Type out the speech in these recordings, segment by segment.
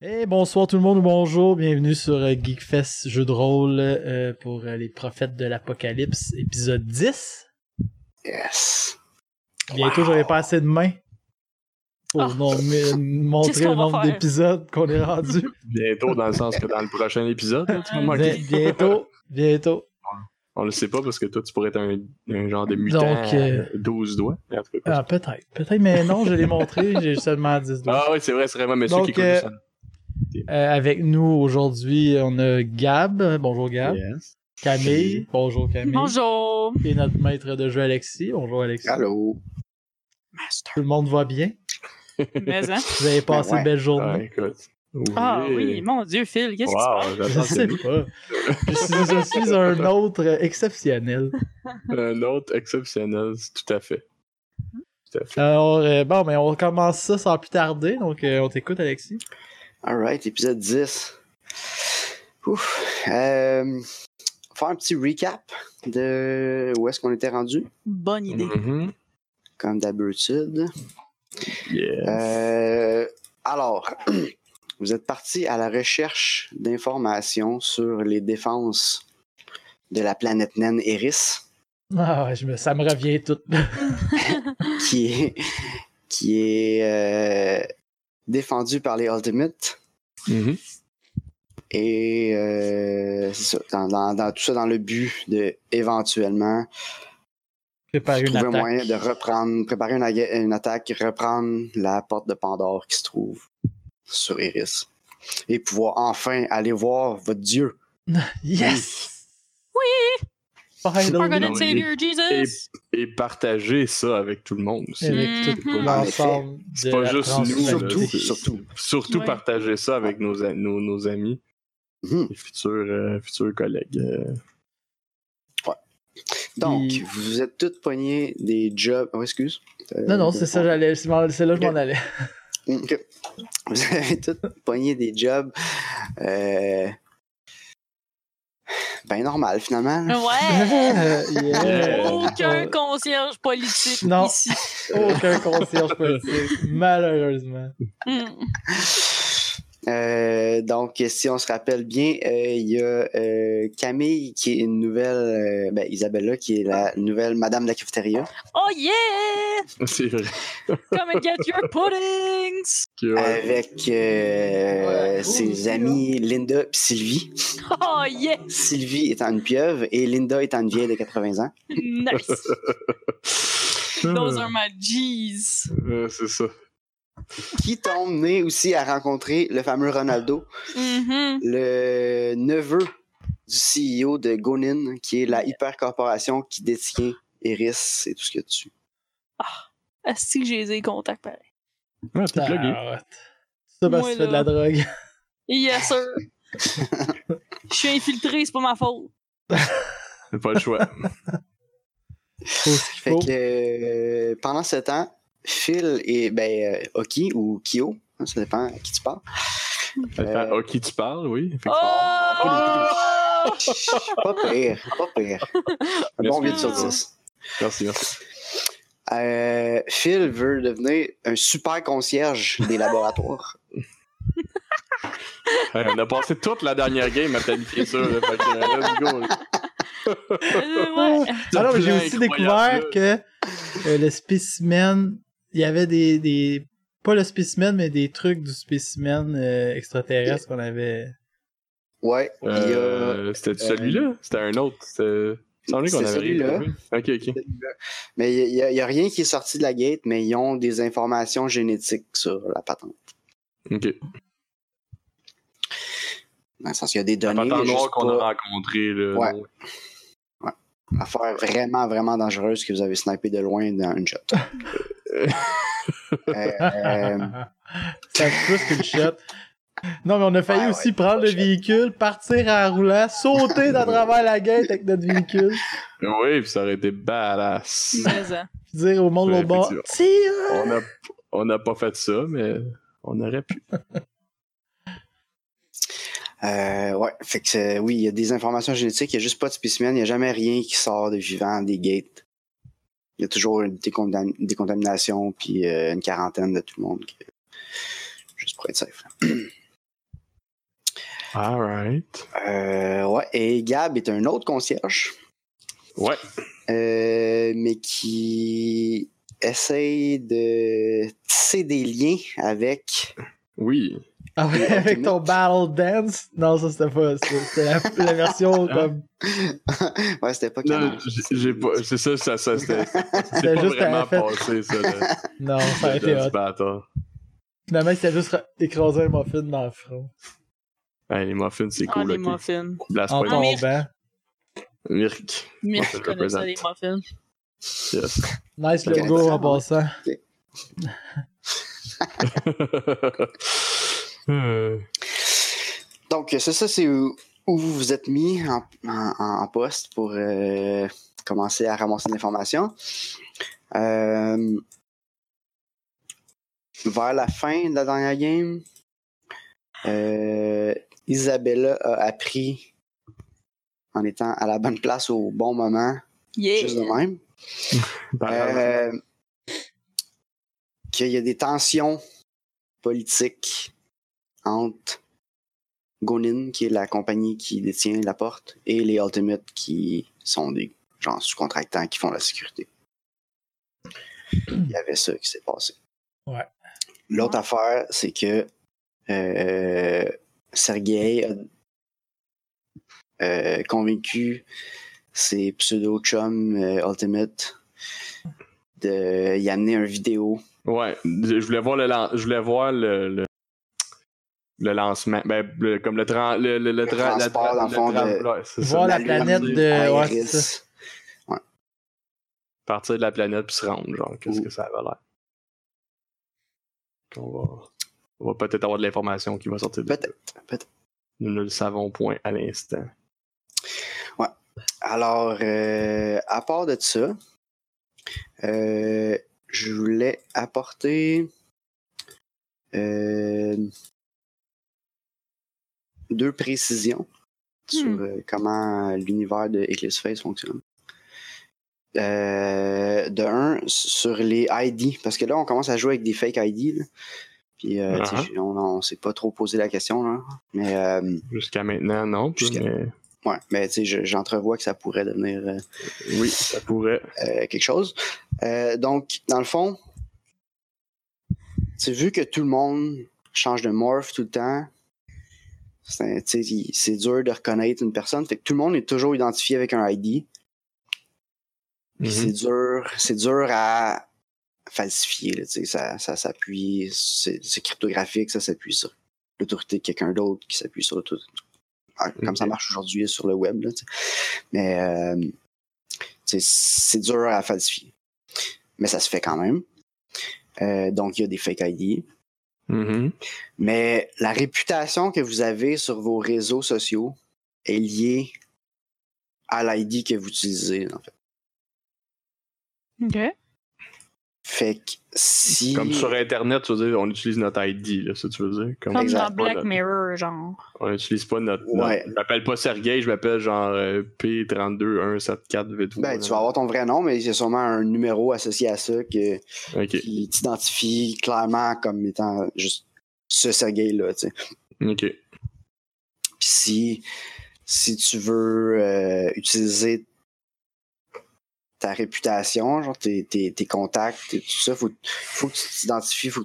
Et bonsoir tout le monde, ou bonjour, bienvenue sur euh, Geekfest Jeu de rôle euh, pour euh, les prophètes de l'apocalypse, épisode 10. Yes. Bientôt j'aurai pas assez de mains pour Oh. non- me- montrer Qu'est-ce qu'on le va nombre faire? d'épisodes qu'on est rendu. Bientôt, dans le sens que dans le prochain épisode, là, tu vas Mais manquer. Bientôt, bientôt. On le sait pas parce que toi, tu pourrais être un, un genre de mutant Donc, euh, à 12 doigts. En tout cas, Ah, peut-être, peut-être, mais non, je l'ai montré, j'ai seulement 10 doigts. ah oui, c'est vrai, c'est vraiment monsieur Donc, qui écoute euh, ça. Ah! Euh, avec nous aujourd'hui, on a Gab, bonjour Gab, Yes. Camille, bonjour Camille, Bonjour. et notre maître de jeu Alexis, bonjour Alexis. Allô? Master. Tout le monde va bien? Mais, hein? Vous avez passé Ben ouais. une belle journée? Ah, écoute. Ah oui, mon Dieu, Phil, qu'est-ce qui se Wow, passe? Je j'attends sais que pas. Je suis, je suis un autre euh, exceptionnel. un autre exceptionnel, c'est tout à fait. Tout à fait. Alors, euh, bon, mais on commence ça sans plus tarder. Donc, euh, on t'écoute, Alexis. Alright, épisode 10. Ouf. Euh, faire un petit recap de où est-ce qu'on était rendu, Bonne idée. Mhm. comme d'habitude. Yeah. Euh, alors, vous êtes parti à la recherche d'informations sur les défenses de la planète naine Eris, Ah, ouais, je me- ça me revient tout. qui est, qui est euh, défendue par les Ultimates. Mm-hmm. Mhm. Et euh, c'est ça, dans, dans- dans- tout ça dans le but de éventuellement Préparer une trouver un attaque. moyen de reprendre, préparer une, aga- une attaque, reprendre la porte de Pandore qui se trouve sur Iris. Et pouvoir enfin aller voir votre dieu. Yes! Oui! Our God non, and Savior Jesus. Et partager ça avec tout le monde aussi. Avec tout Mhm. l'ensemble de C'est pas la juste trans- nous. là, surtout, c'est- surtout. Surtout Ouais. partager ça avec nos, a- nos, nos amis Mhm. et futurs, euh, futurs collègues. euh. Donc, Il- vous êtes toutes poignées des jobs. Oh, excuse. Euh, Non, non, c'est ça, j'allais. C'est là que je Ok. m'en allais. Ok. Vous avez toutes pogné des jobs. euh, Ben normal finalement. Ouais. Euh, yeah. Aucun Oh, concierge politique Non. ici. Aucun concierge politique, malheureusement. Mm. Euh, donc, si on se rappelle bien, euh, il y a euh, Camille qui est une nouvelle, euh, ben, Isabella qui est la nouvelle Madame de la cafétéria. Oh yeah! C'est vrai. Come and get your puddings! que, ouais. Avec euh, Ouais, aussi, ses là. amies Linda et Sylvie. Oh yeah! Sylvie étant une pieuvre et Linda étant une vieille de 80 ans. Nice! Those are my G's. Euh, c'est ça. Qui tombe nez aussi à rencontrer le fameux Ronaldo, Mhm. le neveu du CEO de Gonin, qui est la hypercorporation qui détient Eris et tout ce que tu. Ah, Est-ce que j'ai les contacts pareil? Ah, t'es plugué. Tarotte. Ça parce que Moi, tu fais de là. la drogue. Yes, sir! Je suis infiltré, c'est pas ma faute. T'as pas le choix. Faut ce qu'il Fait faut. que euh, pendant ce temps, Phil et ben euh, Oki ou Kyo, hein, ça dépend à qui tu parles. Ça dépend à oh, qui tu parles, oui. Fait que- Oh! Pas pire, pas pire. Un bon Merci. 8 sur 10. Merci, merci. Euh, Phil veut devenir un super concierge des laboratoires. Hey, on a passé toute la dernière game à planifier ça. Là, fait que, euh, let's go. là. Euh, ouais. Ah non, mais j'ai Plein aussi incroyable, découvert que euh, le spécimen, il y avait des, des. Pas le spécimen, mais des trucs du spécimen euh, extraterrestre qu'on avait. Ouais, là. il y a. Euh, C'était celui-là? C'était un autre. C'était... Il semblait qu'on C'est avait celui-là. réglé. Ok, ok. Mais il n'y a, il y a rien qui est sorti de la gate, mais ils ont des informations génétiques sur la patente. Ok. Dans le sens qu'il y a des La données. patente juste noire qu'on pas- a rencontrée, là. Ouais. non. affaire vraiment, vraiment dangereuse que vous avez snipé de loin dans une shot. Euh, euh, Ça fait plus qu'une shot. Non, mais on a failli Ouais, ouais, aussi prendre le shot. véhicule, partir à roulant, sauter à travers la gate avec notre véhicule, Oui, puis ça aurait été badass. Mais, hein. puis dire au monde Ouais, au bord effectivement. Tire on n'a on n'a pas fait ça, mais on aurait pu. euh, ouais, fait que c'est- oui, il y a des informations génétiques, il n'y a juste pas de spécimen, il n'y a jamais rien qui sort de vivant des gates. Il y a toujours une décontam- des contaminations, puis euh, une quarantaine de tout le monde. qui- Juste pour être safe. Alright. Euh, ouais, et Gab est un autre concierge, Ouais. euh, mais qui essaye de tisser des liens avec. Oui. Ah ouais, Et avec Ultimate. ton Battle Dance? Non, ça c'était pas. ça, C'était la, la version comme. ouais, c'était pas Non, canon. j'ai- j'ai pas. C'est ça, ça, ça c'était. C'était C'est pas juste vraiment un fait. passé, ça, le, Non, ça aurait le été Dance hot. Battle. Finalement, c'était juste ra- écraser un muffin dans le front. Hey, les muffins, c'est Ah, cool. les ok. muffins. Blast En point. mais- tombant. ben. Mirk. Mais Muffins je connais ça, les muffins. Yes. Nice Ok. logo en passant. Euh, Donc, c'est ça, c'est où, où vous vous êtes mis en, en- en poste pour euh, commencer à ramasser de l'information. Euh, vers la fin de la dernière game, euh, Isabella a appris en étant à la bonne place au bon moment, juste de Yeah! même. Battle. Euh, qu'il y a des tensions politiques entre Gonin, qui est la compagnie qui détient la porte, et les Ultimates, qui sont des gens sous-contractants qui font la sécurité. Il y avait ça qui s'est passé. Ouais. L'autre affaire, c'est que euh, Sergei a euh, convaincu ses pseudo-chums euh, Ultimate de y amener un vidéo. Ouais, je je voulais voir le, lan- je voulais voir le, le, le lancement, ben, le- comme le, tran- le, le, le, tra- la transport, tra- dans le fond, tram- de- ouais, c'est ça. Voir la Allumer planète de. à Ouais, Iris. c'est ça. Partir de la planète puis se rendre, genre, qu'est-ce Mm. que ça avait l'air. On va, on va peut-être avoir de l'information qui va sortir de Peut-être, là. peut-être. Nous ne le savons point à l'instant. Alors, euh, à part de ça, euh, je voulais apporter euh, deux précisions sur Hmm. euh, comment l'univers de Eclipse Face fonctionne. Euh, de un, sur les ID, parce que là, on commence à jouer avec des fake ID. là. Puis, euh, tu sais, on, on s'est pas trop posé la question, là. Mais. euh, Jusqu'à maintenant, non. Jusqu'à- Mais, Ouais, mais tu sais, je- j'entrevois que ça pourrait devenir euh, oui, ça pourrait. euh, quelque chose. Euh, donc, dans le fond, tu sais, vu que tout le monde change de morph tout le temps, c'est un- tu sais, il- c'est dur de reconnaître une personne. Fait que tout le monde est toujours identifié avec un ID. Puis Mhm. c'est dur, c'est dur à falsifier. là, tu sais, ça, ça s'appuie, c'est c'est cryptographique, ça s'appuie sur l'autorité de quelqu'un d'autre qui s'appuie sur l'autorité. Ah, Comme ça Ok. marche aujourd'hui sur le web. là, tu sais. Mais euh, tu sais, c'est dur à falsifier. Mais ça se fait quand même. Euh, donc, il y a des fake ID. Mhm. Mais la réputation que vous avez sur vos réseaux sociaux est liée à l'ID que vous utilisez. en fait. Ok. Fait que si. Comme sur Internet, tu veux dire, on utilise notre ID, là, ça tu veux dire. Comme, Comme Exact. dans Black Voilà. Mirror, genre. On n'utilise pas notre. Ouais. notre- je m'appelle pas Sergei, je m'appelle genre euh, P32174 vite Ben, tu vas avoir ton vrai nom, mais il y a sûrement un numéro associé à ça que, Ok, qui t'identifie clairement comme étant juste ce Sergei-là. tu sais. ok. Puis si, si tu veux euh, utiliser ta réputation, genre tes, tes, tes contacts et tout ça, faut, faut que tu t'identifies faut-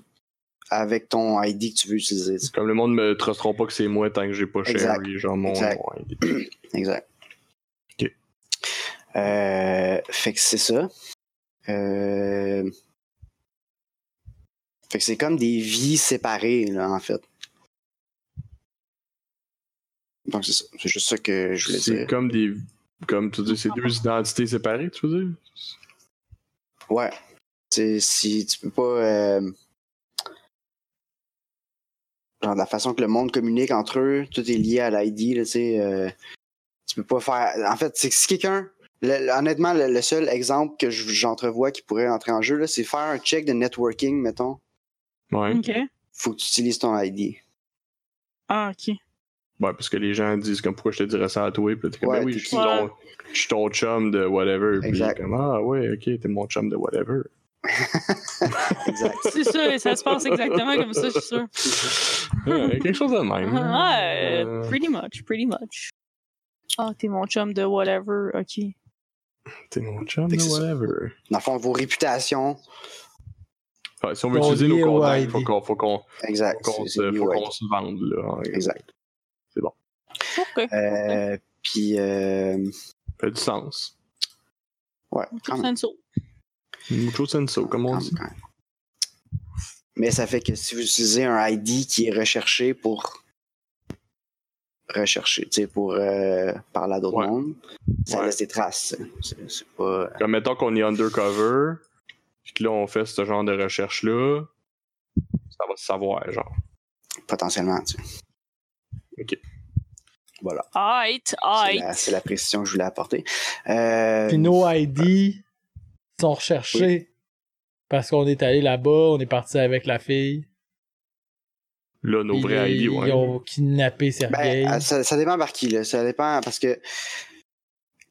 avec ton ID que tu veux utiliser. tu sais. Comme le monde me trusteront pas que c'est moi tant que j'ai pas Exact. Sherry, genre mon Exact. mon ID. Exact. Ok. Euh, fait que c'est ça. Euh, Fait que c'est comme des vies séparées, là, en fait. Donc, c'est ça. C'est juste ça que je voulais C'est dire. comme des. Comme tu dis, c'est deux identités séparées, tu veux dire? Ouais. C'est si tu peux pas. euh, Genre, de la façon que le monde communique entre eux, tout est lié à l'ID, là, tu sais. euh, Tu peux pas faire. En fait, c'est que si quelqu'un. le- le- honnêtement, le, le seul exemple que je- j'entrevois qui pourrait entrer en jeu, là, c'est faire un check de networking, mettons. Ouais. Mm. Ok. Faut que tu utilises ton ID. Ah, ok. Ouais, parce que les gens disent comme pourquoi je te dirais ça à toi, puis là, t'es comme Ouais, ben oui, t'es je suis qui? ton, je suis ton chum de whatever. Puis Exact. comme ah ouais, ok, t'es mon chum de whatever. Exact. C'est ça, et ça se passe exactement comme ça, je suis sûr. Ouais, quelque chose de même. Ouais, Euh, pretty much, pretty much. Ah, t'es mon chum de whatever, ok. T'es mon chum, Fait que c'est ça. whatever. Dans le fond, vos réputations. Ouais, si on veut Ton utiliser nos DIY. contacts, faut qu'on faut qu'on faut Exact. qu'on Ah, c'est- se, c'est faut ouais, qu'on se vende. Là. Ouais, Exact. Ok, Euh, puis, euh, Fait du sens. ouais, quand même. Senso. Mucho senso, comme on Quand dit. même, quand même. Mais ça fait que si vous utilisez un ID qui est recherché pour rechercher, tu sais, pour euh, parler à d'autres Ouais. mondes, ça Ouais. laisse des traces. C'est c'est pas. euh, Comme mettons qu'on est undercover, puis que là on fait ce genre de recherche-là, ça va se savoir, genre. potentiellement. Tu sais. Ok. Voilà. Alright, C'est la, alright. c'est la précision que je voulais apporter. Euh, Puis nos ID sont recherchés parce qu'on est allé là-bas, on est parti avec la fille. Là, nos puis vrais ils, ID, ouais. ils ont kidnappé Sergei. ben, euh, ça, ça dépend par qui, là. Ça dépend parce que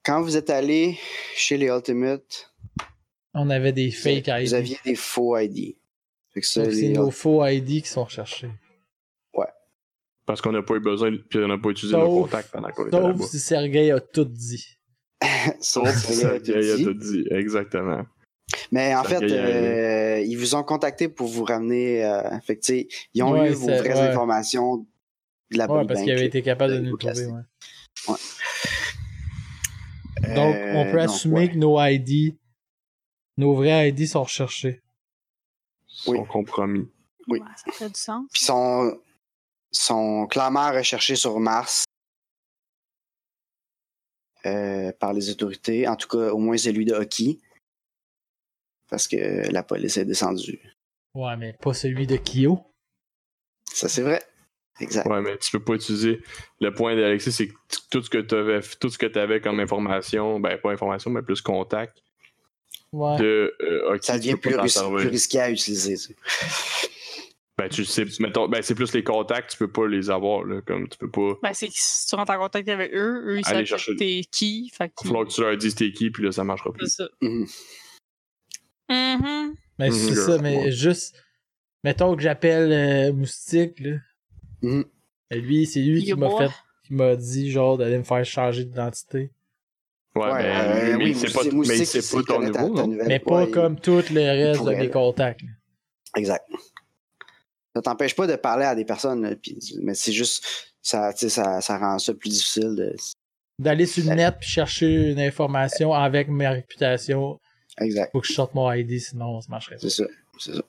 quand vous êtes allé chez les Ultimates, on avait des vous, fake ID. vous aviez des faux ID. Fait que ça, Donc, c'est les, nos faux ID qui sont recherchés. Parce qu'on n'a pas eu besoin, puis on n'a pas utilisé Sauf- nos contacts pendant qu'on était Sauf là-bas. si Sergei a tout dit. sauf Sauf les ça, il a ID. tout dit, exactement. Mais en Ça fait, vieille euh, ils vous ont contacté pour vous ramener. Euh, fait que, tu sais, ils ont Ouais, eu vos c'est- vraies ouais. informations de la Ouais, bonne parce banque. qu'il avait été capable de nous au le trouver. casting. ouais. Euh, Donc, on peut donc, assumer ouais. que nos ID, nos vrais ID sont recherchés. Son Oui. compromis. Oui. Ouais, ça fait du sens. Puis sont, sont clairement recherchés sur Mars euh, par les autorités. En tout cas, au moins celui de Hockey. Parce que la police est descendue. Ouais, mais pas celui de Kyo. Ça, c'est vrai. Exact. Ouais, mais tu peux pas utiliser. Le point d'Alexis, c'est que t- tout ce que tu avais, tout ce que tu avais comme information, ben pas information, mais plus contact Ouais. de euh, ok, Ça tu devient peux plus, pas t'en ris- plus servir. risqué à utiliser. tu sais. Ben tu sais, mettons, ben c'est plus les contacts, tu peux pas les avoir là, comme tu peux pas. Ben, c'est que si tu rentres en contact avec eux, eux, ils Allez savent chercher- que t'es qui, fait que- Il faut que tu leur dises t'es qui, puis là ça marchera C'est plus. ça. Mhm. Mhm. Mais Mhm. Ben, c'est ça, mais Ouais. juste. Mettons que j'appelle euh, Moustique, là. Mhm. Et Lui, c'est lui qui Yo, m'a boy. fait. qui m'a dit, genre, d'aller me faire changer d'identité. Ouais, Ouais, ben, lui, euh, mais oui, il sait Moustique- pas, mais il Moustique, sait il pas ton connaît ta- niveau, ta non? nouvelle- Mais pas Ben, ouais, comme tout le reste de pourrait, mes là. contacts. là. Exact. Ça t'empêche pas de parler à des personnes, là, puis- mais c'est juste, ça, tu sais, ça, ça rend ça plus difficile. de- D'aller sur le net puis chercher une information avec ma réputation. Exact. Faut que je sorte mon ID, sinon ça marcherait pas. C'est ça. C'est ça.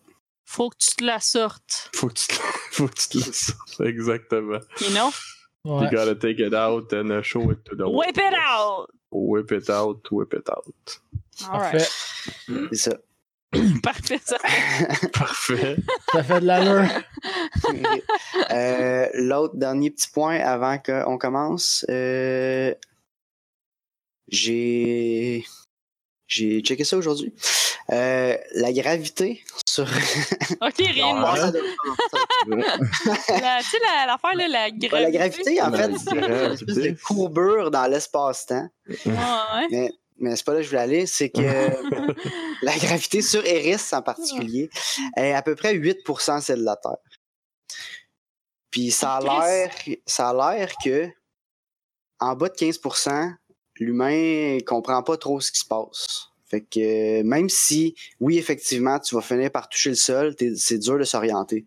Faut que tu te la sortes. Faut que tu te, faut que tu te laisses sortir, Exactement. You know? Ouais. You gotta take it out and uh, show it to the world. Whip it out! Whip it out, whip it out. Alright. Parfait. C'est ça. Parfait, ça. Parfait. Ça fait de l'allure. Euh, L'autre dernier petit point avant qu'on commence, euh, j'ai j'ai checké ça aujourd'hui. Euh, la gravité sur. Ok, Rim. Non, La- ça doit- Tu sais, la- l'affaire, là, la gravité. Ouais, la gravité, hein? en fait, La c'est une espèce de gravité. courbure dans l'espace-temps. Ouais, ouais. Mais c'est pas là que je voulais aller, c'est que. La gravité sur Eris en particulier est à peu près 8% celle de la Terre. Puis ça a l'air, ça a l'air que en bas de 15%, l'humain comprend pas trop ce qui se passe. Fait que euh, même si, oui, effectivement, tu vas finir par toucher le sol, t'es- c'est dur de s'orienter.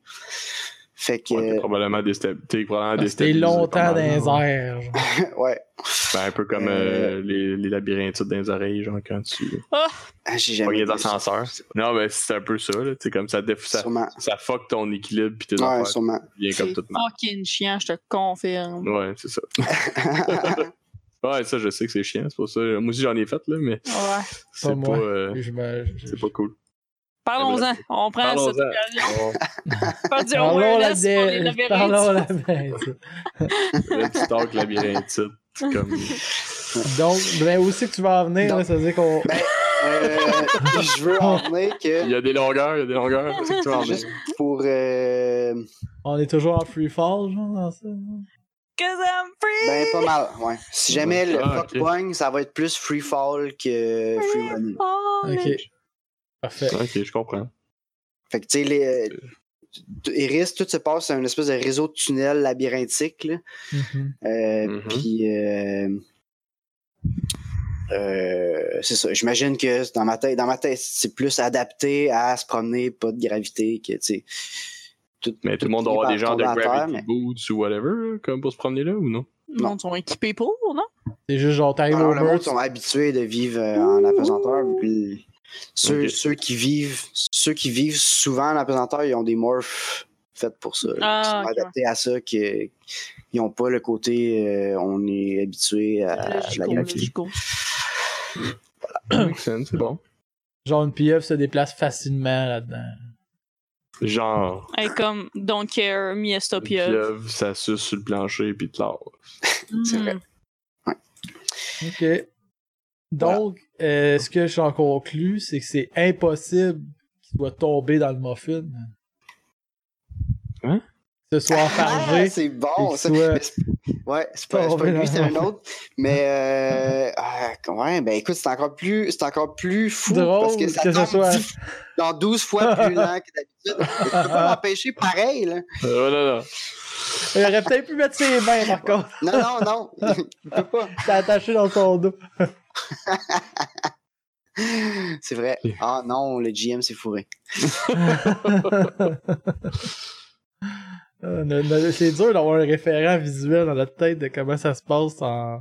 Fait que, Ouais, t'es euh, probablement déstabilisé. T'es probablement C'était déstabilisé. longtemps pas dans mal, les là. airs. genre. ouais, Ben, un peu comme euh, les, les labyrinthites dans les oreilles, genre quand tu. Ah, j'ai Pas jamais. les vu ça. ascenseurs. Non, mais c'est un peu ça, là. Tu sais, comme ça, déf- ça, Sûrement. ça fuck ton équilibre pis tes Ouais, affaires. sûrement. tu viens comme C'est tout mal. fucking chiant, je te confirme. Ouais, c'est ça. Ouais, ça, je sais que c'est chiant, c'est pour ça. Moi aussi, j'en ai fait, là, mais Ouais. Pas c'est pas. moi. euh, Je me- je- c'est pas cool. Parlons-en. On prend Parlons-en. cette occasion. Oh, On peut dire Parlons la awareness pour les dé- Parlons labyrinthes. la bête. le petit talk labyrinthite. Comme... Donc, ben, où c'est que tu vas en venir? Donc- là, ça veut dire qu'on. Euh, je veux en venir que. Il y a des longueurs, il y a des longueurs. C'est que tu en Juste pour euh, On est toujours en free fall, genre, dans ça. Cause I'm free! ben pas mal ouais si jamais le Ah, fuck ok. pogne ça va être plus free fall que free running Oh, Ok. Parfait. Ok, je comprends. Fait que, tu sais, les. Euh. t- Iris, tout se passe, c'est un espèce de réseau de tunnels labyrinthique, là. Mhm. Euh, Mhm. Puis, euh, euh, c'est ça. J'imagine que dans ma tête, dans ma tête, c'est plus adapté à se promener, pas de gravité, que tu sais. Mais tout le monde doit avoir finit des par genres de tomber à gravity terre, mais- boots ou whatever, là, comme pour se promener là ou non? Le monde sont équipés pour, non? C'est juste genre, t'arrives Alors, au le monde mur, sont habitués de vivre euh, en apesanteur. puis Ceux, Ok. ceux qui vivent, ceux qui vivent souvent en apesanteur, ils ont des morphs faits pour ça. là. Ah, ils sont ok, adaptés à ça, que, ils ont pas le côté euh, on est habitué à Euh, la Logico, gravité. logico. Makes sense, c'est bon. genre une pieuvre se déplace facilement là-dedans. Genre, Hey, comme Don't Care, Miesta Pieuvre. pieuvre, ça suce sur le plancher puis te lave. c'est vrai. Hmm. Ok. Donc, euh, ce que j'en conclus, c'est que c'est impossible qu'il doit tomber dans le muffin. Hein? Ce soit Ah, enfargé. c'est et bon, qu'il ça. soit- Ouais, c'est pas, c'est pas lui, c'est un autre. Mais euh, ah, ouais, ben écoute, c'est encore plus, c'est encore plus fou Drôle parce que ça que ce tombe soit- 10 dans 12 fois plus lent que d'habitude. Mais tu peux pas l'empêcher pareil, là. Euh, voilà, là. Il aurait peut-être pu mettre ses mains, par contre. Non, non, non. Il peut pas. T'es attaché dans son dos. C'est vrai. Ah non, le GM s'est fourré. Euh, no- no- C'est dur d'avoir un référent visuel dans notre tête de comment ça se passe en,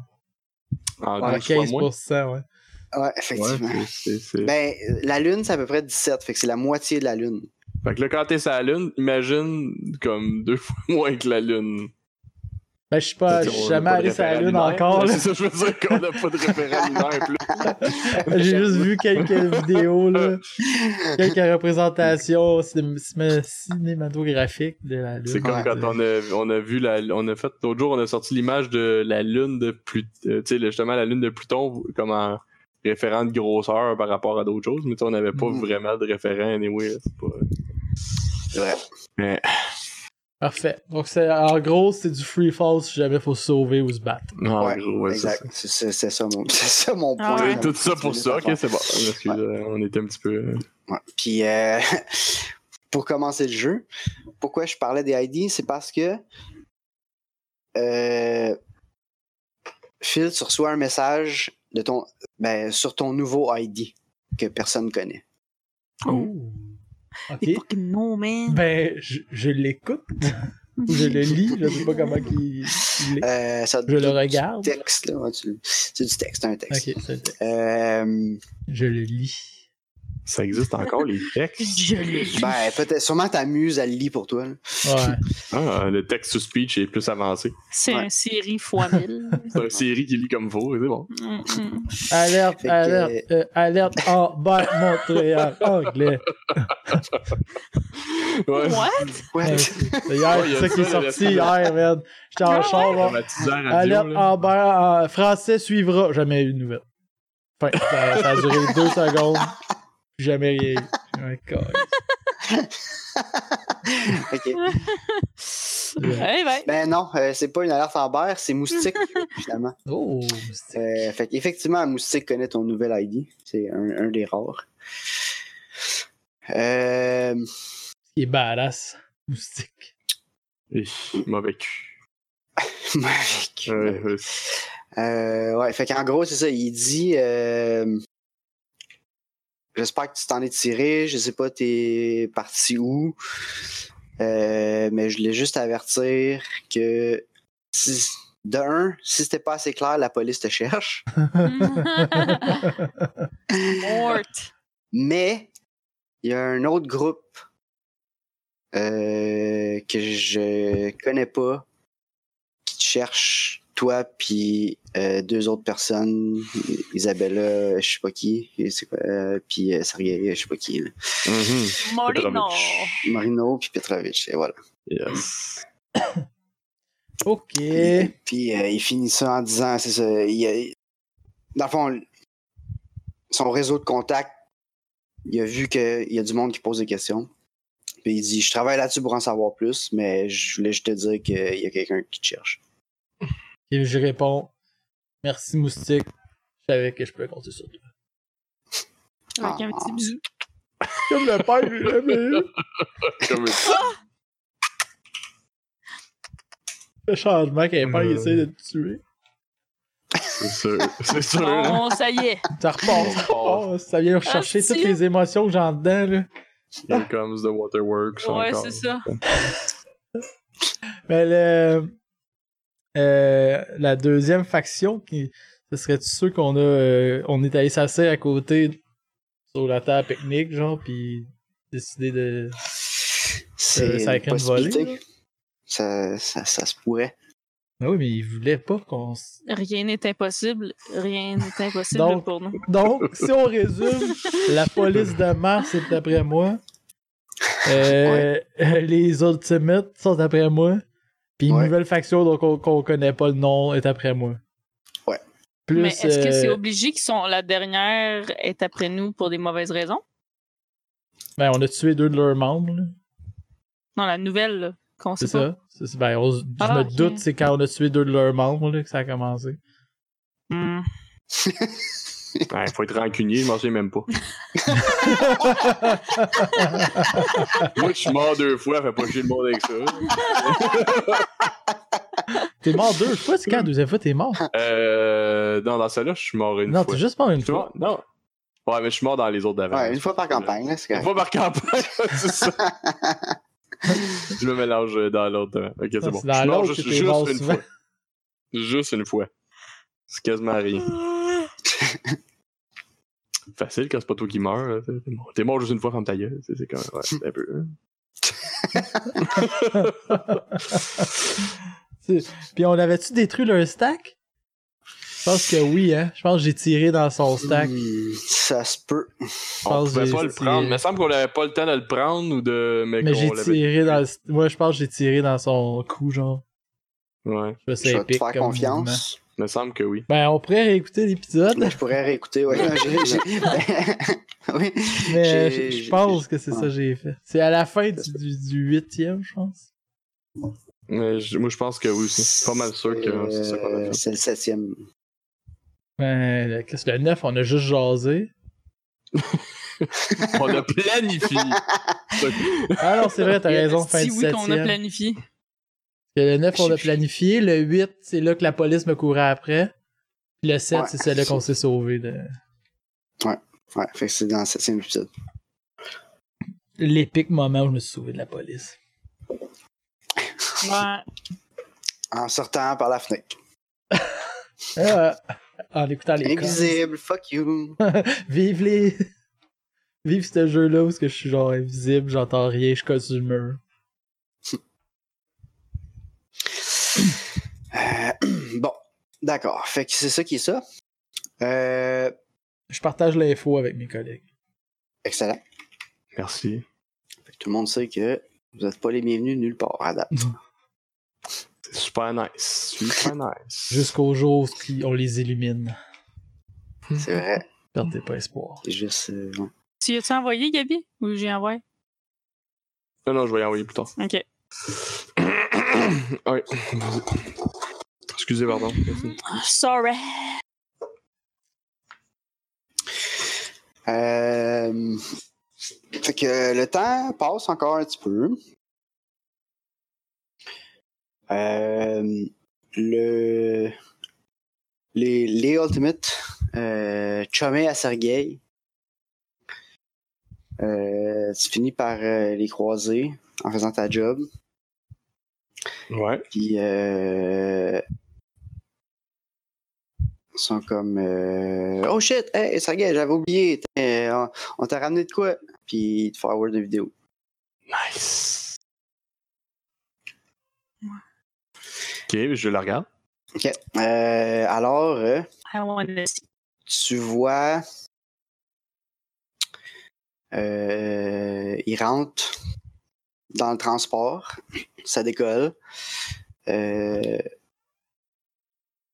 En en Ah, deux fois moins. 15%. Ouais. Ouais, Ouais, effectivement. c'est- c'est- c'est- Ben, euh, la lune, c'est à peu près 17, fait que c'est la moitié de la lune. Fait que là, quand t'es sur la lune, imagine comme deux fois moins que la lune. Ben, je suis pas, je On suis a jamais pas de allé sur la référent lune lunaire. encore. là. C'est ça, je veux dire qu'on a pas de référent lunaire. Plus. J'ai juste vu quelques vidéos, là, quelques représentations cinéma- cinéma- cinématographiques de la lune. C'est comme Ouais. quand on a, on a vu la, on a fait l'autre jour, on a sorti l'image de la lune de Pluton, tu sais, le- justement la lune de Pluton comme en référent de grosseur par rapport à d'autres choses, mais tu sais, on n'avait pas Mhm. vraiment de référent anyway. là, c'est pas- C'est vrai. Parfait. Donc, c'est, en gros, c'est du free fall si jamais faut se sauver ou se battre. Non, Ouais, en gros, ouais, Ah, c'est exact. C'est c'est- c'est ça, mon, c'est ça mon Ah point. ça. ouais. Et Tout ça pour ça, ok, c'est bon. Excuse, Ouais. euh, on était un petit peu. euh, Ouais. Puis euh, pour commencer le jeu, pourquoi je parlais des ID, c'est parce que euh, Phil, tu reçois un message de ton, ben, sur ton nouveau ID que personne connaît. Oh. Des Ok. fucking no, man. Ben, je, je l'écoute. Ou Ben, je le lis. Je sais pas comment qu'il il est. Euh, ça- Je le du regarde. Texte, là, ouais, tu- c'est du texte, un texte. Oh. Ok, c'est- Euh, je le lis. Ça existe encore les textes. Je l'ai lu. ben, peut-être, sûrement t'amuses à le lire pour toi. là. Ouais. Ah, le text to speech est plus avancé. C'est Ouais. une série fois mille. C'est une série qui lit comme faut, c'est bon. Mm, mm. Alerte, Fait que- alerte, euh, alerte en bas Montréal, anglais. Ouais. What? Ouais. Hier, Ouais, il y a c'est ça qui est ça, sorti le reste- hier, man. J'étais en Ah char, là. Dramatisant radio, Alerte là. Amber, euh, français suivra. Jamais eu de nouvelle. Enfin, ça, ça a duré deux secondes. puis Jamais rien. eu. Ouais, God. Ok. Eh ben, Ben non, euh, c'est pas une alerte en berre, c'est moustique, finalement. Oh, c'est- Euh, fait qu'effectivement, Moustique connaît ton nouvel ID. C'est un, un des rares. Euh, il est badass. Moustique. Eh, Mauvais cul. Maverick. Ouais, ouais. Euh, ouais, fait qu'en gros, c'est ça. Il dit euh, J'espère que tu t'en es tiré. Je sais pas, t'es parti où. Euh, mais je voulais juste avertir que, si- de un, si c'était pas assez clair, la police te cherche. Mort. Mais il y a un autre groupe euh, que je connais pas qui te cherche toi puis euh, deux autres personnes, Isabella, je sais pas qui, et c'est quoi, euh, puis euh, Sergei, je sais pas qui, là. Mhm. Morino. Petrovitch. Marino puis Petrovic, et voilà. Yes. ok. Puis euh, il finit ça en disant, c'est ça, il y a- dans le fond, son réseau de contacts, il a vu qu'il y a du monde qui pose des questions. Puis il dit, je travaille là-dessus pour en savoir plus, mais je voulais juste te dire qu'il y a quelqu'un qui te cherche. Et je réponds Merci, Moustique. Je savais que je pouvais compter sur toi. Ah. Avec un petit bisou. Comme le père du jamais eu. Comme- Le changement qu'un père Euh. il essaie de te tuer. C'est sûr. C'est sûr. là. Bon, Oh, ça y est. Ça repart, ça Oh. repart. Ça vient rechercher si. toutes les émotions que j'ai en dedans, là. Here comes the waterworks. Ouais, encore. c'est ça. Mais le, euh, la deuxième faction, qui, ce serait ceux qu'on a, euh, on est allé s'asseoir à côté sur la table pique-nique, genre, puis décider de. C'est Euh, ça a une qu'une volée, possibilité. Ça, ça, ça se pourrait. Ah oui, mais ils voulaient pas qu'on. s- Rien n'est impossible. Rien n'est impossible Donc- pour nous. Donc, si on résume, la police de Mars est d'après moi. Euh, Les Ultimates sont d'après moi. Puis une Ouais. nouvelle faction dont on- qu'on connaît pas le nom est d'après moi. Ouais. Plus, Mais est-ce que c'est euh, obligé qu'ils sont la dernière est après nous pour des mauvaises raisons? ben, on a tué deux de leurs membres. là. Non, la nouvelle, là, qu'on sait C'est pas. ça. C'est- c'est- ben, on s- je Ah, me ok. doute, c'est quand on a tué deux de leurs membres là, que ça a commencé. Hmm. Ouais, faut être rancunier, je m'en souviens même pas. Moi, je suis mort deux fois, fait pas chier le monde avec ça. T'es mort deux fois, c'est quand la deuxième fois t'es mort? Euh, non, dans celle-là, je suis mort une non, fois. t'es juste mort une Tu fois. vois? Non. Ouais, mais je suis mort dans les autres d'avant. Ouais, une fois par campagne, là, c'est Une correct. fois par campagne, c'est ça. je me mélange dans l'autre d'avant. Ok, c'est Non, bon. c'est Je dans suis mort l'autre juste, que t'es juste mort une souvent. fois. Juste une fois. C'est quasiment rien. Facile quand c'est pas toi qui meurs. là, t'sais. T'es mort- T'es mort juste une fois, comme ta gueule. t'sais, C'est quand même ouais, c'est un peu. hein. Puis on avait-tu détruit leur stack? Je pense que oui, hein. Je pense que j'ai tiré dans son stack. Hmm, Ça se peut. On pense que pouvait pas j'ai le prendre. tiré. Il me semble qu'on avait pas le temps de le prendre ou de. Mais, Mais qu'on j'ai l'avait- tiré dans le... Moi, je pense que j'ai tiré dans son cou, genre. Ouais. Je Je sais vais épique te faire comme mouvement. confiance. Il me semble que oui. Ben, on pourrait réécouter l'épisode, Là, je pourrais réécouter. Ouais, Non, j'ai- j'ai- oui. mais J'ai- je- je j'ai- pense que c'est ça ouais. que j'ai fait. C'est à la fin du, du, du huitième, je pense. Mais je- moi, je pense que oui aussi. Pas mal sûr que c'est ça qu'on a Euh, fait. C'est le septième. Ben, le- qu'est-ce que le 9, on a juste jasé. On a planifié. Ah non, c'est vrai, t'as Il y a raison, des fin petits du oui qu'on a 7e. planifié. Le 9, on Je l'a sais plus. planifié. Le 8, c'est là que la police me courait après. Puis le 7, Ouais. c'est celle-là qu'on s'est sauvé de Ouais, fait que c'est dans le septième épisode. l'épique moment où je me suis sauvé de la police. Ouais. En sortant par la fenêtre. Ah, en écoutant les codes. Invisible, fuck you. Vive les. Vive ce jeu-là où est-ce que je suis genre invisible, j'entends rien, je casse du mur. Euh, bon, d'accord. Fait que c'est ça qui est ça. Euh, Je partage l'info avec mes collègues. excellent. Merci. Fait que tout le monde sait que vous n'êtes pas les bienvenus nulle part à date. C'est super nice. Super nice. Jusqu'au jour où ce qui- on les illumine. C'est vrai. Perdez pas espoir. C'est juste. euh, ouais. Tu y as-tu envoyé, Gabi? Ou j'ai envoyé? Non, non, je vais y envoyer plus tard. Ok. Ouais. Excusez, pardon. Merci. Ah, Sorry. Euh, fait que le temps passe encore un petit peu. Euh, le, les, les Ultimates, euh, Chomé à Sergei. Euh, tu finis par euh, les croiser en faisant ta job. Ouais. Puis, euh, ils sont comme, euh, oh shit, hey, Sergei, j'avais oublié, t'es- on, on t'a ramené de quoi? Puis, ils te forward une vidéo. Nice. Ok, je la regarde. Ok. Euh, alors, euh, I wanna see. tu vois, euh, ils rentrent dans le transport, ça décolle. Euh,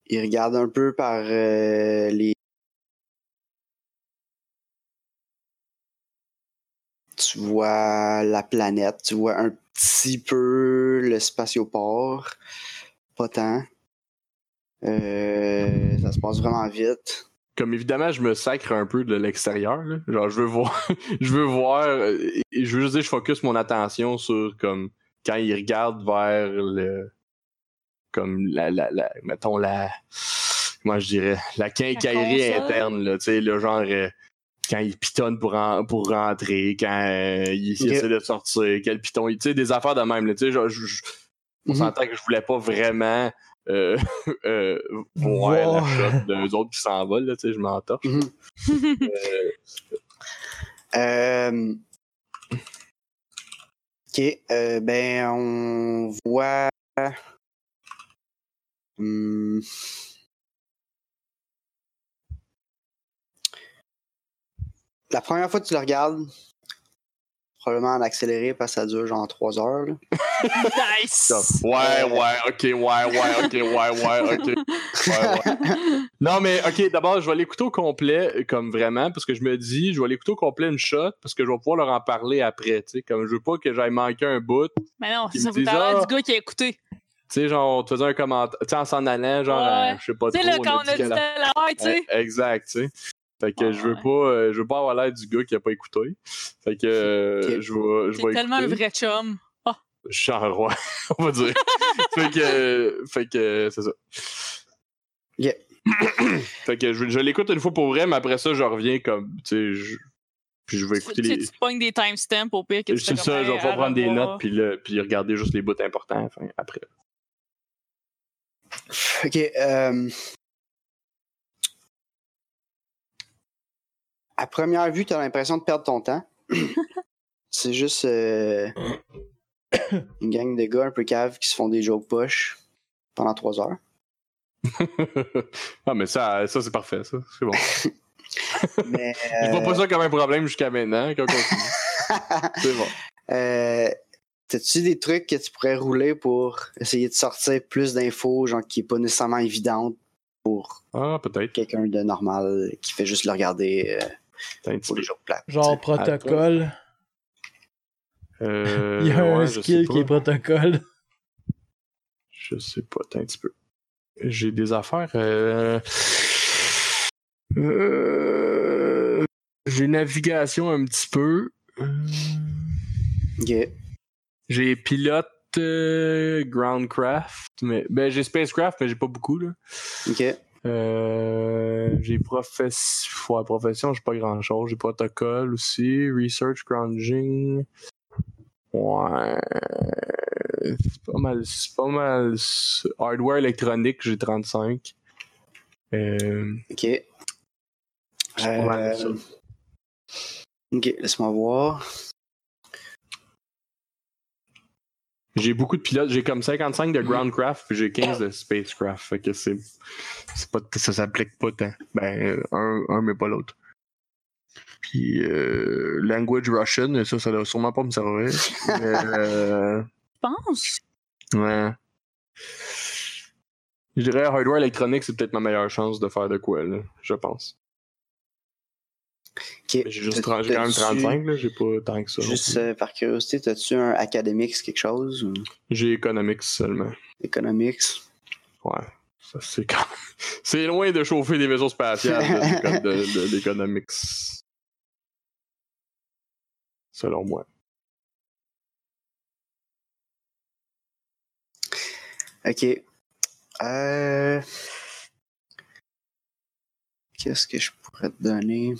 ils regardent un peu par euh, les. Tu vois la planète, tu vois un petit peu le spatioport, pas tant. Euh, ça se passe vraiment vite. comme évidemment, je me sacre un peu de l'extérieur. là. Genre, je veux voir, je veux voir, euh, et je veux juste dire, je focus mon attention sur comme quand il regarde vers le, comme la, la, la mettons la, comment je dirais, la quincaillerie console. interne, là, tu sais, le genre euh, quand il pitonne pour en- pour rentrer, quand euh, il, il Ok. essaie de sortir, quel piton, tu sais, des affaires de même, là, tu sais, genre, je- je- on Mhm. s'entend que je voulais pas vraiment euh, euh, voir la Voir. shot d'eux autres qui s'envolent, là, tu sais, je m'en torche. Mhm. Euh, Ok, euh, ben on voit. Hmm. La première fois que tu le regardes, probablement en accéléré parce que ça dure genre 3 heures. là. nice! Comme, Ouais, ouais, ok, ouais, ouais, ok, ouais, ouais, ok. Ouais, ouais. Non, mais ok, d'abord, je vais l'écouter au complet, euh, comme vraiment, parce que je me dis, je vais l'écouter au complet une shot, parce que je vais pouvoir leur en parler après, tu sais. Comme je veux pas que j'aille manquer un bout, tu Mais non, Ils ça me vous disent, parle ah. du gars qui a écouté. sais, genre, on te faisait un commentaire, tu sais, en s'en allant, genre, Ouais. euh, je sais pas Tu trop. sais, là, quand on dit a dit qu'elle a- la tu sais. Eh, Exact, tu sais. Fait que Ouais, je veux ouais. pas, euh, je veux pas avoir l'air du gars qui a pas écouté. Fait que euh, Ok. je vais, je C'est vais tellement écouter. le vrai chum. Je suis un roi, on va dire. fait que, fait que, c'est ça. Yeah. fait que je, je l'écoute une fois pour vrai, mais après ça, je reviens comme, tu sais, je- puis je vais Tu, écouter tu, les. tu pognes des timestamps au pire que tu fais C'est comme, ça, je vais hey, pas à prendre des revoir. notes puis, le- puis regarder juste les bouts importants enfin, après. Ok. euh, À première vue, t'as l'impression de perdre ton temps. C'est juste euh, une gang de gars un peu caves qui se font des jokes poches pendant trois heures. ah, mais ça, ça c'est parfait, ça. C'est bon. Mais, Je vois euh, pas ça comme un problème jusqu'à maintenant. Quand on continue. c'est bon. Euh, T'as-tu des trucs que tu pourrais rouler pour essayer de sortir plus d'infos, genre qui est pas nécessairement évidente pour Ah, peut-être. quelqu'un de normal qui fait juste le regarder euh, T'as un petit pour les jours plates? Genre protocole. Euh, Il y a un ouais, je sais skill pas. qui est protocole. Je sais pas, attends un petit peu. J'ai des affaires. euh, euh, J'ai navigation un petit peu. Euh, Ok. J'ai pilote euh, groundcraft. Mais... Ben, j'ai spacecraft, mais j'ai pas beaucoup. là. Ok. Euh, j'ai profession. Ouais, profession, j'ai pas grand chose. J'ai protocole aussi. Research, grounding. Ouais. C'est pas mal. C'est pas mal. ça. Hardware électronique, j'ai 35. Euh, Ok. c'est pas mal ça. Euh, Ok, laisse-moi voir. J'ai beaucoup de pilotes. J'ai comme 55 de Mm. groundcraft puis j'ai 15 de spacecraft. Fait que c'est. c'est pas, ça s'applique pas tant. Ben, un, un mais pas l'autre. Puis, euh, language Russian, ça, ça doit sûrement pas me servir. Euh, Je pense. ouais. Je dirais hardware électronique, c'est peut-être ma meilleure chance de faire de quoi, là, je pense. Ok. Mais Ben, J'ai juste 30 j'ai quand même T'as-tu- 35, là, j'ai pas tant que ça. non Juste plus. euh, par curiosité, t'as-tu un academics quelque chose ou J'ai economics seulement. economics? Ouais. Ça, c'est quand C'est loin de chauffer des vaisseaux spatiaux de, de- de- d'economics. Selon moi. Ok. Euh... Qu'est-ce que je pourrais te donner?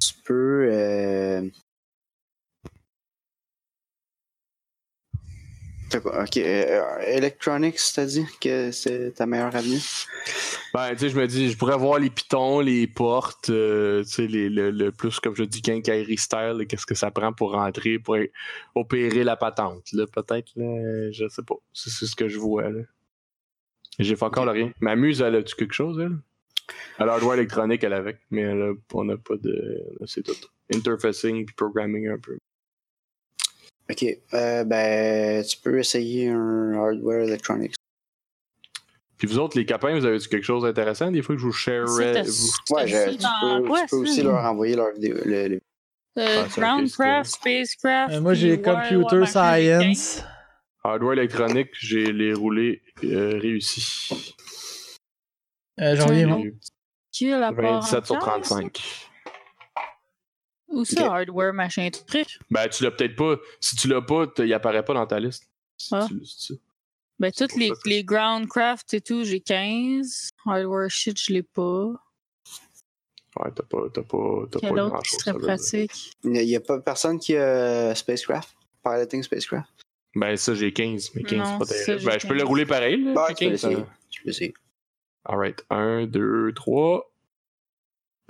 Tu peux. Euh... T'as quoi? Ok, euh, Electronics, t'as dit que c'est ta meilleure avenue? Ben, tu sais, je me dis, je pourrais voir les pitons, les portes, euh, tu sais, les- le, le plus, comme je dis, quincaillerie style, et qu'est-ce que ça prend pour rentrer, pour opérer la patente, là, peut-être, là, je sais pas. C'est c'est ce que je vois, là. J'ai fait encore le rien. Ma muse, elle a-tu quelque chose, elle? Elle a hardware électronique, elle avec, mais elle a- on n'a pas de... C'est tout. Interfacing puis programming un peu. Ok, euh, ben, tu peux essayer un hardware electronics. Puis vous autres, les capins, vous avez-tu quelque chose d'intéressant? Des fois que je vous share... C'est vous- Ouais, je- c'est tu, dans peux, quoi, tu peux ça? aussi leur envoyer leur vidéo. le- le- Euh, Ah, c'est un Groundcraft, test, Spacecraft. Euh, moi, j'ai puis Computer Warhammer Science. Hardware électronique, j'ai les roulés euh, réussis. Euh, J'en viens, Et bon. J'ai eu Qui a la part 27 sur entière, 35. ça? Ou ça, Ok. hardware, machin, truc. Ben, tu l'as peut-être pas. Si tu l'as pas, t- il apparaît pas dans ta liste. Si Ah. tu- si tu- Ben, C'est toutes pour les, ça que- les Groundcraft et tout, j'ai 15. Hardware shit, je l'ai pas. Ouais, t'as pas, t'as pas, t'as pas Quel autre qui grand-chose. ça serait veut dire. pratique? Il n'y a, il y a pas personne qui a Spacecraft? Piloting Spacecraft? Ben, ça, j'ai 15, mais 15, Non, c'est pas ça, terrible. j'ai Ben, je peux le 15. rouler pareil, là. Bah, j'ai tu peux 15, essayer. hein. Tu peux essayer. Alright, 1, 2, 3.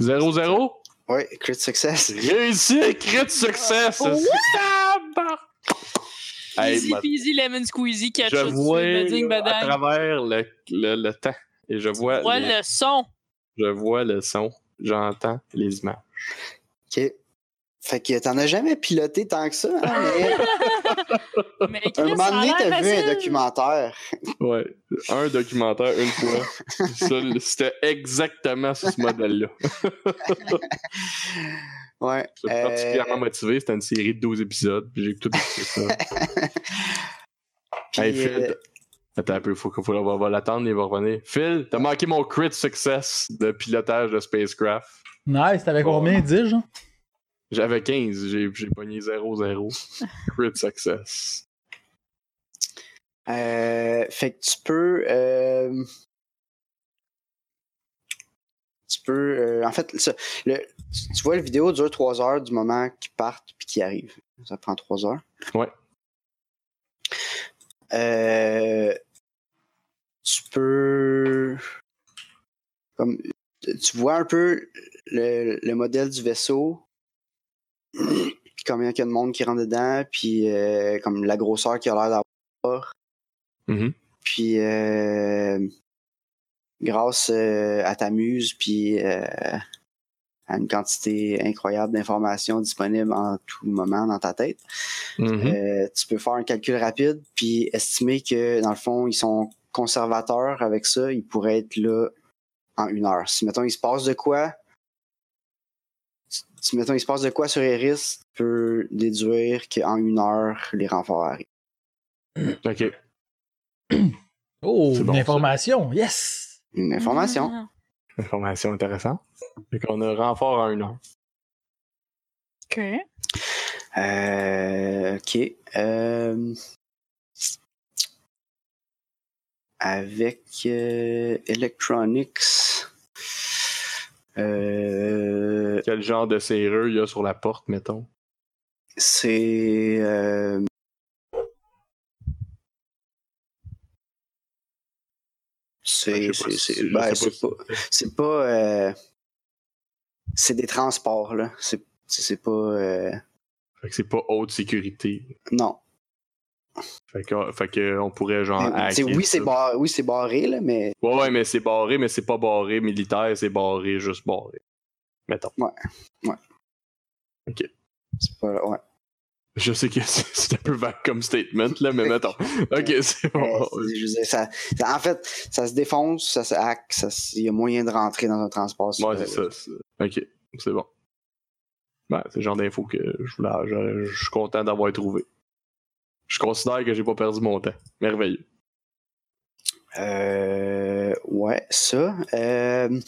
0, 0. Ouais, crit success. Réussi, crit success! Oh, ouais! Tabar- Hey, Easy ma- peasy lemon squeezy catch je up, vois bading, là, à badang. travers le, le, le temps et je vois, Ouais, les- le son. je vois le son, j'entends les images. Ok. Fait que t'en as jamais piloté tant que ça, hein, mais Mais un Chris, moment ça a donné, l'air t'as vu un facile. documentaire. Ouais, un documentaire une fois. Ça, C'était exactement sur ce modèle-là. Ouais. J'étais euh, particulièrement motivé. C'était une série de 12 épisodes. puis J'ai tout écouté ça. puis, Hey, Phil, euh, Attends un peu, faut qu'on faut, on va, on va l'attendre, il va revenir. Phil, t'as manqué mon crit success de pilotage de spacecraft. Nice, t'avais combien, 10 genre J'avais 15, j'ai j'ai pogné 0-0. Crit success. Euh, fait que tu peux. euh, tu peux. euh, en fait, ça- le, tu tu vois, la vidéo dure 3 heures du moment qu'ils partent puis qu'ils arrivent. Ça prend 3 heures. Ouais. Euh, tu peux. Comme, tu vois un peu le, le modèle du vaisseau. Combien il y a de monde qui rentre dedans, puis euh, comme la grosseur qu'il a l'air d'avoir. Mhm. Puis, euh, grâce euh, à ta muse, puis euh, à une quantité incroyable d'informations disponibles en tout moment dans ta tête, Mhm. euh, tu peux faire un calcul rapide, puis estimer que, dans le fond, ils sont conservateurs avec ça, ils pourraient être là en une heure. Si, mettons, il se passe de quoi, si- si, mettons, il se passe de quoi sur Eris, tu peux déduire qu'en une heure, les renforts arrivent. Euh. Ok. Oh, C'est une bon, ça. information, yes Une Mhm. information. Ah. Information intéressante. Fait qu'on a renfort en une heure. Ok. Euh, ok. Euh, avec euh, Electronics. Euh, Quel genre de serrure il y a sur la porte, mettons? c'est. euh, Ah, c'est. Je sais pas C'est si- c'est- je ben, sais pas c'est si- pas. C'est pas. euh, c'est des transports, là. C'est c'est pas. euh, Fait que c'est pas haute sécurité. non. Fait que, fait que on pourrait genre. Mais, tu sais, hacker oui, c'est Ah, ça. barré, oui, c'est barré, là, mais Ouais, ouais, mais c'est barré, mais c'est pas barré militaire, c'est barré, juste barré. Mettons. c'est pas. Ouais. Je sais que c'est c'est un peu vague comme statement, là, mais mettons. Ok, c'est Euh, bon. c'est- je veux dire, ça- ça- en fait, ça se défonce, ça se hack, ça se- il y a moyen de rentrer dans un transport. euh, Ouais, c'est ça. c'est- Ok, c'est bon. Ben, c'est le genre d'info que je voulais. je- Je suis content d'avoir trouvé. Je considère que j'ai pas perdu mon temps. Merveilleux. euh, ouais, ça. euh,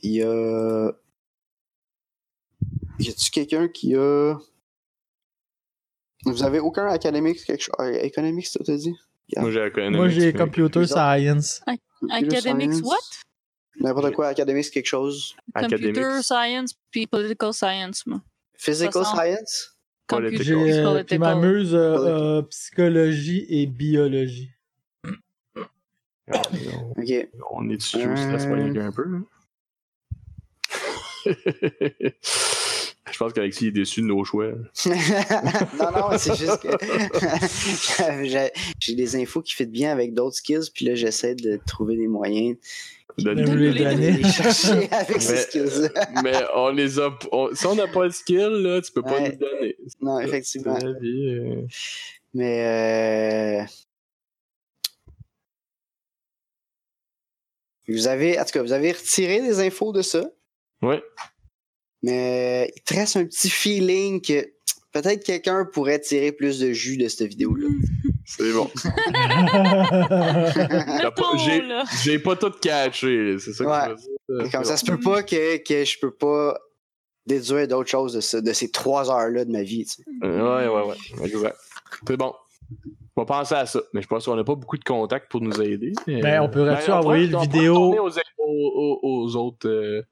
Il y a. Y a-tu quelqu'un qui a. Vous avez aucun académique, quelque chose. euh, Economics, ça t'as dit Ah. Moi, j'ai la connais, Moi, mais j'ai tu- Computer Les autres. Science. Academics, Computer what? science. N'importe quoi, académics, quelque chose. Computer Academics. science puis political science, moi. Physical Soixante. science? Political. J'ai Computer Political. euh, puis ma political. muse, euh, euh, psychologie et biologie. On- Ok. On étudie au stress moyen un peu. hein? Je pense qu'Alexis est déçu de nos choix. non, non, c'est juste que j'ai- j'ai des infos qui fit bien avec d'autres skills, puis là, j'essaie de trouver des moyens Je De nous- Ben vous l'ai donné. de les chercher avec ces Mais- skills Mais on les a. on- si on n'a pas le skill, là, tu peux pas Ouais. nous donner. C'est Non, la effectivement. vie, euh. Mais. euh, Vous avez, en tout cas, vous avez retiré des infos de ça. Ouais. Mais il te reste un petit feeling que peut-être quelqu'un pourrait tirer plus de jus de cette vidéo-là. C'est bon. T'as Ah, pas- Mettons, j'ai- là. J'ai pas tout catché, c'est ça que Ouais. je veux dire. Et Comme ça, ça se peut Mm. pas que, que je peux pas déduire d'autres choses de, ce- de ces trois heures-là de ma vie. tu sais. Euh, Ouais, ouais, ouais. Ouais, exact. C'est bon. On va penser à ça. Mais je pense qu'on n'a pas beaucoup de contacts pour nous aider. Mais Ben, on pourrait-tu on envoyer pourrait- le on pourrait vidéo- retourner Aux, aux- aux- aux autres. euh,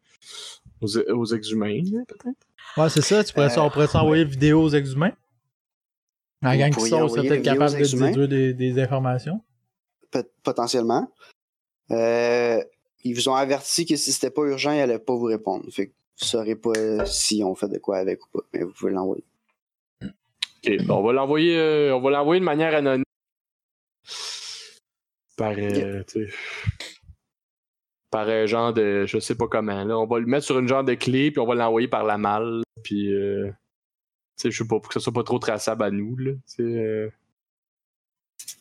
aux, aux exhumains, là, peut-être. Ouais, c'est ça. Tu pourrais, Euh, on pourrait s'envoyer vidéo aux exhumés. La Vous gang qui pourriez sort serait envoyer peut-être des vidéos capable aux de exhumés. déduire des, des informations. Peut- potentiellement. Euh, ils vous ont averti que si c'était pas urgent, ils allaient pas vous répondre. Fait que vous saurez pas si on fait de quoi avec ou pas, mais vous pouvez l'envoyer. Ok, bon, on va l'envoyer euh, on va l'envoyer de manière anonyme. Par, euh, tu sais, par un genre de. Je sais pas comment. Là. On va le mettre sur une genre de clé, puis on va l'envoyer par la malle. Puis. euh, tu sais, je sais pas, pour que ce soit pas trop traçable à nous. Là, tu sais, euh.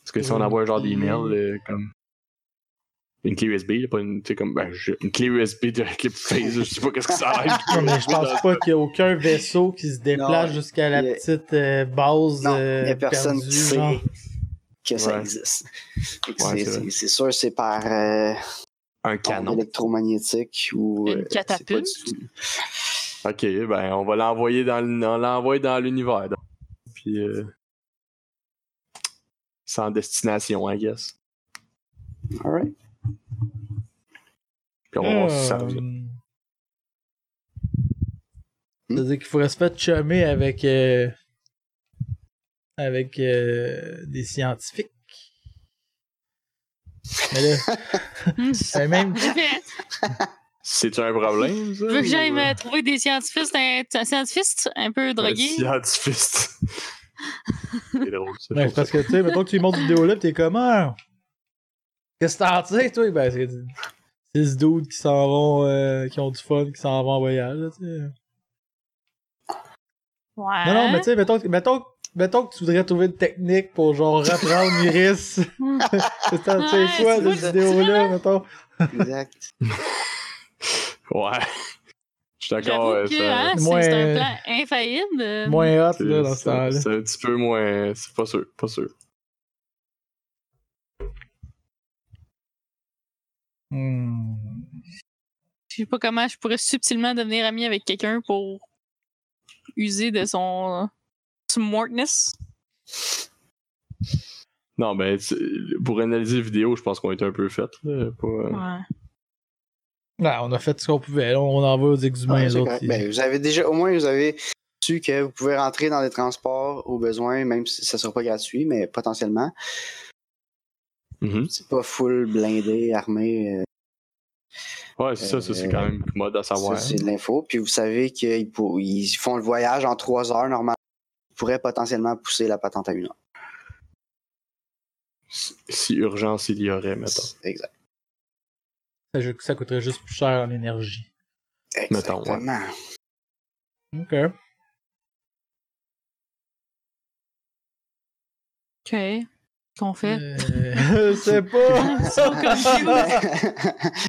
Parce que si on envoie un genre d'email, euh, comme. Une clé USB, là, pas une. tu sais, comme. ben, je- une clé USB de clip face, je sais pas qu'est-ce que ça a. Non, mais je pense pas qu'il y a aucun vaisseau qui se déplace Non, jusqu'à la il y a- petite euh, base. Non, il euh, y a personne perdue, qui sait genre. que ça Ouais. existe. Fait que Ouais, c'est- c'est c'est- vrai. c'est sûr, c'est par euh, Un onde canon. électromagnétique ou. Une euh, c'est pas catapulte. du- Ok, ben on va l'envoyer dans le- on l'envoie dans l'univers. donc. Puis euh, sans destination, I guess. Alright. Puis on va voir si ça Euh, revient. Hmm? C'est-à-dire qu'il faudrait se faire chummer avec, euh, avec euh, des scientifiques. Mais là, Hmm. ben même, C'est un problème, ça? Je veux que j'aille ou- me trouver des scientifiques un, un scientifique un peu Un drogués. scientifique. C'est drôle, ça. ben, c'est je trouve parce que tu sais, mettons que tu lui montres cette vidéo-là, pis t'es comme, ah, qu'est-ce que t'en sais, toi? Ben, c'est c'est ce dude qui s'en vont, euh, qui ont du fun, qui s'en vont en voyage, là, tu sais. Ouais. Non, non, mais tu sais, mettons, que- mettons, que- mettons que tu voudrais trouver une technique pour genre reprendre Iris. Hmm, c'est ça, tu sais, Ouais, quoi, c'est cette vrai, vidéo-là, mettons. Exact. ça. Ouais. Je suis J'avoue d'accord. ouais, que ça- hein, c'est Moins- c'est un plan infaillible. euh, Moins hot, c'est- là, dans ce c'est- temps-là. C'est un petit peu moins. C'est pas sûr. Pas sûr. Hmm. Je sais pas comment je pourrais subtilement devenir ami avec quelqu'un pour user de son euh, smartness. Non, ben tu- pour analyser la vidéo, je pense qu'on était un peu fait. Là, euh, pas, Ouais. Ouais, on a fait ce qu'on pouvait. là, on envoie aux Ouais, exhumés, c'est les autres. correct. Ben, vous avez déjà, au moins, vous avez su que vous pouvez rentrer dans des transports au besoin, même si ça sera pas gratuit, mais potentiellement. Mhm. C'est pas full blindé, armé. euh, Ouais, c'est ça, ça, c'est quand même commode à savoir. ça, c'est de l'info. Puis vous savez qu'ils pour- ils font le voyage en trois heures normalement. Ils pourraient potentiellement pousser la patente à une heure. si, si urgence il y aurait, mettons. Exact. Ça, ju- ça coûterait juste plus cher en énergie. Mettons, ouais. Exactement. Ok. Ok. Qu'on fait? Euh, je sais pas.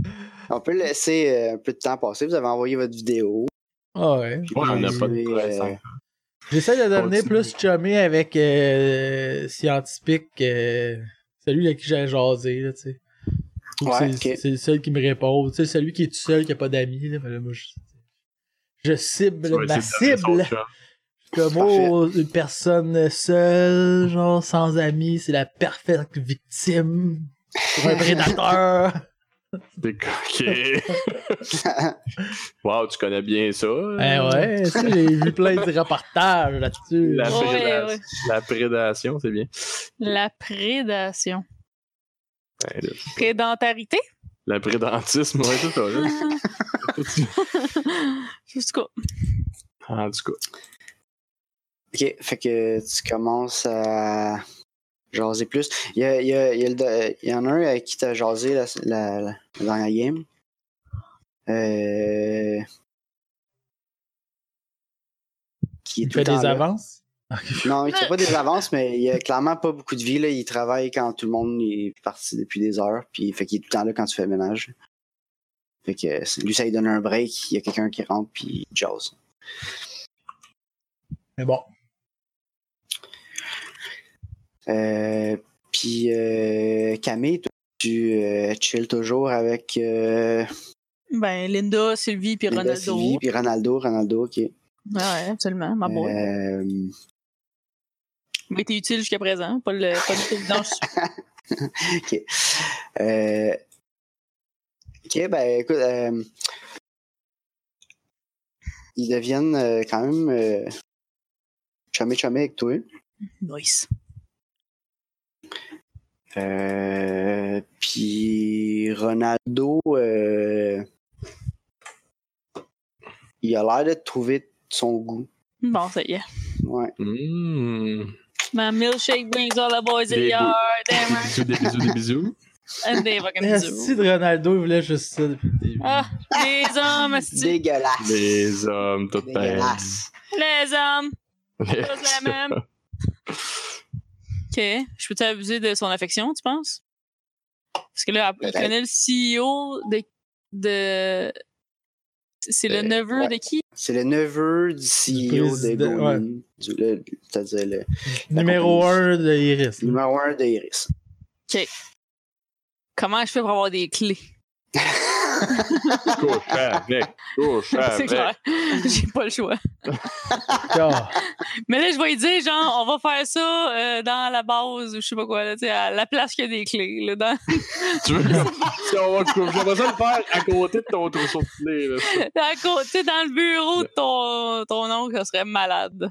On peut laisser euh, un peu de temps passer. Vous avez envoyé votre vidéo. Ah ouais. Puis Ouais, on n'a vous pas de avez, euh, presse, hein. J'essaie de devenir Continue. plus chummy avec euh, scientifique. euh, celui avec qui j'ai jasé, là, tu sais. Ou Ouais, c'est ok. c'est le seul qui me répond. Tu sais, celui qui est tout seul, qui a pas d'amis, là, mais là, moi, je, je cible Tu vas ma essayer de cible. donner son shot. Comme oh, une personne seule, genre sans amis, c'est la parfaite victime pour un prédateur. T'es co- Ok. wow, tu connais bien ça. Eh ouais, ça, j'ai vu plein de reportages là-dessus. La, Ouais, prédation, ouais. la prédation, c'est bien. La prédation. Ouais, Ben, là, Prédentarité? La prédentisme, ouais, c'est ça. là. Jusqu'au. en tout cas. Ok, fait que tu commences à jaser plus. Il y, a- il y a- il y a le de- il y en a un avec qui t'a jasé la, la, la- la dernière game. Euh... Qui est Il tout fait le temps des là. avances. Non, il ne fait pas des avances, mais il a clairement pas beaucoup de vie. Là. Il travaille quand tout le monde est parti depuis des heures. Puis fait qu'il est tout le temps là quand tu fais le ménage. Fait que c'est- lui, ça lui donne un break. Il y a quelqu'un qui rentre, puis il jazz. Mais bon, Euh, puis euh, Camille, toi, tu euh, chill toujours avec euh, Ben, Linda, Sylvie, puis Linda, Ronaldo. Sylvie, puis Ronaldo. Ronaldo, ok. Ouais, absolument, ma boy. Euh, Il m'a été utile jusqu'à présent. Pas le, pas le président. je- ok. Euh, ok, ben écoute, euh, ils deviennent euh, quand même euh, chummy chummy avec toi. Nice. Euh, puis Ronaldo, euh, il a l'air de trouver son goût. Bon, ça y est. Ouais. Mmh. My milkshake brings all the boys in the Des beaux- yard. Damn right. Des bisous, des bisous, des bisous. And they fucking si do. de Ronaldo il voulait juste ça depuis le début. Ah, les hommes, esti. Dégueulasse. Les hommes, tout Dégueulasse. les hommes. pareil. Tous la même. Ok. Je peux-tu abuser de son affection, tu penses? Parce que là, il Peut-être. connaît le CEO E de. de... C'est le Euh, neveu ouais. de qui? C'est le neveu du CEO de président, Goldman. Du- le- C'est-à-dire le Numéro Ah. compagnie. 1 de Iris. là. numéro un de Iris. Comment je fais pour avoir des clés? Couche avec, couche C'est avec. clair. J'ai pas le choix. Ah, Mais là, je vais lui dire, genre, on va faire ça euh, dans la base ou je sais pas quoi, là, tu sais, à la place qu'il y a des clés. Là, dans... Tu veux que- si on va le coucher, j'aimerais ça le faire à côté de ton trousseau de clés. là. dans, le co- tu sais, dans le bureau de ton, ton oncle, ça serait malade.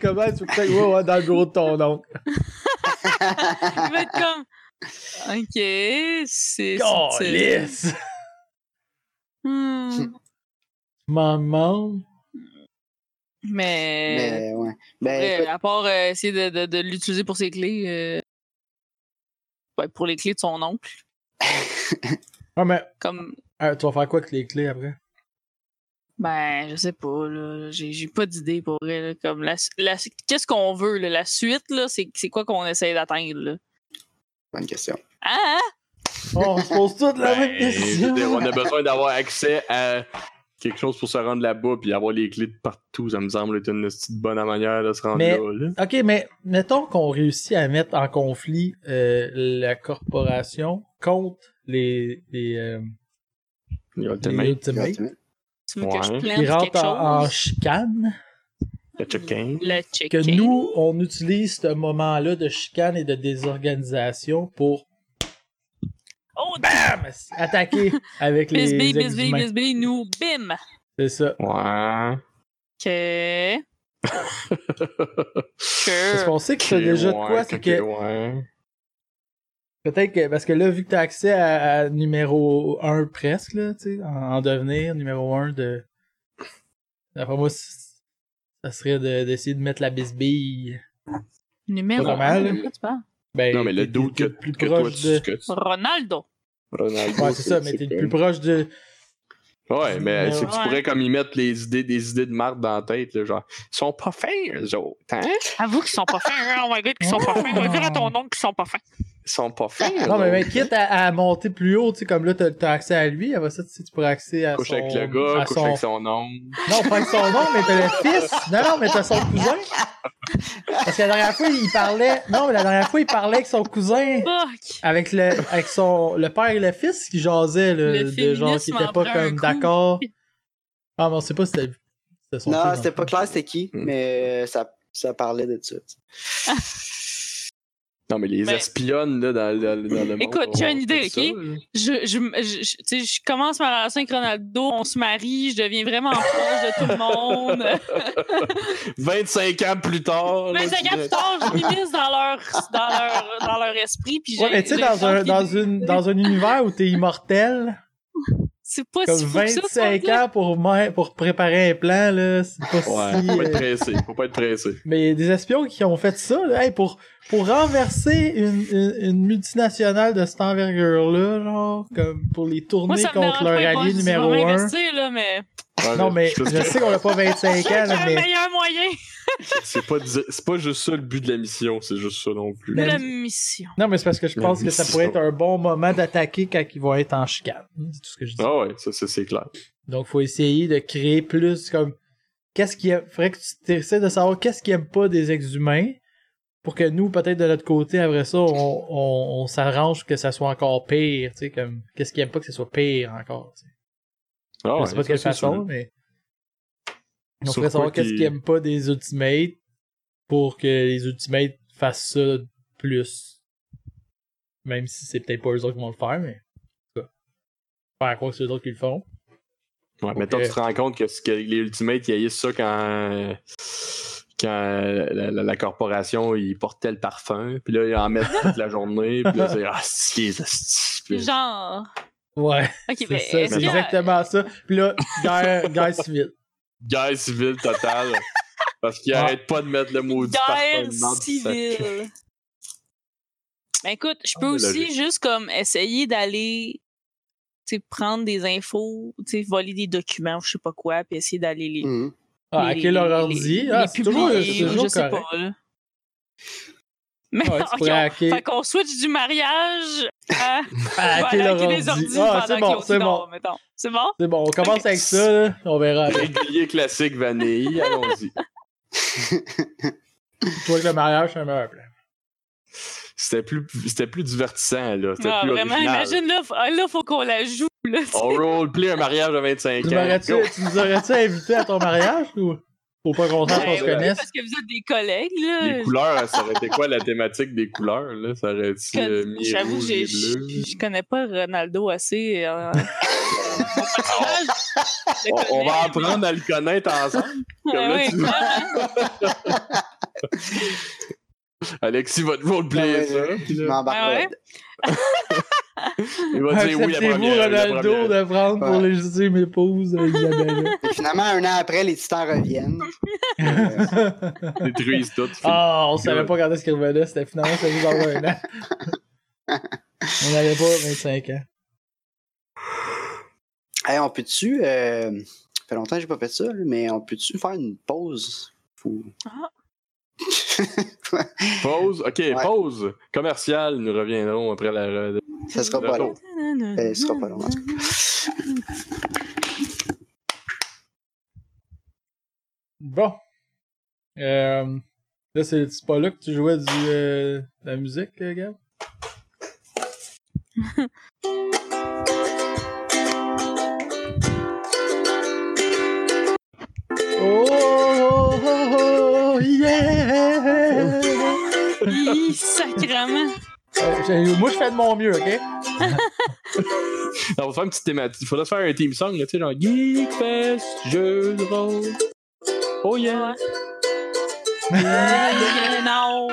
Comment tu veux que t'ailles- ouais, ouais, dans le bureau de ton oncle? Il va être comme. Ok, c'est. subtil. Calisse! Hmm. Maman. Mais. Mais ouais. Ouais, Ben, écoute, à part euh, essayer de, de- de l'utiliser pour ses clés. euh, ouais, pour les clés de son oncle. Ouais, Ah, mais Comme. euh, tu vas faire quoi avec les clés après? Ben, je sais pas, là. J'ai j'ai pas d'idée pour vrai, là. Comme la, su- la su- Qu'est-ce qu'on veut, là? La suite, là, c'est c'est quoi qu'on essaie d'atteindre, là? bonne question. Hein? Oh, on se pose toutes la même Ben, je veux question. dire, on a besoin d'avoir accès à quelque chose pour se rendre là-bas puis avoir les clés de partout. Ça me semble être une petite bonne manière de se rendre Mais- là. là. Ok, mais mettons qu'on réussit à mettre en conflit euh, la corporation contre les, les, euh, Il y a le les tellement Ultimates. Tu veux Ouais. que je plante Ils rentrent quelque en, en chose? chicane. le check-in. Le check Que nous, on utilise ce moment-là de chicane et de désorganisation pour Oh, bam, attaquer avec ben, les bisbee, bisbee, exhumains. bisbee, nous, bim! C'est ça. Ouais. Ok. Parce Sure. qu'on sait que t'as déjà de Ok, quoi, c'est ok, que ouais. Peut-être que, parce que là, vu que t'as accès à, à numéro 1 presque, là, tu sais, en, en devenir numéro 1 de. D'après moi, c- ça serait de- d'essayer de, mettre la bisbille. Numéro Pas mal, un, là. quoi tu parles? Ben, Non, mais le t'es- doute que, t'es le que plus toi, proche tu de. succes. Ronaldo. Ronaldo, Ouais, c'est ça, mais t'es le plus proche de. Ouais, mais c'est- tu Ouais. pourrais comme y mettre les idées, des idées de marque dans la tête, là, genre, ils sont pas fins, eux autres, hein? Avoue qu'ils sont pas fins. hein. Oh my god, qu'ils sont pas fins. On va dire à ton oncle qu'ils sont pas fins. Ils sont pas fins. eux Non, mais, mais autres. quitte à, à monter plus haut, tu sais, comme là, t'as t'as accès à lui, après ça, tu sais, tu pourrais accès à Couche son. avec le gars, à couche son- avec son oncle. Non, pas avec son nom, mais t'as le fils. Non, non, mais t'as son cousin. Parce que la dernière fois, il parlait. Non, mais la dernière fois, il parlait avec son cousin. Fuck. Avec le, avec son, le père et le fils qui jasaient, là, Le de genre qui féminisme étaient en pas prend un comme coup. d'accord. Ah, mais on sait pas si c'était c'était son Non, fils, c'était dans pas le fond. clair c'était qui, Hmm. mais euh, ça, ça parlait de ça. Non, mais les Mais- espionnes, là, dans, dans- dans le monde. Écoute, j'ai on- une idée, c'est ok? ça, là. Je, je, je, je- tu sais, je commence ma relation avec Ronaldo, on se marie, je deviens vraiment proche de tout le monde. 25 ans plus Oh, tard. là, 25 ans tu- plus tard, je m'immisce dans leur, dans, leur, dans leur esprit. Puis Ouais, j'ai- mais tu sais, j'ai dans un, envie dans, de- une, dans un univers où t'es immortel, C'est pas comme si fou que ça, ce 25 monde-là. ans pour, me- pour préparer un plan, là, c'est pas Ouais, si. faut pas être euh, pressé, faut pas être pressé. Mais il y a des espions qui ont fait ça, là, hey, pour, pour renverser une, une, une multinationale de cette envergure-là, genre, comme pour les Moi, tourner ça me contre dérange leur pas, allié je dis, numéro je vais 1. m'investir, là, mais Ouais, Non, mais c'est parce je que- sais qu'on a pas 25 j'ai ans, un là, Ah, mais. meilleur moyen. C'est pas, di- c'est pas juste ça le but de la mission, c'est juste ça non plus. Mais- La mission. Non, mais c'est parce que je Mais pense oui, que ça c'est pourrait ça. être un bon moment d'attaquer quand ils vont être en chicane. C'est tout ce que je dis. Ah ouais, ça, ça, c'est clair. Donc, faut essayer de créer plus comme. Qu'est-ce qui. Faudrait que tu essaies de savoir qu'est-ce qu'ils aiment pas des ex-humains pour que nous, peut-être de notre côté, après ça, on, on, on s'arrange que ça soit encore pire. Tu sais, comme. Qu'est-ce qu'ils aiment pas que ça soit pire encore. tu sais. Ah je sais pas de ça, quelle c'est façon, sûr. mais. On Sur pourrait savoir quoi qu'est-ce qu'ils- qu'ils aiment pas des Ultimates pour que les Ultimates fassent ça plus. Même si c'est peut-être pas eux autres qui vont le faire, mais. en tout cas, Faire croire que c'est eux autres qui le font. Ouais, mettons, Ok. tu te rends compte que, ce que les Ultimates, ils haïssent ça quand, quand la, la- la corporation, ils portent tel parfum, puis là, ils en mettent toute la journée, puis là, c'est « Ah, si, c'est- c'est- c'est- c'est- Genre. Ouais, Ok, c'est ben, ça, est-ce c'est que- exactement ça. Puis là, guerre, guerre civile. Guerre civile totale. Parce qu'ils Ah. arrêtent pas de mettre le mot du parfum. Guerre dans le sac. civile. Ben écoute, je peux Ah, mais aussi logique. juste comme essayer d'aller tu sais, prendre des infos, tu sais, voler des documents, je sais pas quoi, puis essayer d'aller les. Mhm. Ah, les- hacker leur les- ordi. les- Ah, les c'est toujours, c'est publier, ou toujours je sais correct. pas, là. Mais Ouais, tu ok, pourrais on- hacker, fait qu'on switch du mariage ah, à hacker voilà, leur hacker ordi. les ordi Ah, c'est pendant bon, qu'ils c'est bon. dorment, mettons. C'est bon? C'est bon, on commence Ok. avec ça, là. On verra après. Régulier classique vanille, allons-y. Je trouve que le mariage, c'est un meilleur plan. C'était plus, c'était plus divertissant, là. C'était Ah, plus vraiment, original. imagine, là, f- ah, là, faut qu'on la joue, là. tu sais. On roleplay un mariage à 25 Tu, ans. m'aurais-tu- tu nous aurais-tu invité à ton mariage ou faut pas qu'on sache Ben qu'on se oui, connaisse? Parce que vous êtes des collègues, là. Ah, Les couleurs, ça aurait été quoi la thématique des couleurs? Là? Ça aurait été euh, Con- mi J'avoue, rouge, mi j'ai- bleu. je je connais pas Ronaldo assez. euh, mon personnage, je le On, on connais, va apprendre à le connaître ensemble. mais- comme là, Ouais, tu- ouais. Alexis va te roleplayer Ouais, ça. ouais, puis Je là, m'embarque Ah ouais? pas Il va dire oui la Acceptez-vous première. la Ronaldo première. de prendre pour Ouais. légitimer mes épouses, euh, Isabella. là-dedans. Finalement, un an après, les titans reviennent. Euh, Détruise tout. Ah, on savait pas quand est-ce qu'il revenait, c'était finalement ça nous envoie un an. On n'avait pas 25 ans. hey, on peut-tu. euh, Ça fait longtemps que j'ai pas fait ça, là, mais on peut-tu faire une pause? Fou. Ah. Pause. OK, pause. Commercial, nous reviendrons après la. la- ça sera pas long. Euh, ça sera pas long, en tout cas. Bon. Euh, là, c'est c'est pas là que tu jouais du, euh, de la musique, euh, Gab? oh, oh, oh, oh, yeah! Hi, Sacrement. Euh, j'ai- moi, je fais de mon mieux, ok? On va faire une petite thématique. Il faudrait se faire un team song, là, tu sais, genre Geek Fest, jeu de rôle. Oh yeah! Ouais. Non.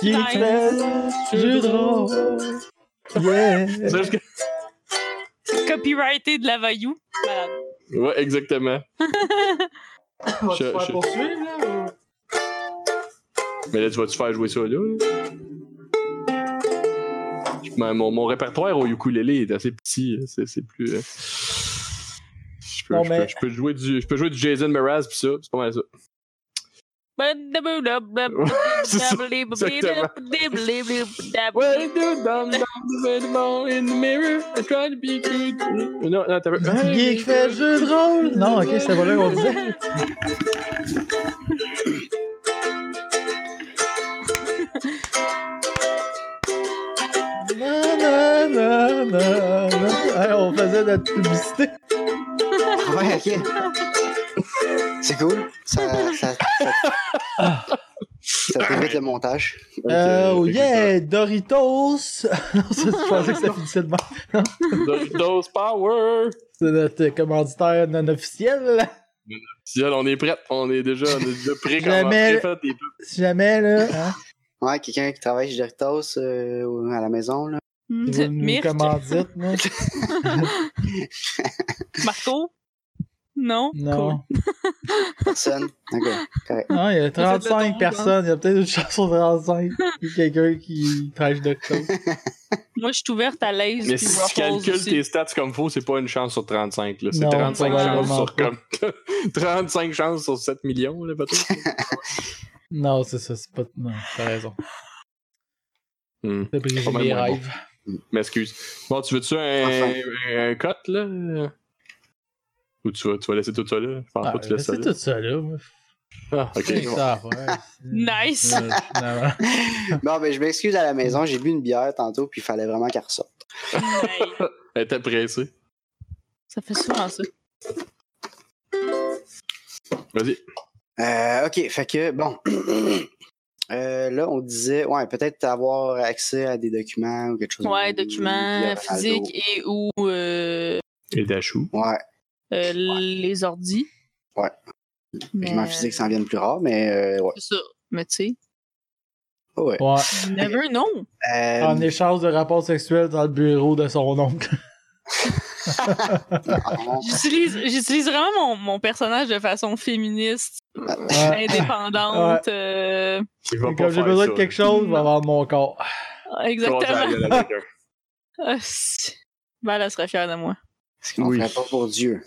Qui Nice. fait jeu de rôle? Yeah! C'est juste que- Copyrighté de la Vaillou. Malade. Ouais, exactement. Vas-tu Je- faire je- poursuivre, là? ou- Mais là, tu vas-tu faire jouer ça là? Ben, mon, mon répertoire au ukulélé est assez petit. hein, C'est, c'est plus. euh, Je peux, Non, je mais- peux- je peux jouer du, je peux jouer du Jason Mraz pis ça, c'est pas mal ça. C'est ça, Blablabla. Non, non, t'as Ben, vu. Geek fait jeu de rôle! Non, ok, c'était pas là qu'on disait. Na, na, na, na, na. Hey, on faisait notre publicité. Ah Ouais, ok. C'est cool. Ça, ça, ça, ça fait vite le montage. Euh, oh yeah, Doritos! non, ça, je pensais que ça finissait de mal. Doritos Power! C'est notre commanditaire non officiel. Ciel, on est prêt, on est déjà, on est déjà prêt Jamais- des Si jamais, là, hein, Ouais, quelqu'un qui travaille chez Doritos euh, à la maison, là. Hum. si vous nous Myrte, commandite, là. Marco. Non? Cool. Non. Personne. D'accord. Correct. Non, il y a fait le 35 don, personnes. Il y a peut-être une chance sur 35. Puis quelqu'un qui trash de code. Moi, je suis ouverte à l'aise. Mais puis si tu Ruffles calcules aussi. tes stats comme faut, c'est pas une chance sur 35. là. C'est Non, 35 probablement chances sur pas. comme 35 chances sur 7 millions, là, peut-être. Non, c'est ça. C'est pas. Non, t'as raison. Hmm. T'as brisé Pas mal mes moins bon. rêves. M'excuse. Bon, tu veux-tu un, Enfin. un, un cut, là? Ou tu vas, tu vas laisser tout ça là? Je pense Ah, pas que tu laisses ça c'est là. tout ça là. moi. Ah, ok. C'est bon. ça à faire. Nice! Euh, finalement. Bon, ben, je m'excuse à la maison. J'ai bu une bière tantôt, puis il fallait vraiment qu'elle ressorte. Hey, Elle était pressée. ça fait souvent ça. Vas-y. Euh, ok, fait que, bon. Euh, là, on disait, ouais, peut-être avoir accès à des documents ou quelque chose. Ouais, Ou- via documents Ronaldo. physiques et ou euh, Et Dachou. Ouais, euh, les ordis. Ouais. documents Mais- physiques, ça en vient plus rare, mais euh, ouais. C'est ça. Mais tu sais, Oh, ouais. Ouais. you never know. Euh, En échange de rapports sexuels dans le bureau de son oncle. non. J'utilise j'utilise vraiment mon, mon personnage de façon féministe, Ouais. indépendante. euh, Il va pas Comme j'ai faire besoin ça, de quelque chose, je vais vendre mon corps. là. Tu vas faire exactement. la gueule à quelqu'un. Ah, si. Val, elle serait fière de moi. Est-ce qu'on Oui. ferait pas pour Dieu?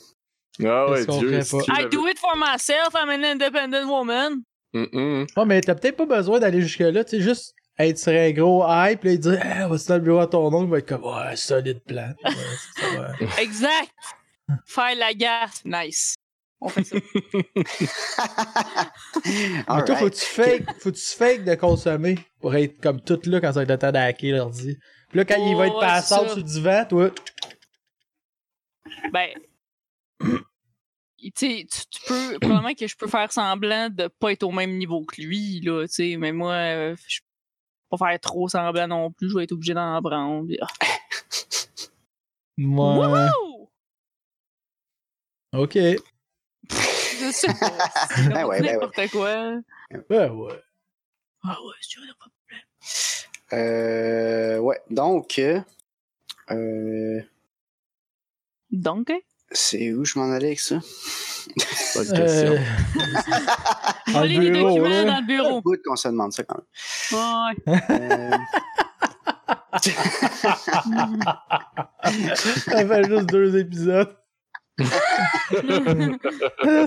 Ah ouais, Qu'est-ce qu'on Dieu. ferait si pas? tu I l'avais- do it for myself. I'm an independent woman. Hum, hum. Non, mais t'as peut-être pas besoin d'aller jusque-là, tu sais, juste être sur un gros hype, là, il dit, eh, va-tu dans le bureau à ton oncle, il va être comme, ouais, solide plan. Ouais, c'est ça, ouais. Exact. Faire la gaffe. Nice. On fait ça. mais toi, Alright. faut que tu fakes, faut que tu fakes de consommer pour être comme tout là quand ça va être le temps d'hacker l'ordi. Puis là, quand il va Oh, être ouais, passant c'est ça. sur le divan, toi, Ben. Tu sais, tu tu peux. Probablement que je peux faire semblant de pas être au même niveau que lui, là, tu sais, mais moi, euh, je peux pas faire trop semblant non plus, je vais être obligé d'en prendre. puis, ah. moi, Wouhou! ok, Je sais pas. c'est Ben ouais, ben n'importe quoi. ben ouais. Ah ouais, c'est sûr, pas. Euh, ouais, donc, euh, euh, Donc, hein, c'est où je m'en allais avec ça? Bonne Euh, question. Dans le voler les bureau, documents là. dans le Au bureau. hein? bout qu'on se demande ça quand même. Ouais. Euh, ça fait juste deux épisodes. Ah,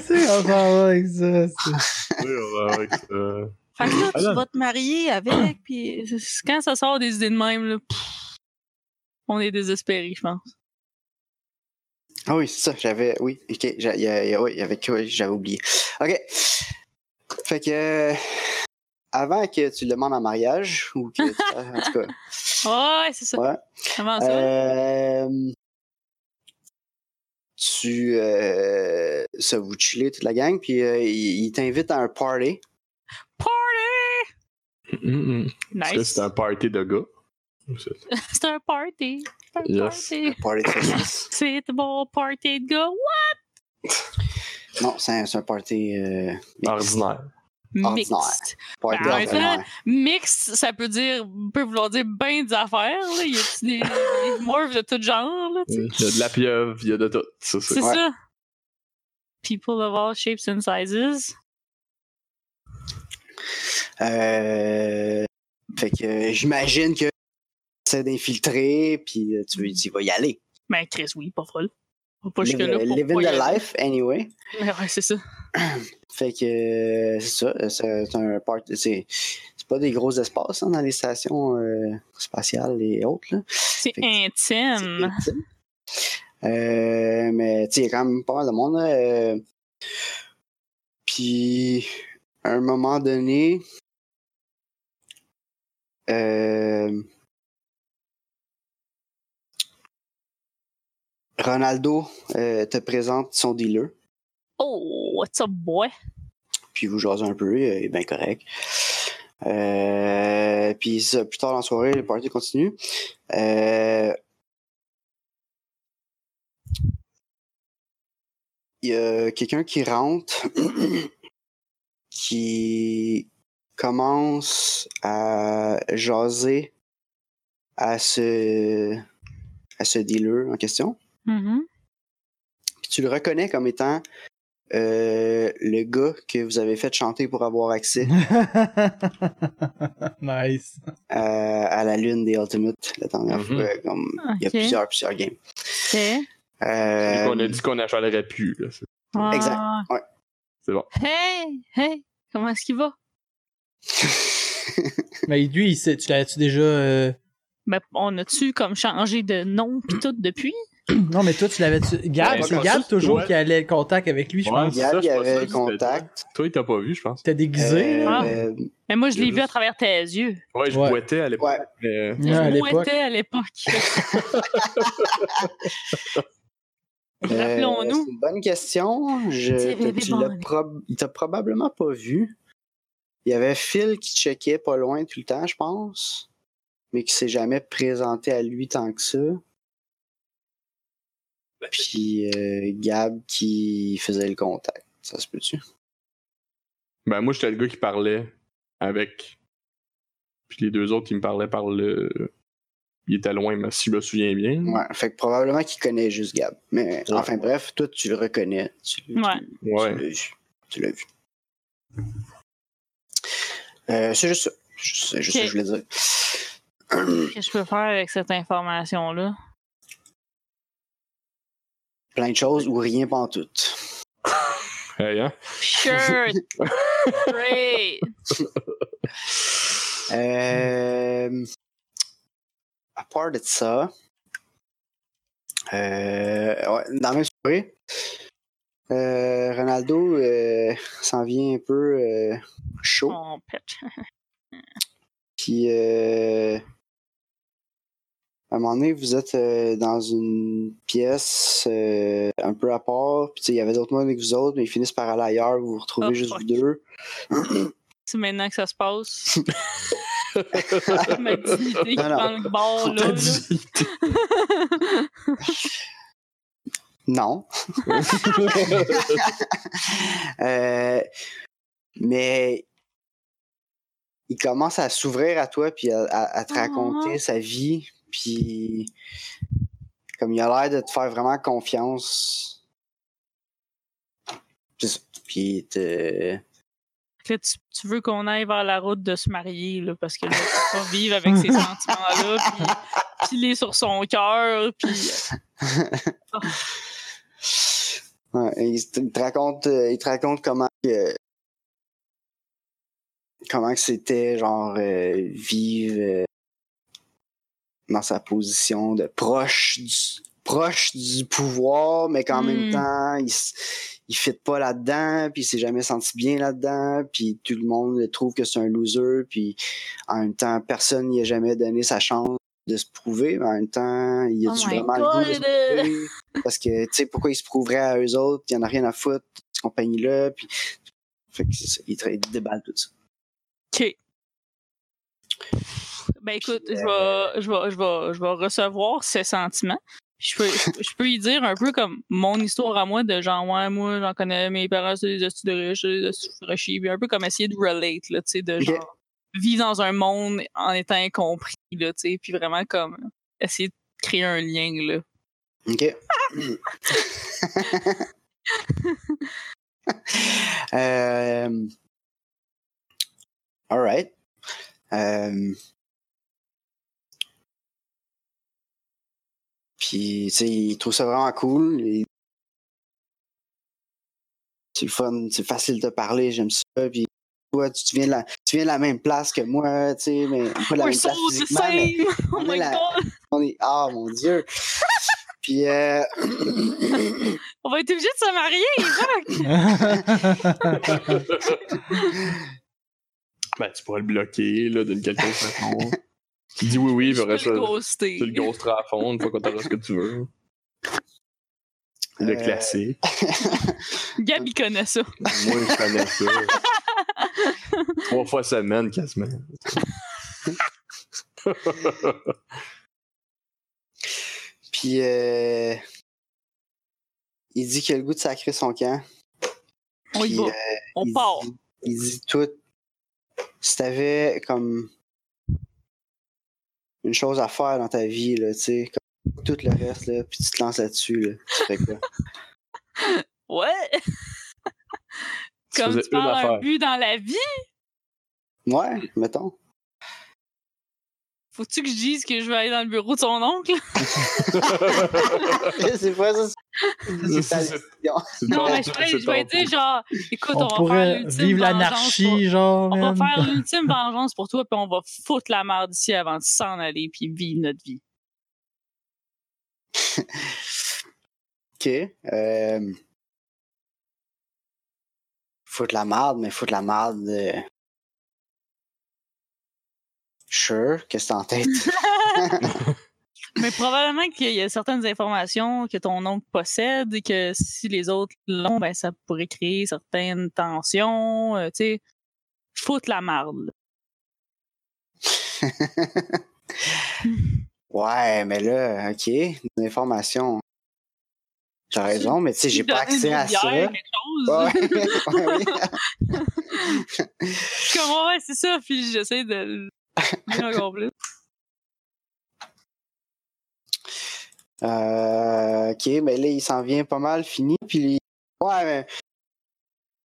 c'est on s'en va avec ça. c'est- Oui, on va avec ça. Fait que là, Ah non. tu vas te marier avec, puis c'est- quand ça sort des idées de même, là, pff, on est désespéré, je pense. Ah oui, c'est ça, j'avais. Oui, ok, j'a- il y a- il y a- oui, il y avait quoi, j'avais oublié. Ok. Fait que. euh, Avant que tu le demandes en mariage, ou que. tu- en tout cas. Ah Ouais, Ah, c'est ça. Ouais. Comment ça? Euh, tu. Euh, ça, vous chillez toute la gang, puis euh, il, il t'invite à un party. Party! Hum, hum. Parce que Nice. c'est un party de gars. C'est- C'est un party. C'est un Yes. Un party party. de saucisse. C'est un bon party de gars. Oh, What? Non, c'est un, c'est un party. euh, Ordinaire. Mixed. Ordinaire. party Ben, en même temps, ordinaire. Mixed, ça peut dire, peut vouloir dire ben des affaires, là. Il y a des, des morphs de tout genre, Mm, là, tu sais. Il y a de la pieuvre, il y a de tout. Ça, c'est- C'est Ouais. ça. People of all shapes and sizes. Euh, fait que euh, j'imagine que c'est d'infiltrer, puis euh, tu, tu vas y aller. Ben, Chris, oui, pas folle. Pas- Pas Live, jusque-là. euh, pour living pas y the aller. life, anyway. Mais ouais, c'est ça. Fait que euh, c'est ça, euh, c'est c'est un part- c'est c'est pas des gros espaces hein, dans les stations euh, spatiales et autres. Là. C'est Fait que C'est intime. intime. Euh, mais tu sais, il y a quand même pas mal de monde. là, euh. Puis, à un moment donné, euh, Ronaldo euh, te présente son dealer. Oh, what's up, boy? Puis vous jasez un peu, euh, il est bien correct. Euh, puis ça, plus tard dans la soirée, le party continue. Euh, Il y a quelqu'un qui rentre, qui commence à jaser à ce, à ce dealer en question. Mhm. Puis tu le reconnais comme étant euh, le gars que vous avez fait chanter pour avoir accès nice. à, euh, à la lune des Ultimate la dernière Mhm. fois. Comme, Il y a Ok. plusieurs, plusieurs games. Ok. Euh, On a dit qu'on n'achalerait plus. Là. C'est- Exact, Ah. ouais. C'est bon. Hey, hey, comment est-ce qu'il va? Mais lui, il sait- tu l'avais-tu déjà. euh, Ben, on a-tu comme changé de nom pis tout depuis? Non, mais toi, tu l'avais-tu. Gab, Ouais, c'est je pense Gab que- toujours ouais. qui allait le contact avec lui, je Ouais. pense. Ça, Gab, il je y pense avait le que c'était toi. contact. Toi, il t'a pas vu, je pense. T'es déguisé, Euh, Ah. là. euh, Mais Ben, moi, je Il y a l'ai vu à juste- travers tes yeux. Ouais, je Ouais. boitais à l'époque. ouais, mais, euh, Ouais, à je l'époque. mouettais à l'époque. Euh, Rappelons-nous. C'est une bonne question. Je, C'est t'as- bébé tu bon. l'as prob- il t'a probablement pas vu. Il y avait Phil qui checkait pas loin tout le temps, je pense, mais qui s'est jamais présenté à lui tant que ça. Ben, Puis euh, Gab qui faisait le contact. Ça se peut-tu? Ben, moi, j'étais le gars qui parlait avec. Puis les deux autres, ils me parlaient par le. Ils étaient loin, mais si je me souviens bien. Ouais. Fait que probablement qu'il connaît juste Gab. Mais Mm. Ouais. enfin bref, toi tu le reconnais. Tu, tu- Ouais. tu Ouais. l'as vu. Tu l'as vu. Euh, c'est juste ça. C'est juste c'est juste ça que je voulais dire. Qu'est-ce que je peux faire avec cette information-là? plein de choses ou rien pantoute. Hey, hein? Sure! Great! Euh, à part de ça, euh, ouais, dans la même soirée, euh, Ronaldo euh, s'en vient un peu euh, chaud. On pète. Puis, euh, à un moment donné, vous êtes euh, dans une pièce euh, un peu à part. Puis, tu sais, il y avait d'autres monde avec vous autres, mais ils finissent par aller ailleurs. Vous vous retrouvez Oh, juste fuck. vous deux. C'est maintenant que ça se passe. Ma dignité qui Non, non. prend le bord, là. T'as là. dit- Non. Euh, mais il commence à s'ouvrir à toi puis à, à- à te Ah. raconter sa vie puis comme il a l'air de te faire vraiment confiance C'est ça. puis il te- Fait que Là, tu, tu veux qu'on aille vers la route de se marier, là, parce que là, faut pas vivre avec ces sentiments-là, puis piler sur son cœur, puis Ouais, il, te, il te raconte euh, il te raconte comment que- comment que c'était genre euh, vivre euh, dans sa position de proche du proche du pouvoir mais qu'en Mm. même temps il s- il fit pas là-dedans puis il s'est jamais senti bien là-dedans puis tout le monde le trouve que c'est un loser puis en même temps personne n'y a jamais donné sa chance de se prouver mais en même temps il a Oh du my vraiment le goût de se God! prouver parce que tu sais pourquoi il se prouverait à eux autres il y en a rien à foutre de cette compagnie là puis fait que c'est ça, il, tra- il déballe tout ça OK. Ben écoute, je vais, je, vais, je, vais, je vais recevoir ces sentiments. Puis Je peux, je, je peux y dire un peu comme mon histoire à moi de genre, ouais, moi, j'en connais, mes parents, c'est des astuces de riches, c'est des astuces de riches, puis un peu comme essayer de relate, là, tu sais, de Ok. genre, vivre dans un monde en étant incompris, là, tu sais, puis vraiment comme essayer de créer un lien, là. ok euh, all right euh, Puis, tu sais, il trouve ça vraiment cool. et- C'est le fun, c'est facile de parler, j'aime ça. Puis, toi, tu, tu viens de la, tu viens de la même place que moi, tu sais, mais pas de la We're même so place the physiquement, mais same! Oh on est my la- god! on est... Ah, mon Dieu! Puis, euh, On va être obligé de se marier, Jacques! ben, tu pourrais le bloquer là, d'une quelconque façon. Tu dis oui, oui, puis Je après ça, peux le ghoster. tu le ghosteras à fond une fois qu'on t'aura ce que tu veux. Le Euh, classique. Gab, il connaît ça. Moi, je connais ça. Trois fois semaine, quasiment. puis euh, il dit qu'il a le goût de sacrer son camp. On y Puis, va. euh, On il part. dit- il dit tout. Si t'avais comme une chose à faire dans ta vie, là, tu sais, comme tout le reste, là, puis tu te lances là-dessus, là, tu ferais quoi? Ouais! Tu Comme faisais tu une parles un affaire. but dans la vie, Ouais, mettons. faut-tu que je dise que je vais aller dans le bureau de son oncle? c'est pas ça. c'est- Ça, C'est c'est- ta- C'est Non, ton mais je tour, pourrais- c'est je vais ton dire genre, écoute, on, on va faire pourrait l'ultime vivre vengeance pour- l'anarchie, genre. On va man. faire l'ultime vengeance pour toi, puis on va foutre la merde ici avant de s'en aller, puis vivre notre vie. Ok. Euh... Faut de la marde, mais faut de la marde. euh, Sure, qu'est-ce que t'as en tête? Hmm. Mais probablement qu'il y a certaines informations que ton oncle possède et que si les autres l'ont, ben ça pourrait créer certaines tensions, euh, tu sais. Foutre la marde. ouais, mais là, ok, des informations. T'as raison, mais tu sais, j'ai pas accès à ça. Ouais, Quelque chose. ouais, oui. Comment ouais, c'est ça, puis j'essaie de le dire encore plus. Euh, ok, mais là, il s'en vient pas mal fini, puis... Ouais, mais...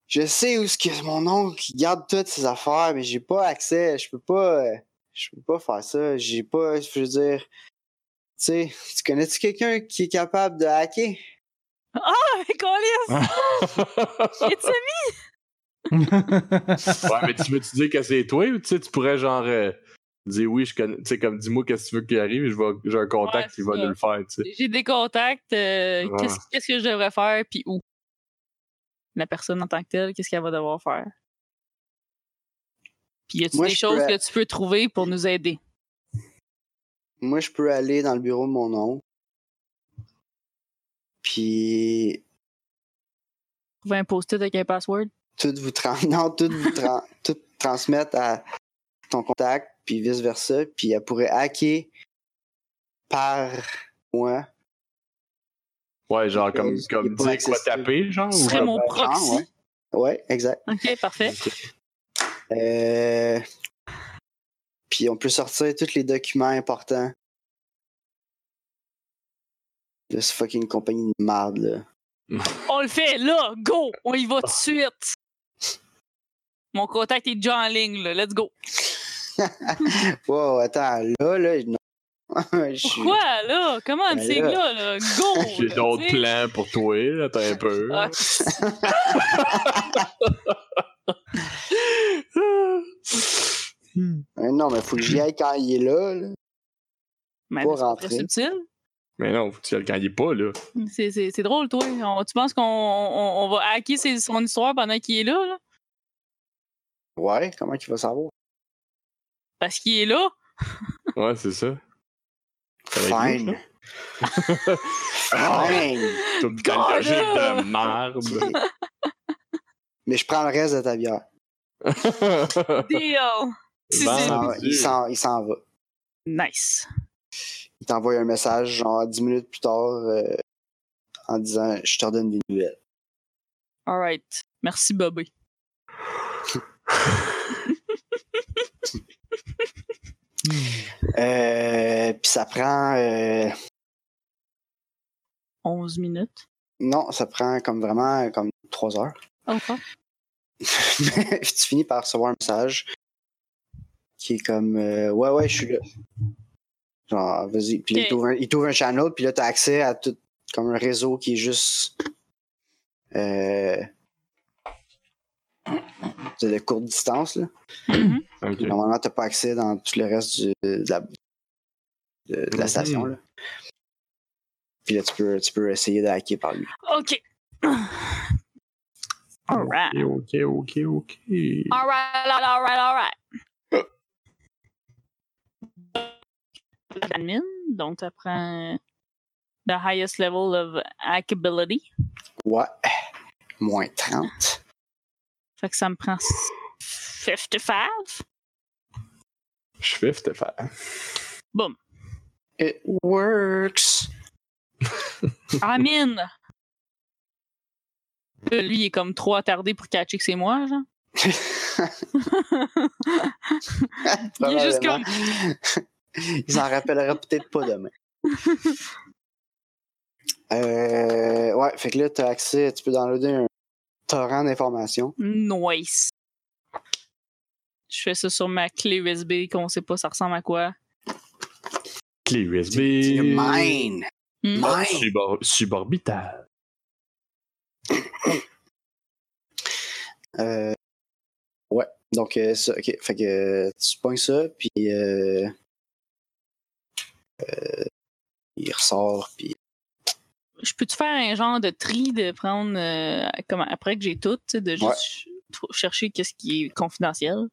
Je sais où ce que mon oncle il garde toutes ses affaires, mais j'ai pas accès, je peux pas... euh, Je peux pas faire ça, j'ai pas... Je veux dire... Tu sais, tu connais-tu quelqu'un qui est capable de hacker? Ah, Mais Colin, tour. it's a ouais, mais tu veux-tu dire que c'est toi ou tu sais, tu pourrais genre euh, dire oui, je connais. Tu sais, comme dis-moi qu'est-ce que tu veux qu'il arrive et je vais- j'ai un contact Ouais, qui va c'est nous le faire, tu sais. J'ai des contacts. euh, Ouais. qu'est-ce, qu'est-ce que je devrais faire, puis où? La personne en tant que telle, qu'est-ce qu'elle va devoir faire? Puis y a-tu Moi, des je choses peux- que tu peux trouver pour nous aider? Moi, je peux aller dans le bureau de mon oncle. Puis... Trouver un post-it avec un password? Tout vous, tran- non, tout vous tran- tout transmettre à ton contact, puis vice-versa, puis elle pourrait hacker par moi. Ouais, genre comme, Il est comme pas dire quoi accessible. taper, genre. Tu Ou serais comme... mon Ah, proxy. ouais. Ouais, exact. Ok, parfait. Euh, Puis on peut sortir tous les documents importants de ce fucking compagnie de merde, là. On le fait là, go! On y va tout de suite! Mon contact est déjà en ligne, là. Let's go! Wow, attends, là, là, non. Je suis- Pourquoi, là? Comment Ben c'est là. là, là? Go! J'ai là, d'autres tu sais. plans pour toi, là, attends un peu. Ah, Hmm. Euh, Non, mais faut que j'y aille quand il est là, là. mais Pas c'est pas rentrer. très subtil. mais non, faut que tu le- quand il est pas, là. C'est- C'est c'est drôle, toi. On- tu penses qu'on on, on va hacker ses- son histoire pendant qu'il est là, là? Ouais, comment qu'il va savoir? Parce qu'il est là? Ouais, c'est ça. Ça va être Fine. Ah. Fine. Tout le God, logique là! de merde. Mais je prends le reste de ta bière. Deal! Si, Il Bon. si. s'en- mon il Dieu. s'en il s'en va. Nice. il t'envoie un message genre 10 minutes plus tard euh, en disant je te redonne des nouvelles. Alright. Merci, Bobby. Euh, puis ça prend euh, 11 minutes. non, ça prend comme vraiment comme 3 heures. Au revoir. Puis tu finis par recevoir un message qui est comme euh, ouais ouais, je suis là. Genre vas-y, puis Ok. il t'ouvre un, il t'ouvre un channel puis là t'as accès à tout comme un réseau qui est juste euh, de de courte distance là. Mhm. Ok. Puis Normalement, t'as pas accès dans tout le reste du- de, la, de, de la Mhm. station. Là. Puis là, tu peux, tu peux essayer de hacker par lui. OK. Alright. Ok, ok, ok. Alright, alright, alright, alright. Admin, donc tu apprends the highest level of hackability. Ouais. Moins 30. Fait que ça me prend 55. Je fais, c'était faire. It works. I'm in! Ah, Là, Lui, il est comme trop attardé pour catcher que c'est moi, genre. Il est juste comme. Probablement. Il s'en rappellera peut-être pas demain. Euh, ouais, fait que là, t'as accès, tu peux downloader un torrent d'informations. Nice. Je fais ça sur ma clé USB qu'on sait pas ça ressemble à quoi. Clé C'est USB. mine! Hmm. Ah, Mine! Subor- suborbital. Euh, ouais, donc, euh, ça, ok. Fait que euh, tu pognes ça, puis euh, euh, il ressort, puis Je peux-tu faire un genre de tri de prendre euh, comme après que j'ai tout, tu sais, de juste Ouais. ch- tr- chercher qu'est-ce qui est confidentiel?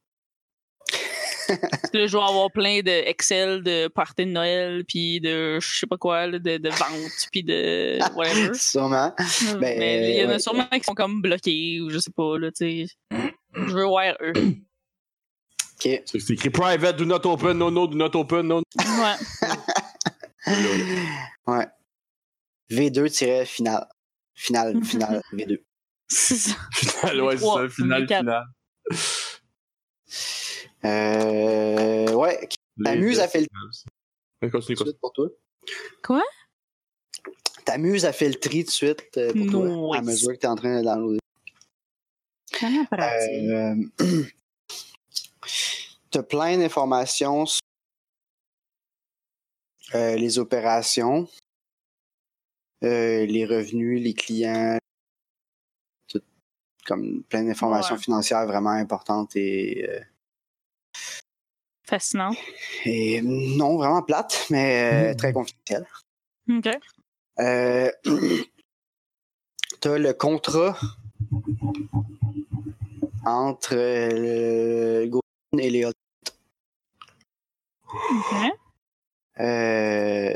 Parce que là, je vais avoir plein de Excel, de parties de Noël, puis de je sais pas quoi, là, de, de vente, puis de whatever. sûrement. Ben, mais il y en a ouais. sûrement qui sont comme bloqués ou je sais pas, là, tu sais. Je veux voir eux. Ok. C'est c'est écrit private, do not open, no, no, do not open, no. Ouais. Ah. ouais. V2-final. Final, final, V2. C'est ça. Final, ouais, c'est Trois, ça, final, quatre. final. Euh, ouais, Ta Les muse deux, a fait le- tout de c'est- Continue, continue. suite pour toi. Quoi? T'amuses à faire le tri tout de suite euh, pour toi, à Nice. mesure que t'es en train de downloader. Comment pratique? Euh, t'as plein d'informations sur euh, les opérations, euh, les revenus, les clients, tout, comme plein d'informations Ouais. financières vraiment importantes et, euh, Fascinant. et non vraiment plates, mais euh, Hmm. Mhm. très confidentielles. OK. Euh, T'as le contrat entre euh, le Gohan et les autres. OK. Euh,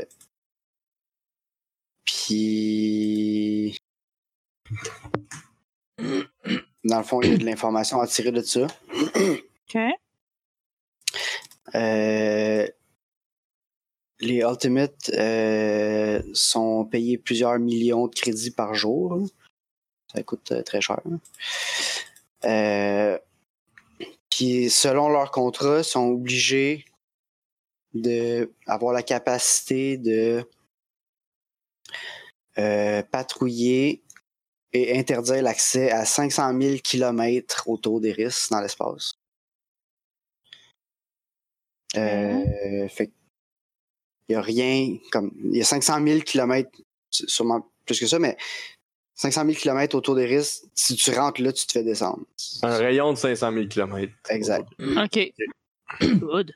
Puis. Dans le fond, il y a de l'information à tirer de ça. OK. Euh, les Ultimates euh, sont payés plusieurs millions de crédits par jour. là. Ça coûte euh, très cher. là. Euh, puis, selon leur contrat, sont obligés de avoir la capacité de euh, patrouiller et interdire l'accès à 500 000 km autour des risques dans l'espace. Euh, fait il y a rien comme il y a 500 000 kilomètres s- sûrement plus que ça mais 500 000 kilomètres autour des risques si tu rentres là tu te fais descendre Un rayon de 500 000 km. Exact. OK. Good.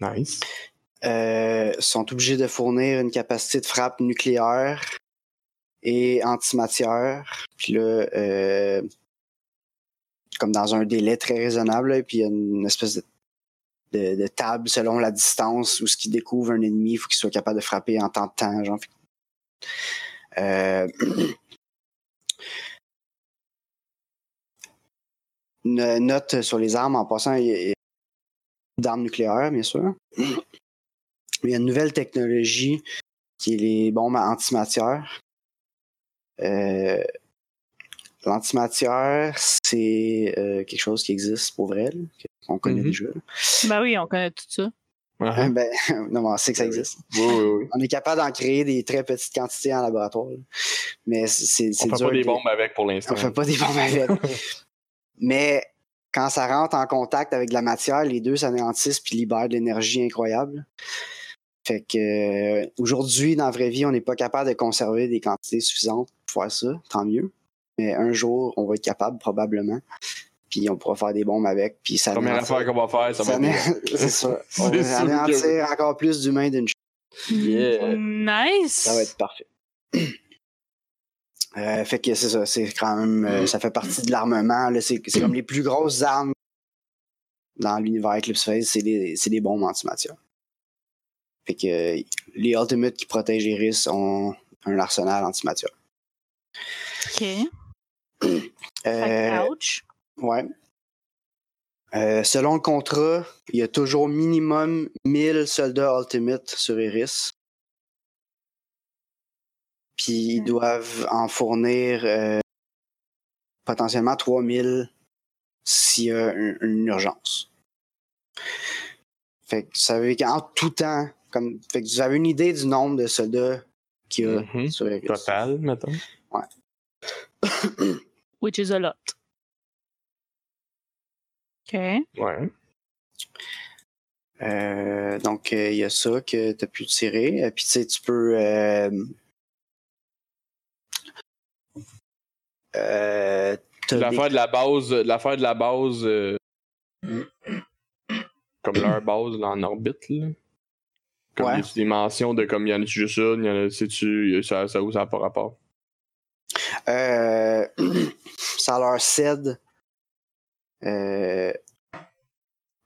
Nice. euh, sont obligés de fournir une capacité de frappe nucléaire et antimatière puis là euh, comme dans un délai très raisonnable là, puis il y a une espèce de de, de table selon la distance où ce qui découvre un ennemi, il faut qu'il soit capable de frapper en temps de temps. Genre. Fait que- Euh, Une Note sur les armes, en passant, il y a- il y a d'armes nucléaires, bien sûr. Il y a une nouvelle technologie qui est les bombes à antimatière. Euh, L'antimatière, c'est euh, quelque chose qui existe pour vrai, là, qu'on connaît Mhm. déjà. Ben oui, on connaît tout ça. Ouais. Hein, Ben, non, mais on sait que ça Ben oui. existe. Oui, oui, oui. On est capable d'en créer des très petites quantités en laboratoire. là. Mais c'est- c'est c'est On fait dur pas des que- bombes avec pour l'instant. On fait pas des bombes avec. Mais quand ça rentre en contact avec de la matière, les deux s'anéantissent puis libèrent de l'énergie incroyable. Fait que euh, aujourd'hui, dans la vraie vie, on n'est pas capable de conserver des quantités suffisantes pour faire ça, tant mieux. Mais un jour, on va être capable probablement. Puis on pourra faire des bombes avec. Puis ça Première anéantit- affaire qu'on va faire, ça ça va être. ané- C'est ça. C'est On va sûr que- anéantir encore plus d'humains d'une Yeah. Nice. Ça va être parfait. Euh, fait que c'est ça, c'est quand même, euh, ça fait partie de l'armement. là, C'est c'est comme les plus grosses armes dans l'univers Eclipse Phase, c'est des, c'est des bombes antimatières. Fait que euh, les Ultimates qui protègent Iris ont un arsenal antimatière. OK. Euh, Fait que, ouch. Ouais. Euh, selon le contrat, il y a toujours minimum 1000 soldats Ultimate sur Iris. Puis ils Hmm. doivent en fournir euh, potentiellement 3000 s'il y a un- une urgence. Fait que vous savez qu'en tout temps, comme, fait que vous avez une idée du nombre de soldats qu'il y a Mhm. sur Eris. Total, mettons. Which is a lot. OK. Ouais. Euh, donc, euh, il y a ça que tu as pu tirer. Euh, Puis, tu sais, tu peux. euh, euh, t'as des- L'affaire de la base, euh, l'affaire de la base, euh, comme leur base là, en orbite, là. Comme Ouais. il y a des mentions de comme il y en a juste une, il y en a, sais-tu, il y a- ça, ça où ça n'a pas rapport. Euh, ça leur cède euh,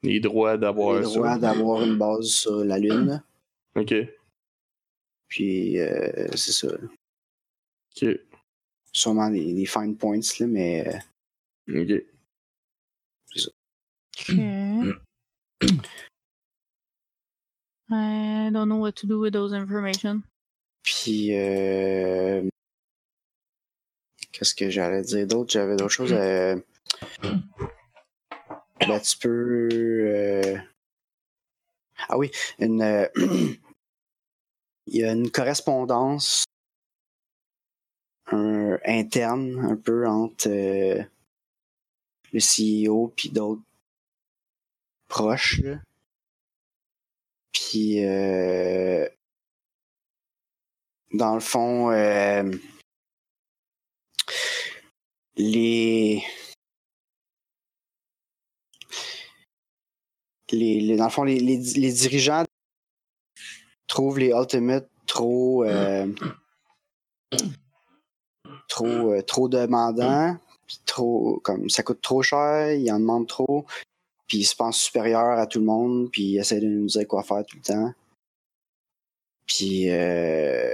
Les droits d'avoir le ça. droit d'avoir une base sur la Lune. Ok. Puis, euh, c'est ça. Ok. Sûrement des, des fine points, là, mais. euh, Ok. Okay. I don't know what to do with those information. Puis, euh, qu'est-ce que j'allais dire d'autre? J'avais d'autres choses. euh, ben, tu peux. euh, Ah oui, une. euh, Il y a une correspondance un- interne un peu entre euh, le CEO puis d'autres proches. là. Puis euh, dans le fond, euh, les, les, les- dans le fond, les, les, les dirigeants trouvent les Ultimates trop, euh, trop, euh, trop demandants, puis trop, comme ça coûte trop cher, ils en demandent trop, puis ils se pensent supérieurs à tout le monde, puis ils essaient de nous dire quoi faire tout le temps. Puis euh,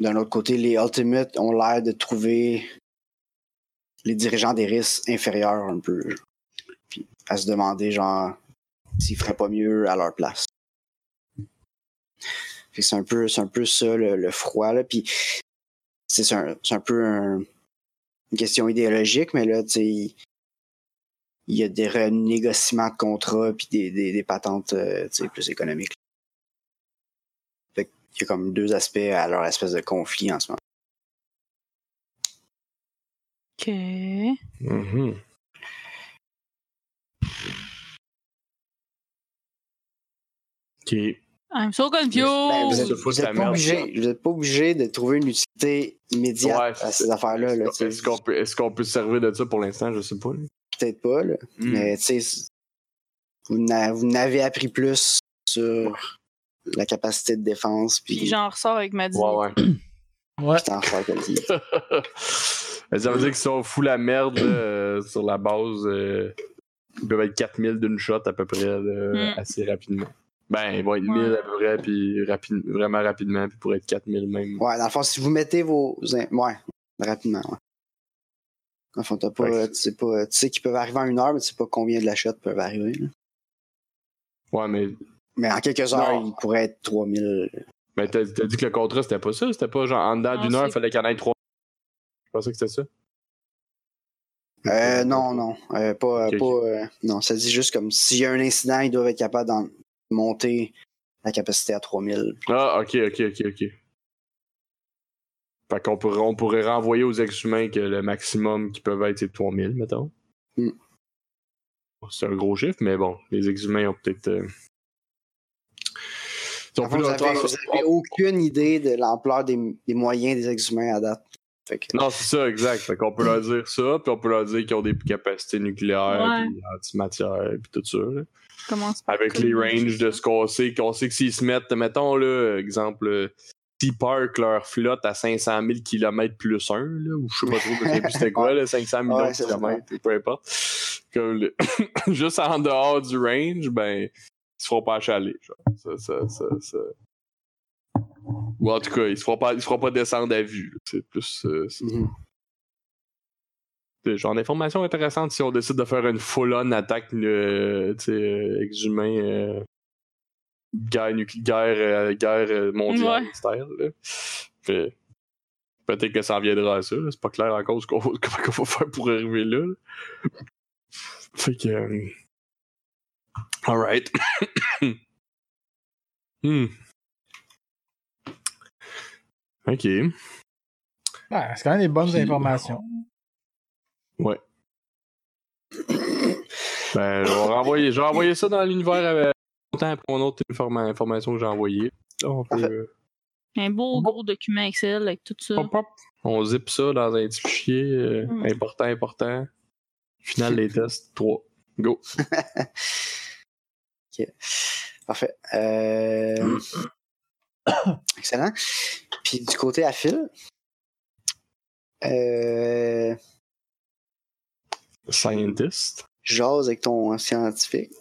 d'un autre côté, les Ultimates ont l'air de trouver les dirigeants des risques inférieurs un peu. genre. Puis à se demander genre s'ils feraient pas mieux à leur place. Fait que C'est un peu c'est un peu ça le, le froid là. Puis c'est c'est un, c'est un peu un- une question idéologique, mais là tu sais, il- il y a des renégociements de contrats puis des, des, des patentes euh, tu sais, plus économiques. Fait qu'il y a comme deux aspects à leur espèce de conflit en ce moment. OK. Mhm. Ok. I'm so Ben, vous confused. êtes, Se fout vous de êtes la pas merde, obligé, vous êtes pas obligé de trouver une utilité immédiate Ouais, c'est à ces ça. affaires-là. Ah, là, Est-ce tu sais. qu'on- est-ce qu'on peut, est-ce qu'on peut se servir de ça pour l'instant? Je sais pas. là. Peut-être pas, là, Hmm. Hmm. mais tu sais, vous n'a- vous n'avez appris plus sur la capacité de défense Puis puis j'en ressors avec ma dignité. Ouais, Ouais. puis t'en faire quasi. ouais. ça veut dire qu'ils sont fous la merde là, euh, sur la base. euh, ils peuvent être 4000 d'une shot à peu près, là, Mm. assez rapidement. Ben, ils vont être Ouais. 1000 à peu près, puis rapide, vraiment rapidement, puis pour être 4000 même. Ouais, dans le fond, si vous mettez vos. in- Ouais, rapidement, ouais. Dans le fond, t'as pas, Fait que- euh, tu sais pas. Tu sais qu'ils peuvent arriver en une heure, mais tu sais pas combien de la shot peuvent arriver. là. Ouais, mais, Mais en quelques heures, Non. ils pourraient être 3000. mais t'as t'as dit que le contrat, c'était pas ça? C'était pas genre en dedans Non, d'une heure, c'est- il fallait qu'il y en ait trois. Je pensais que c'était ça. Euh, non, non. euh, pas. Ok, pas ok. euh, non, ça dit juste comme s'il y a un incident, ils doivent être capables d'en monter la capacité à 3000. Ah, ok, ok, ok, ok. Fait qu'on pourrait, on pourrait renvoyer aux ex-humains que le maximum qui peuvent être, c'est 3000, mettons. Mm. Bon, C'est un gros chiffre, mais bon, les ex-humains ont peut-être. euh, Ils ont Enfin, plus Ah, vous leur avez, vous avez aucune idée de l'ampleur des, des moyens des exhumés à date. Fait que, Non, c'est ça, exact. Fait qu'on peut leur dire ça, puis on peut leur dire qu'ils ont des capacités nucléaires, Ouais. puis antimatières, puis tout ça. là. Commence par avec les comme- ranges de ce qu'on sait, qu'on sait que s'ils se mettent, mettons, là, exemple, euh, s'ils park leur flotte à 500 000 km plus 1, là, ou je sais pas trop, je sais plus c'était quoi, là, 500 millions Ouais, de c'est ça. kilomètres, ou peu importe, comme le- juste en dehors du range, ben, ils se feront pas achaler. Genre. Ça, ça, ça, ça. Ou en tout cas, ils se feront pas, ils se feront pas descendre à vue. là. C'est plus. euh, c'est- Mhm. c'est genre d'informations intéressantes si on décide de faire une full-on attaque euh, tu sais, euh, ex-humain euh, guerre, nuclé- guerre, euh, guerre euh, mondiale Ouais. style, là. Fait- peut-être que ça en viendra à ça là. c'est pas clair encore ce qu'on- comment qu'on va faire pour arriver là, là. fait que euh, alright Hmm. Ok. Ouais, Ben, c'est quand même des bonnes Puis- informations. Ouais. ben, je vais renvoyer, je vais envoyer ça dans l'univers avec longtemps après mon autre informa- information que j'ai envoyée. On, peut, Parfait. euh, Un beau gros document Excel avec tout ça. hop, hop, on zip ça dans un petit fichier euh, Mm. important, important. Final des tests 3. Go. Ok. Parfait. Euh, Excellent. Puis du côté à fil, euh, Scientist. jase avec ton scientifique.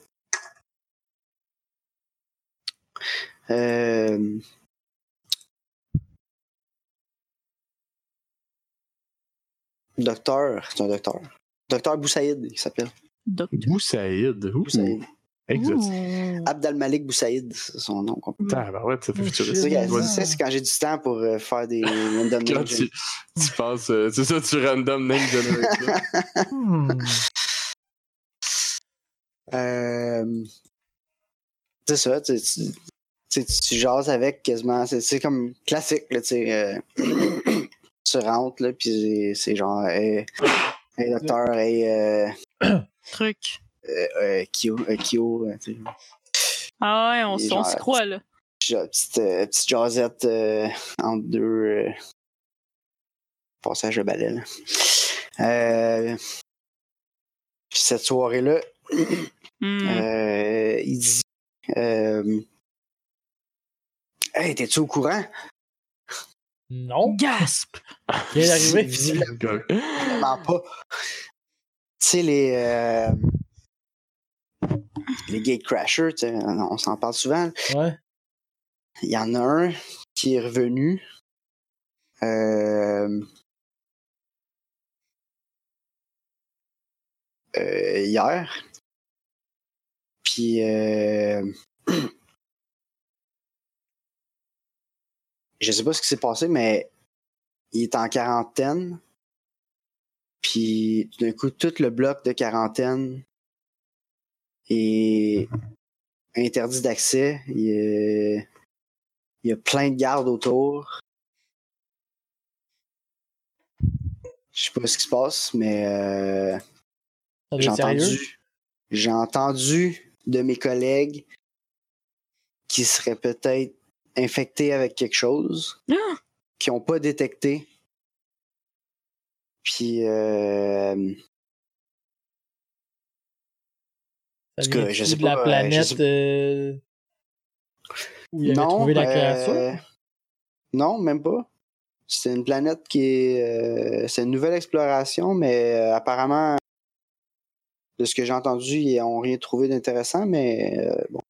Euh, Docteur, c'est un docteur. Docteur Boussaïd, il s'appelle. Docteur. Boussaïd. Ouh, Boussaïd. Exotique. Ah, ben Ouh. Abd al-Malik Boussaïd, c'est son nom. qu'on- Tabarouette, ça fait Oh, futuriste. C'est ça, Ouais. gars, ça, c'est quand j'ai du temps pour euh, faire des random Quand names. tu, tu passes, euh, c'est ça, tu random name generic. là. Hmm. Euh, c'est ça, tu, tu, tu, tu- tu jases avec quasiment. C'est, c'est comme classique, là, tu sais. euh, tu rentres, là, puis c'est, c'est genre. Hey, hey, docteur, hey, euh, Truc. euh, euh, Kyo, euh, Kyo, euh, tu sais. Ah ouais, on, s- on s'y Genre, croit, là. Puis, genre, Petite, euh, petite jasette euh, entre deux. euh, passages de balai, là. Euh, puis cette soirée-là, Hmm. Euh, il dit euh, Hey, t'es-tu au courant? Non. Gasp! Il est arrivé. Visiblement Go. pas. Tu sais, les. euh, les gatecrashers, tu sais, on on s'en parle souvent. Ouais. Il y en a un qui est revenu. Euh, euh, hier. Puis. euh, je sais pas ce qui s'est passé, mais il est en quarantaine. Puis tout d'un coup, tout le bloc de quarantaine est interdit d'accès. Il est- il y a plein de gardes autour. Je sais pas ce qui se passe, mais euh, Ça doit être j'ai sérieux. entendu, j'ai entendu de mes collègues qui seraient peut-être infectés avec quelque chose, Ah! qui n'ont pas détecté. Puis, euh, Ça En tout cas, vient je sais de pas, la euh, planète je sais- euh, où il avait non, trouvé la euh, créature. non, même pas. C'est une planète qui est, euh, c'est une nouvelle exploration, mais euh, apparemment, de ce que j'ai entendu, ils n'ont rien trouvé d'intéressant, mais euh, bon,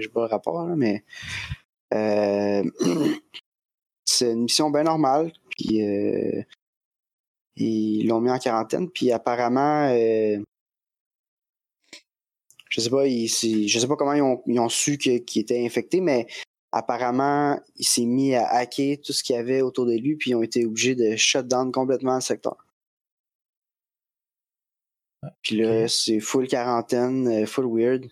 je pas le rapport, là, mais euh, c'est une mission bien normale. Puis euh, ils l'ont mis en quarantaine, puis apparemment, euh, je sais pas, ils- c'est- je sais pas comment ils ont, ils ont su que- qu'il était infecté, mais apparemment, il s'est mis à hacker tout ce qu'il y avait autour de lui, puis ils ont été obligés de shut down complètement le secteur. Puis là, c'est full quarantaine, euh, full weird.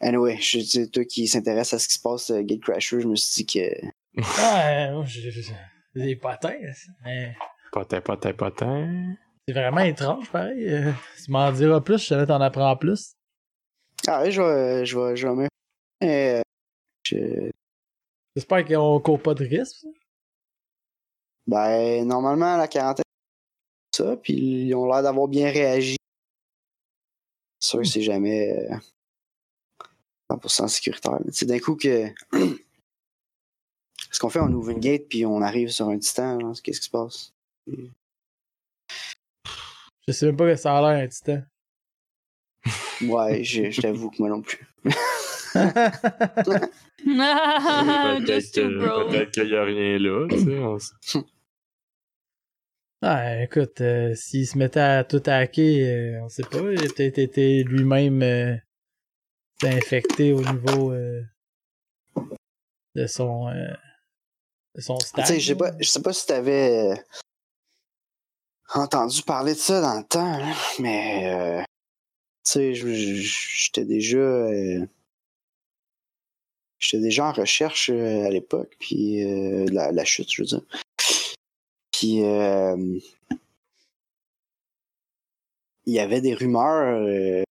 Anyway, je sais, toi qui s'intéresse à ce qui se passe, euh, Gatecrasher, je me suis dit que. Ouais, Ah, euh, moi, j'ai j'ai des patins. ça. Mais Potin, potin, potin. C'est vraiment étrange, pareil. euh, Tu m'en diras plus, je savais t'en apprends plus. Ah ouais, je vais, euh, je vais, je vais me- Euh, je- J'espère qu'on court pas de risque. ça. Ben, normalement, à la quarantaine, ça, puis ils ont l'air d'avoir bien réagi. C'est sûr que c'est jamais euh, 100% sécuritaire. mais C'est d'un coup que. Ce qu'on fait, on ouvre une gate, puis on arrive sur un titan. genre, Qu'est-ce qui se passe? Je sais même pas que ça a l'air un titan. Ouais, je, je t'avoue que moi non plus. euh, Peut-être Ah, Just you, que- bro. peut-être qu'il n'y a rien là. Tu sais, on s- Ouais, écoute, euh, s'il se mettait à tout hacker, euh, on sait pas, il a peut-être été lui-même euh, infecté au niveau euh, de son euh, de son Ah, Tu stage. sais, je sais pas, je sais pas si t'avais euh, entendu parler de ça dans le temps, là, mais euh, tu sais, je- je- j'étais déjà, euh, J'étais déjà en recherche euh, à l'époque, puis euh, la, la chute, je veux dire. Puis euh, il y avait des rumeurs. euh,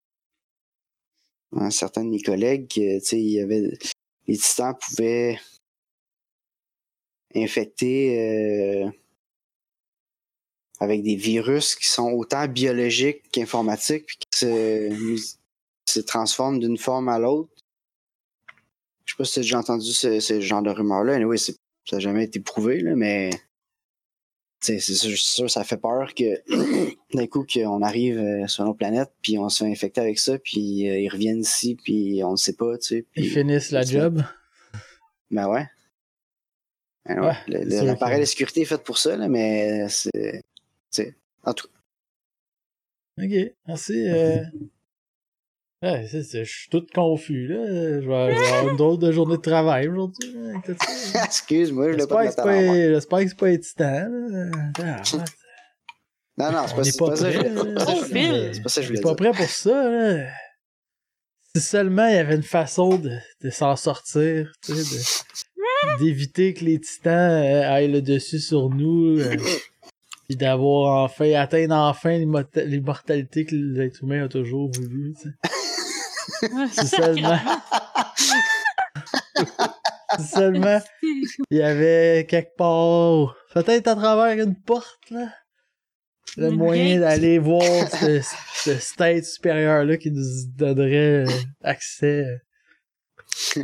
hein, certains de mes collègues, que, tu sais, il y avait les titans pouvaient infecter euh, avec des virus qui sont autant biologiques qu'informatiques, puis qui se, se transforment d'une forme à l'autre. Je sais pas si t'as déjà entendu ce, ce genre de rumeur-là. Anyway, c'est- ça n'a jamais été prouvé, là, mais tu sais, c'est sûr, c'est sûr, ça fait peur que d'un coup qu'on arrive euh, sur nos planètes, puis on se fait infecter avec ça, puis euh, ils reviennent ici, puis on ne sait pas, tu sais. Ils puis- finissent la c'est- job. ben ouais. Ben ouais, Ouais, le- le- c'est sûr L'appareil que- de sécurité est fait pour ça, là, mais c'est. c'est- En tout cas, Ok, merci. euh. Ouais, c'est, c'est- je suis tout confus, là. Je vais je vais avoir une drôle de journée de travail aujourd'hui. là, avec tout ça. excuse-moi, je voulais J'espère pas que te c'est mettre à pas, l'envers. j'espère que c'est pas étitant, là. Ah, Non, non, c'est on n'est pas, c'est pas pas ça. prêt, c'est pas ça que je voulais là. dire. C'est pas ça que je on n'est voulais pas dire. prêt pour ça, là. Si seulement il y avait une façon de, de s'en sortir, tu sais, de- d'éviter que les titans euh, aillent le dessus sur nous, euh, puis d'avoir enfin atteint enfin l'immorta- l'immortalité que l'être humain a toujours voulu, tu sais. Si seulement. si seulement il y avait quelque part, peut-être à travers une porte, là, le Une moyen gate. d'aller voir ce, ce state supérieur-là qui nous donnerait euh, accès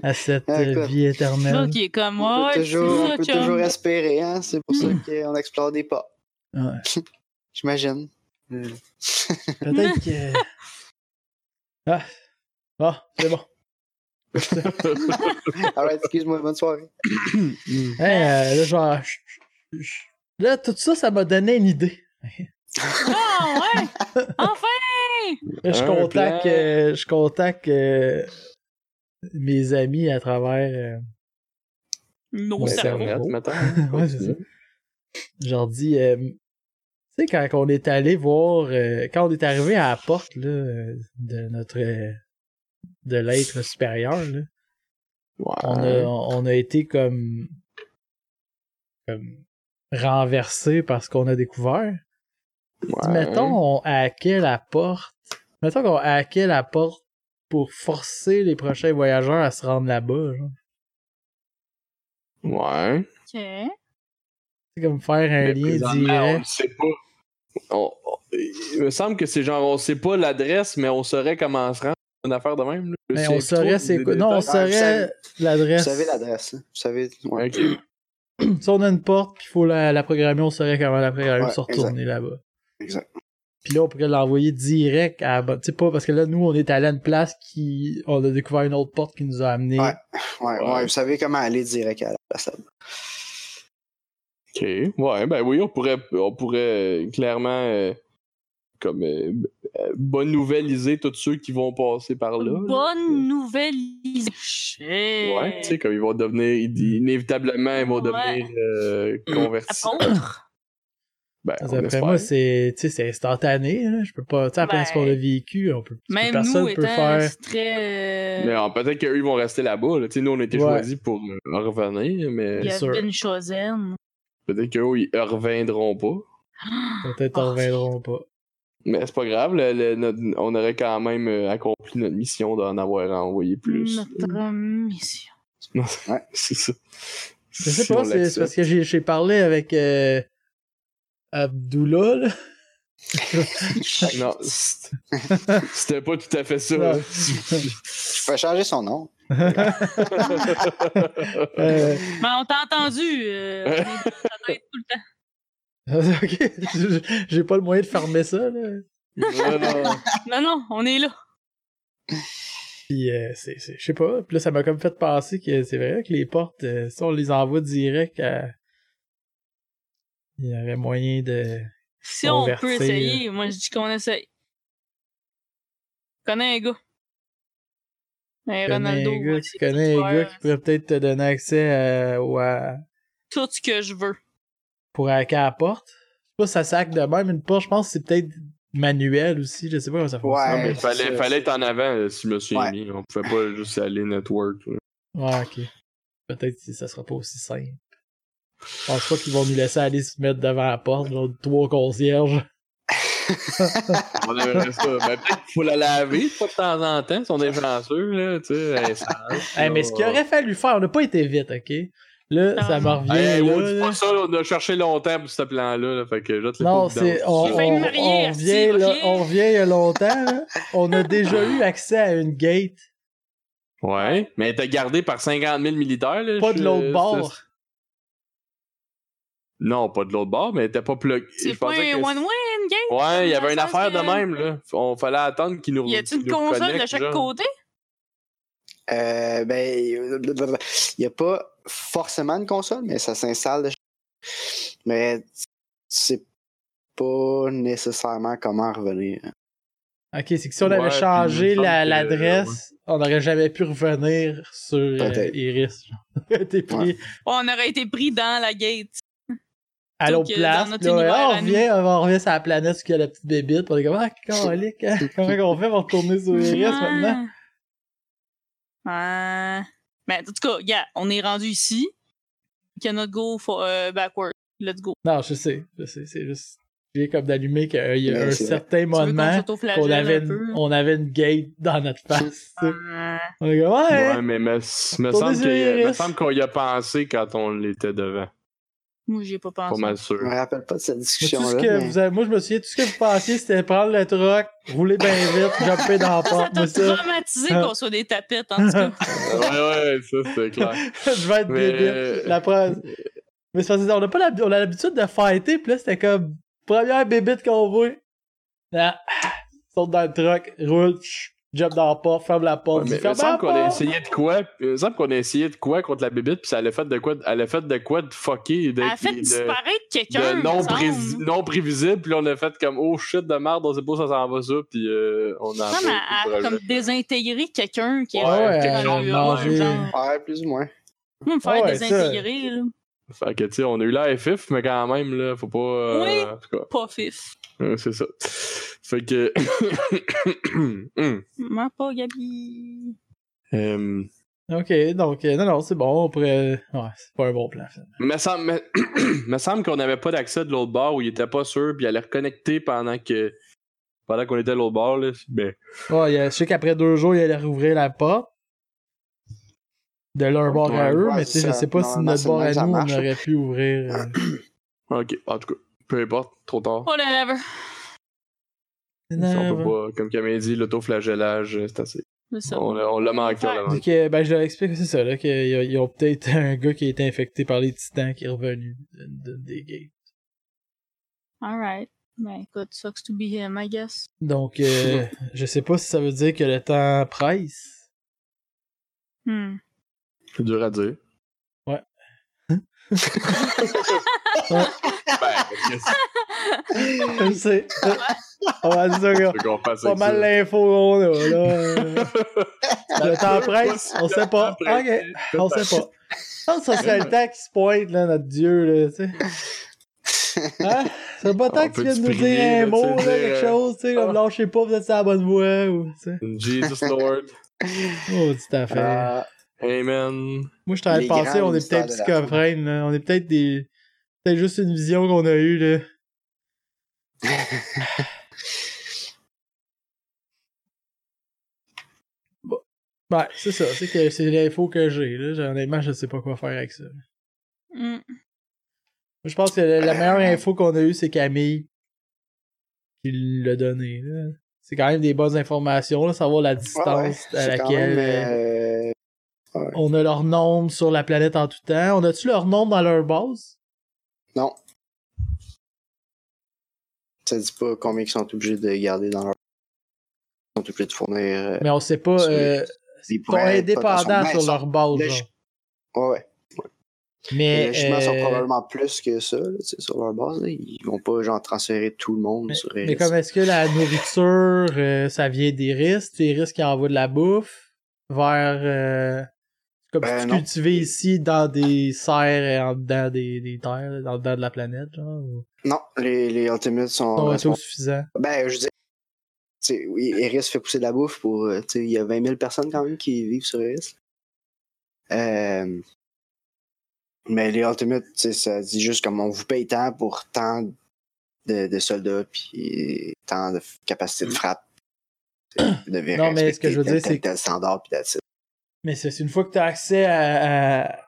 à cette Ah, euh, écoute. vie éternelle. L'autre, il est comme, On ouais, peut toujours, on peut c'est ça, toujours chum. espérer, hein. C'est pour ça Hmm. qu'on explore des pas. Ouais. J'imagine. Euh, Peut-être que. Ah, bon, c'est bon. Alright, excuse-moi, bonne soirée. Hey, euh, là, genre, je- je- je- là, tout ça, ça m'a donné une idée. Ah, ouais! Enfin! Là, je Un contacte, plan. euh, je contacte euh, mes amis à travers. euh, Non, Ouais, ça ça va. va. Internet, mettons. Ouais, c'est ça. Je leur dis, euh, tu sais, quand on est allé voir, euh, quand on est arrivé à la porte là, euh, de notre. euh, de l'être supérieur, là, Ouais. on, a, on a été comme. comme renversé par ce qu'on a découvert. Puis ouais. mettons, on hackait la porte. Mettons qu'on hackait la porte pour forcer les prochains voyageurs à se rendre là-bas. genre. Ouais. Ok. C'est comme faire un Mais lien présentement, On ne direct. sait pas. On- on- il me semble que c'est genre, on sait pas l'adresse, mais on saurait comment en France. Une affaire de même. là. Je Mais sais on saurait trop c'est des quoi. Non, on détails. Ah, vous savez- saurait Vous l'adresse. savez l'adresse, hein. Vous savez. ouais. Ok. Si on a une porte, puis il faut la, la programmer, on saurait comment la programmer pour Ouais, se retourner là-bas. Exact. Puis là, on pourrait l'envoyer direct à la bonne. Tu sais pas, parce que là, nous, on est allé à une place qui. On a découvert une autre porte qui nous a amené. Ouais. Ouais, Ouais. ouais, vous savez comment aller direct à la salle. OK. Ouais, ben oui, on pourrait, on pourrait euh, clairement, euh, comme euh, euh, bonne nouvelle, iser tous ceux qui vont passer par Oh là. là. Bonne nouvelle, Lisa. Shit. Ouais, tu sais, comme ils vont devenir, ils- inévitablement, ils vont Ouais. devenir euh, convertis. Par contre, Ben, Parce on que Après espère. moi, c'est tu sais, c'est instantané. là. Je peux pas. Tu sais, après Ben, ce qu'on a vécu, on peut. même personne nous peut faire. étant c'est très. euh, Mais alors, peut-être qu'eux, ils vont rester là-bas. là. Tu sais, nous, on a été Euh, Ouais. choisis pour euh, en revenir, mais Il y a sûr. une chosen. peut-être qu'eux, ils reviendront pas. Peut-être qu'on Oh, reviendront pas. Mais c'est pas grave, le- le- notre- on aurait quand même euh, accompli notre mission d'en avoir envoyé plus. Notre mission. C'est ça. Je sais Si pas, on c'est c'est l'accepte. parce que j'ai j'ai parlé avec euh, Abdullah, là. Non, c't- c'était pas tout à fait ça. Non. Je peux changer son nom. Euh, Mais on t'a entendu. euh, on est dans ta tête tout le temps. ok, j'ai- j'ai pas le moyen de fermer ça, là. Non, non. Non, non, on est là. Puis, euh, c'est, c'est- je sais pas, puis là, ça m'a comme fait penser que c'est vrai que les portes, euh, si on les envoie direct à... Il y aurait moyen de... Si on Convertir. peut essayer, moi je dis qu'on essaye. Je connais un gars. Un connais Ronaldo. un gars, moi, tu c'est connais tout un gars qui pourrait peut-être te donner accès à, ou à- Tout ce que je veux. pour hacker à la porte. Je sais pas, ça sac de même une porte, je pense que c'est peut-être manuel aussi, je sais pas comment ça Ouais. fonctionne. Mais fallait, c'est- fallait être en avant, euh, si je me souviens Ouais. bien. On pouvait pas juste aller network. là. Ouais, ok. Peut-être que ça sera pas aussi simple. Je pense pas qu'ils vont nous laisser aller se mettre devant la porte, genre trois concierges. On aimerait ça. Ben, peut-être qu'il faut la laver de temps en temps, si on est chanceux, là, tu sais, elle est sale, Hey, là. Eh, mais ce qu'il aurait fallu faire, on n'a pas été vite, ok? Là, Non. ça me revient. Hey, là, on dit là. pas ça, là, on a cherché longtemps pour ce plan-là, là, fait que je te le Non, coupe dans c'est. le- On, J'ai failli me on, marier, on Asti, revient, là, ok? on revient il y a longtemps. là. On a déjà eu accès à une gate, Ouais, mais t'es gardé par 50 000 militaires, là. pas de je- l'autre c'est- bord. Non, pas de l'autre bord, mais t'es pas plug. C'est je pas pensais un que- one-way, une game? Ouais, il y avait une Dans le sens affaire de que- même, là. On fallait attendre qu'ils nous Y a-t-il une qu'ils nous console de connectent, chaque genre. côté? Euh, ben, il n'y a pas forcément une console, mais ça s'installe. de chez- Mais c'est pas nécessairement comment revenir. Ok, c'est que si on Ouais, avait puis changé il me semble la- que- l'adresse, on n'aurait jamais pu revenir sur euh, Peut-être. Iris. genre. T'es pris Ouais. On aurait été pris dans la gate. à l'autre que place. dans notre puis là, univers, ah, on la revient, on revient sur la planète où il y a la petite bébite. puis On est comme, ah, calique, hein, comment on fait pour retourner sur Iris maintenant? Ouais. Mais en tout cas, gars, on est rendu ici. Cannot go for, euh, backward. Let's go. Non, je sais, je sais, c'est juste. J'ai comme d'allumer qu'il y a Ouais, un c'est vrai. certain Tu veux qu'on moment qu'on s'auto-flagelle avait, un peu? une, on avait une gate dans notre face. tu sais. Ouais. on est comme, ouais! Ouais, mais me, me Pour semble des qu'il y a- me iris. semble qu'on y a pensé quand on l'était devant. Moi, j'y ai pas Pas pensé. mal sûr. Je me rappelle pas de cette Mais tout ce discussion-là. que mais- vous avez- moi, je me souviens, tout ce que vous pensiez, c'était prendre le truck, rouler bien vite, jumper dans la Ça porte. t'a Moi, ça, traumatisé Ah. qu'on soit des tapettes, en tout cas. ouais, ouais, ça, c'est clair. je vais être Mais, débile. euh, La preuve. Mais c'est parce que on a pas l'hab- on a l'habitude de fighter, puis là, c'était comme première bébite qu'on voit. Ah, ah, saute dans le truck, roule, chut, jump dans la porte, ferme la Ouais, porte. mais dis, il ferme me la semble qu'on a porte. essayé de quoi puis Il me semble qu'on a essayé de quoi contre la bébite, puis ça elle a fait de quoi, de- elle a fait de quoi de fucké, de, Elle a fait de- disparaître quelqu'un. il de me non, semble. prévi- non prévisible, puis là, on a fait comme oh shit de merde, on sait pas où ça s'en va ça, puis euh, on a. Non, mais elle a comme désintégré quelqu'un qui est Ouais, ouais, dans elle le a mur, mangé. genre. Ouais, plus ou moins. Moi, me faire Ouais, ça. désintégrer, là. Fait que tu sais, on a eu la FF, mais quand même là, faut pas. euh, Oui. En tout cas, Pas fif. euh, c'est ça. Fait que. Hum. Mens pas, Gabi. Euh, Ok, donc, euh, non, non, c'est bon, on pourrait. Ouais, c'est pas un bon plan. finalement. Me semble, me, me semble qu'on n'avait pas d'accès de l'autre bord où il était pas sûr, puis il allait reconnecter pendant que pendant qu'on était à l'autre bord. Là. Ben, Ouais, il y a- je sais qu'après deux jours, il allait rouvrir la porte. De leur bord à Ouais, eux, ouais, mais tu sais, c'est je ça. sais pas si de Normalement, notre c'est bord le à même, ça nous, on marche. aurait pu ouvrir. euh, ok, en tout cas, peu importe, trop tard. Oh la lèvre. Si on non, peut pas, comme Camille dit, l'autoflagellage, euh, c'est assez. C'est ça. On, l'a- on l'a manqué, on l'a Fait euh, manqué. que, ben, je leur explique, c'est ça, là, qu'ils ils ont peut-être un gars qui a été infecté par les titans qui est revenu de- de- des gates. Alright. Ben écoute, sucks to be him, I guess. Donc, euh, je sais pas si ça veut dire que le temps presse. Hmm. C'est dur à dire. Ouais. Hein? ben, qu'est-ce je sais. on va dire ça, gars. que- qu'on fasse Pas avec mal ça? l'info qu'on a, là. Euh, Le temps presse, on sait pas. Ok, on sait pas. Je pense que ça serait le temps qui se pointe, là, notre dieu, là, tu sais. Hein? C'est pas tant On que tu peut viens de nous prier, dire un là, mot, tu là, sais, dire, quelque euh, chose, tu sais, comme lâchez pas, vous êtes sur la bonne voie, ou, tu sais. Jesus Lord. Oh, tout à fait. Euh, Amen. Moi, je t'avais les pensé, grands on est mystères peut-être de la psychophrènes, là. On est peut-être des. Peut-être juste une vision qu'on a eue, là. Bon. Ouais, c'est ça. C'est que c'est l'info que j'ai, là. J'ai- Honnêtement, je sais pas quoi faire avec ça. Moi, Hmm. Je pense que la, la meilleure info qu'on a eue, c'est Camille qui l'a donnée, là. C'est quand même des bonnes informations, là, savoir la ouais, distance à c'est quand laquelle. même, euh, euh, On a leur nombre sur la planète en tout temps. On a-tu leur nombre dans leur base? Non. Ça dit pas combien ils sont obligés de garder dans leur. Ils sont obligés de fournir. euh, Mais on sait pas. Sur- euh, ils ils sont pourraient être indépendants potentiellement- sur leur base. Le genre. ch- Ouais, ouais. Les Mais. logements sont euh, probablement plus que ça, là, tu sais, sur leur base. là. Ils vont pas genre transférer tout le monde sur mais comme est-ce que la nourriture, euh, ça vient des risques? C'est les risques qui envoient de la bouffe vers. euh, comme Ben si tu non. cultivais ici dans des serres et en dedans des, des terres, dans dedans de la planète, genre. Ou... Non, les, les Ultimates sont. Non, responsables. autosuffisant. Ben, je veux dire, tu sais, oui, Eris fait pousser de la bouffe pour. euh, tu sais, Il y a 20 000 personnes quand même qui vivent sur Eris. Euh, mais les Ultimate, tu sais, ça dit juste comme on vous paye tant pour tant de, de soldats, puis tant de f- capacité de frappe. Vous devez Mm. Non, mais ce que respecter je veux tel, dire, tel, c'est- tel standard, puis that's it. Mais c'est c'est une fois que tu as accès à, à-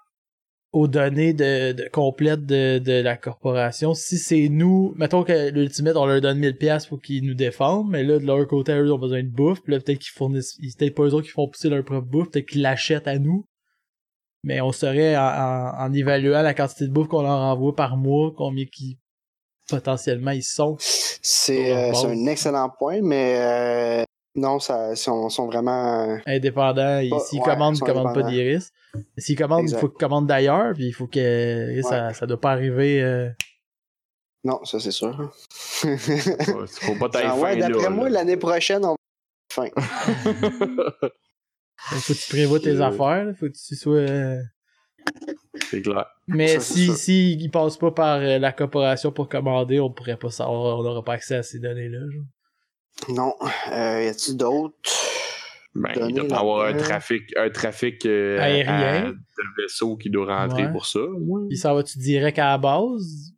aux données de, de- complètes de, de la corporation, si c'est nous, mettons que l'Ultimate, on leur donne 1000$ pour qu'ils nous défendent, mais là, de leur côté, eux, ils ont besoin de bouffe, puis là, peut-être qu'ils fournissent, ils- c'est peut-être pas eux autres qui font pousser leur propre bouffe, peut-être qu'ils l'achètent à nous. Mais on saurait, en, en- en évaluant la quantité de bouffe qu'on leur envoie par mois, combien qui potentiellement ils sont. C'est Sur leur euh, c'est base. un excellent point, mais euh, non, ça, sont, sont vraiment. euh, indépendants. Ils- Pas- S'ils ouais, commandent, ils ils sont commandent pas indépendants. d'Iris. S'ils commandent, il Exact. faut qu'ils commandent d'ailleurs, puis il faut que et ça, ça doit pas arriver. euh, Non, ça, c'est sûr. Faut faut pas Genre, tailler Ah ouais, fin là. D'après moi, là. l'année prochaine, on Il faut que tu prévois tes Euh. affaires, là, faut que tu sois. euh, C'est clair. Mais Ça, c'est si, sûr. si ils passent pas par euh, la corporation pour commander, on pourrait pas savoir, on n'aura pas accès à ces données-là. genre. Non. Euh, y a-t-il d'autres? Ben, il Donner doit la avoir un guerre. trafic, un trafic euh, Aérien. à- de vaisseaux qui doit rentrer Ouais. pour ça. ouais. Puis ça va-tu direct à la base?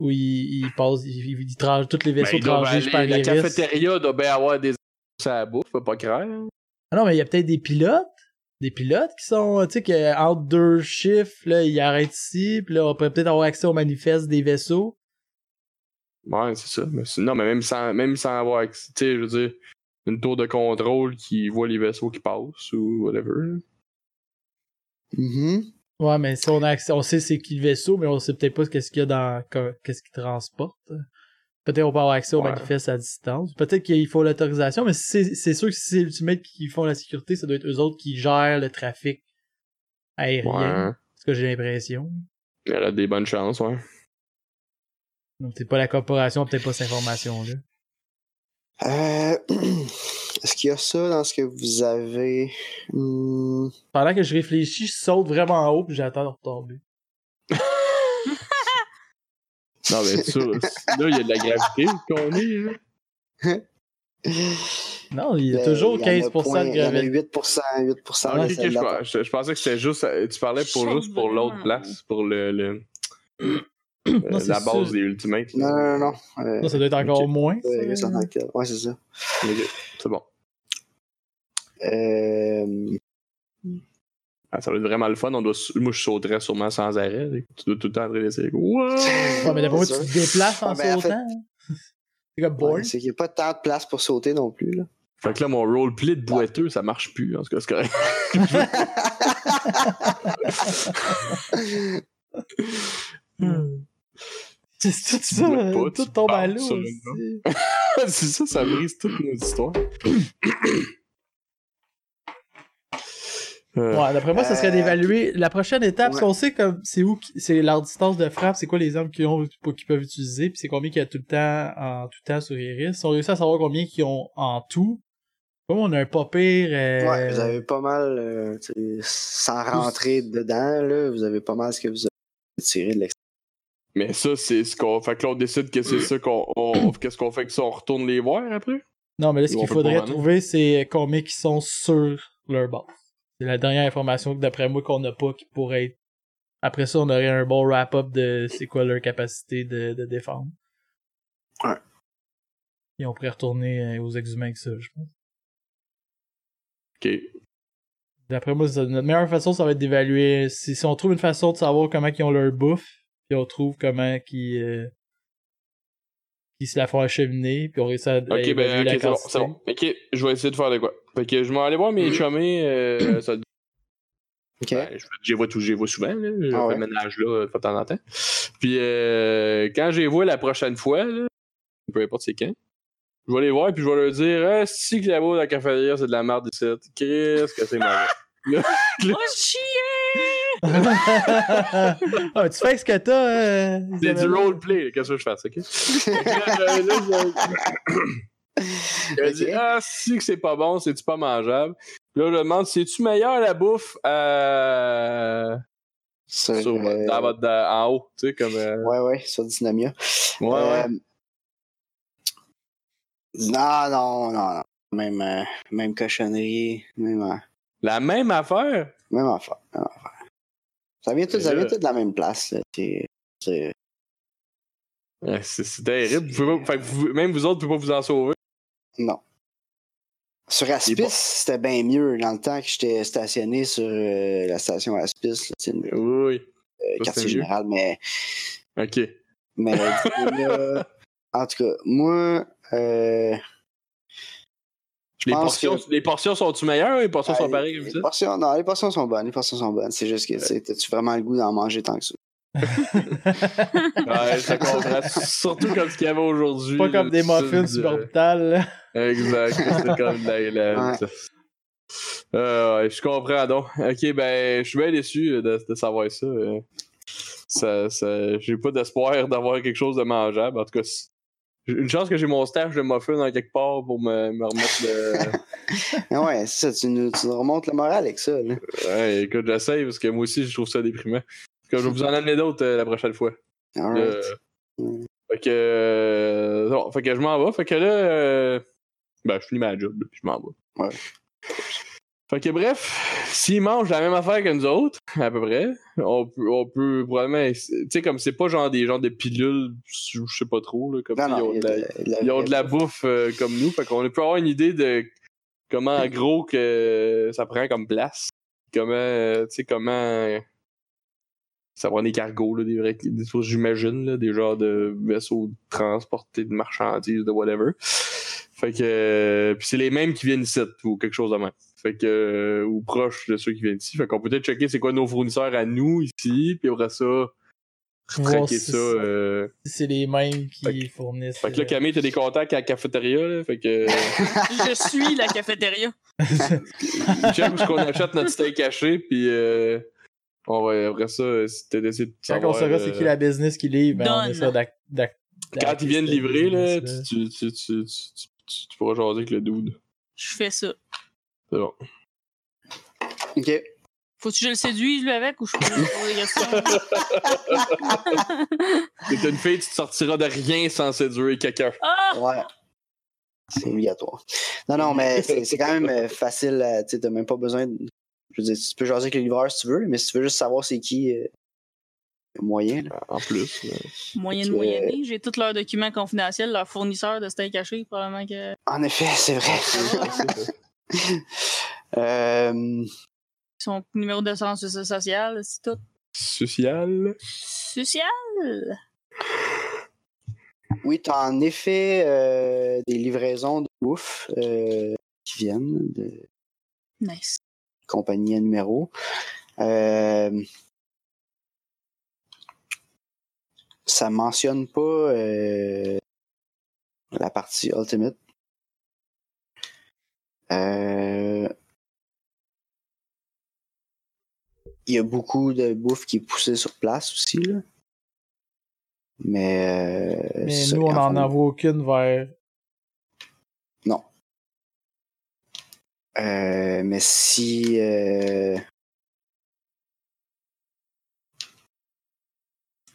Ou ils, ils passent, ils, ils trans- tous les Ben, vaisseaux ils doivent transgègent aller- par la Iris? cafétéria doit bien avoir des ça à bouffe, faut pas craindre. Ah non, mais il y a peut-être des pilotes. Des pilotes qui sont, tu sais, que entre deux chiffres, là, ils arrêtent ici, puis là, on pourrait peut-être avoir accès au manifeste des vaisseaux. Ouais, c'est ça. Mais c'est- non, mais même sans, même sans avoir accès, tu sais, je veux dire, une tour de contrôle qui voit les vaisseaux qui passent ou whatever. Mm-hmm. Mhm. Ouais, mais si on a accès, on sait c'est qui le vaisseau, mais on sait peut-être pas qu'est-ce qu'il y a dans, que- qu'est-ce qu'il transporte. Peut-être on peut avoir accès au Ouais. manifeste à distance. Peut-être qu'il faut l'autorisation, mais si c'est c'est sûr que si c'est Ultimate qui font la sécurité, ça doit être eux autres qui gèrent le trafic aérien. Ouais. C'est ce que j'ai l'impression. Elle a des bonnes chances, ouais. Donc, c'est pas la corporation, peut-être pas cette information-là. Euh, Est-ce qu'il y a ça dans ce que vous avez? Hmm, Pendant que je réfléchis, je saute vraiment haut, puis j'attends de retomber. Non, mais ça, c'est- là, il y a de la gravité qu'on est. hein. Non, il y a ben, toujours y en 15% point- de Il y en a gravité. 8%, 8% de Ah, ok, ok, je, celle-là. pens- je- je pensais que c'était juste. Tu parlais pour Je juste pour vraiment. l'autre place, pour le, le- euh, Non, c'est la base sûr. des Ultimates. Non, là. non, non, non. Euh, Non, ça doit être encore Ok. moins. ça. euh, reste en tant que tel. Ouais, c'est ça. Ok, C'est bon. Euh, Ah, ça va être vraiment le fun. On doit, s- moi, je sauterais sûrement sans arrêt. Tu dois tout le temps traiter d'essayer. Wow! Ouais, mais d'après moi, tu c'est te déplaces en Ah, ben, en fait- sautant. hein. C'est comme ouais, born. c'est qu'il n'y a pas tant de place pour sauter non plus. Là. Fait que là, mon roleplay de boiteux, ça marche plus. En tout cas, c'est correct. C'est tout tu ça, bois euh, pas, tout tu tombe à parles l'eau. sur le aussi. c'est ça, ça brise toutes nos histoires. Euh, Ouais, d'après moi, ça serait Euh, d'évaluer la prochaine étape. ouais. si On sait comme c'est où, qui- c'est leur distance de frappe, c'est quoi les armes qu'ils ont, pour- qu'ils peuvent utiliser, puis c'est combien qu'il y a tout le temps, en tout temps sur Iris. Si on réussit à savoir combien qu'ils ont en tout, comme on a un pas pire. euh, Ouais, vous avez pas mal, euh, tu sais, sans rentrer dedans, là, vous avez pas mal ce que vous avez tiré de l'extérieur. Mais ça, c'est ce qu'on. Fait que là, on décide que c'est ça qu'on. on- Qu'est-ce qu'on fait avec ça? On retourne les voir après? Non, mais là, ce Ils qu'il vont pas faudrait le prendre. trouver, c'est combien qui sont sur leur base. C'est la dernière information, que, d'après moi, qu'on n'a pas qui pourrait être. Après ça, on aurait un bon wrap-up de c'est quoi leur capacité de, de défendre. Ouais. Et on pourrait retourner euh, aux exhumés avec ça, je pense. Ok. D'après moi, ça- notre meilleure façon, ça va être d'évaluer. Si, si on trouve une façon de savoir comment ils ont leur bouffe, puis on trouve comment qu'ils euh, qu'ils se la font acheminer, puis on réussit à. Ok, ben, ok, c'est bon, quantité. c'est bon. Ok, je vais essayer de faire de quoi. Fait que je vais aller voir mes chummies. Euh, ça- Ok? ben, je, je les vois tout, je les vois souvent. Là. Je Ah fais ouais? le ménage là, euh, de temps en temps. Puis euh, quand je les vois la prochaine fois, là, peu importe c'est quand, je vais les voir et puis je vais leur dire Ah, si que la boue de la cafétéria, c'est de la merde ici. Qu'est-ce que c'est mauvais. Oh, chier! ah, mais tu fais avec ce que t'as. euh, C'est Isabelle. du roleplay, là, qu'est-ce que je fasse, ok? Fait que là, là, je- Elle dit Ok. Ah, si que c'est pas bon, c'est-tu pas mangeable? Là, je leur demande C'est-tu meilleur la bouffe euh, Sur, sur votre- euh, dans votre- dans- en haut, tu sais, comme. euh, Ouais, ouais, sur Dynamia. ouais, ouais. Euh, Non, non, non, non. Même, euh, même cochonnerie, même. euh, La même affaire? Même affaire. Même affaire. Ça vient tout, Mais ça là- vient tout de la même place. là. C'est. c'est- Ouais, c'est c'est terrible. Vous pouvez pas- fait que vous- même vous autres, vous pouvez pas vous en sauver. Non. Sur Aspis, bon. c'était bien mieux dans le temps que j'étais stationné sur euh, la station Aspis, là, c'est le euh, Oui, oui. c'était quartier mieux. général, mais, Ok. mais là, en tout cas, moi, euh, je Les pense que- portions, les portions sont-tu meilleures? Les portions Ah, sont les- pareilles comme les ça? portions- non, les portions sont bonnes, les portions sont bonnes. C'est juste que, tu sais, t'as-tu vraiment le goût d'en manger tant que ça? Ouais, je te comprends. Surtout comme ce qu'il y avait aujourd'hui. Pas là, comme des le muffins sud, super euh, là. Exact, c'est comme de la, la- Ouais. Euh, ouais, je comprends donc. Ok, ben, je suis bien déçu euh, de, de savoir ça. euh. ça, ça- j'ai pas d'espoir d'avoir quelque chose de mangeable. En tout cas, c'est- j'ai une chance que j'ai mon stage de muffin dans quelque part pour me, me remettre de. Mais Ah ouais, c'est ça, tu nous, tu nous remontes le moral avec ça, là. ouais, écoute, j'essaye parce que moi aussi, je trouve ça déprimant. En tout cas, je vais vous en amener d'autres euh, la prochaine fois. Alright. Euh, Fait que. euh, non, fait que je m'en vais. Fait que là. euh, ben, je finis ma job, puis je m'en vais. Ouais. Fait que bref, s'ils mangent la même affaire que nous autres, à peu près, on peut, on peut probablement. Tu sais, comme c'est pas genre des genres de pilules, je je sais pas trop, là, comme Non, ça, ils, non, ont il y a de la, de- il y a ils ont de la bouffe euh, comme nous. Fait qu'on peut avoir une idée de comment en gros que ça prend comme place. Comment. euh, Tu sais, comment. Ça prend des cargos, là, des vrais, des choses, j'imagine, là, des genres de vaisseaux de transporter de marchandises, de whatever. Fait que, euh, puis c'est les mêmes qui viennent ici, ou quelque chose de même. Fait que, euh, ou proche de ceux qui viennent ici. Fait qu'on peut peut-être checker c'est quoi nos fournisseurs à nous ici, puis après ça, Voir traquer si ça. c'est- euh. C'est les mêmes qui Fait fournissent. Fait que là, euh, Camille, t'as des contacts à la cafétéria, là. Fait que, euh, Je suis la cafétéria. euh, check où est-ce qu'on achète notre steak haché, puis euh, on va, après ça, euh, si t'as d'essayer de Quand on saura savoir, c'est qui euh, la business qui livre, ben, on Donne. essaie d'ac- d'ac- Quand ils viennent d'ac- livrer, là, business, tu, tu, tu, tu, tu, tu- tu pourras jaser avec le dude. Je fais ça. C'est bon. Ok. Faut-tu que je le séduise, lui, avec, ou je peux lui poser des questions? T'es une fille, tu te sortiras de rien sans séduire quelqu'un. Ah! Ouais. C'est obligatoire. Non, non, mais c'est c'est quand même euh, facile. euh, Tu sais, t'as même pas besoin. de- Je veux dire, tu peux jaser avec les livreurs si tu veux, mais si tu veux juste savoir c'est qui, euh, y a moyen. là. En plus. là. Moyen Fait de que- moyenner. J'ai tous leurs documents confidentiels, leurs fournisseurs de steak haché, probablement que. En effet, c'est vrai. Euh, Son numéro de sens social, c'est tout. Social. Social? oui, t'as en effet euh, des livraisons de ouf euh, qui viennent de Nice. compagnie à numéro. Euh, ça mentionne pas euh, la partie Ultimate. Euh, Il y a beaucoup de bouffe qui est poussée sur place aussi. Là. Mais, euh, Mais c'est ça, nous, on ils n'en font- envoie aucune vers. Euh, mais si. euh,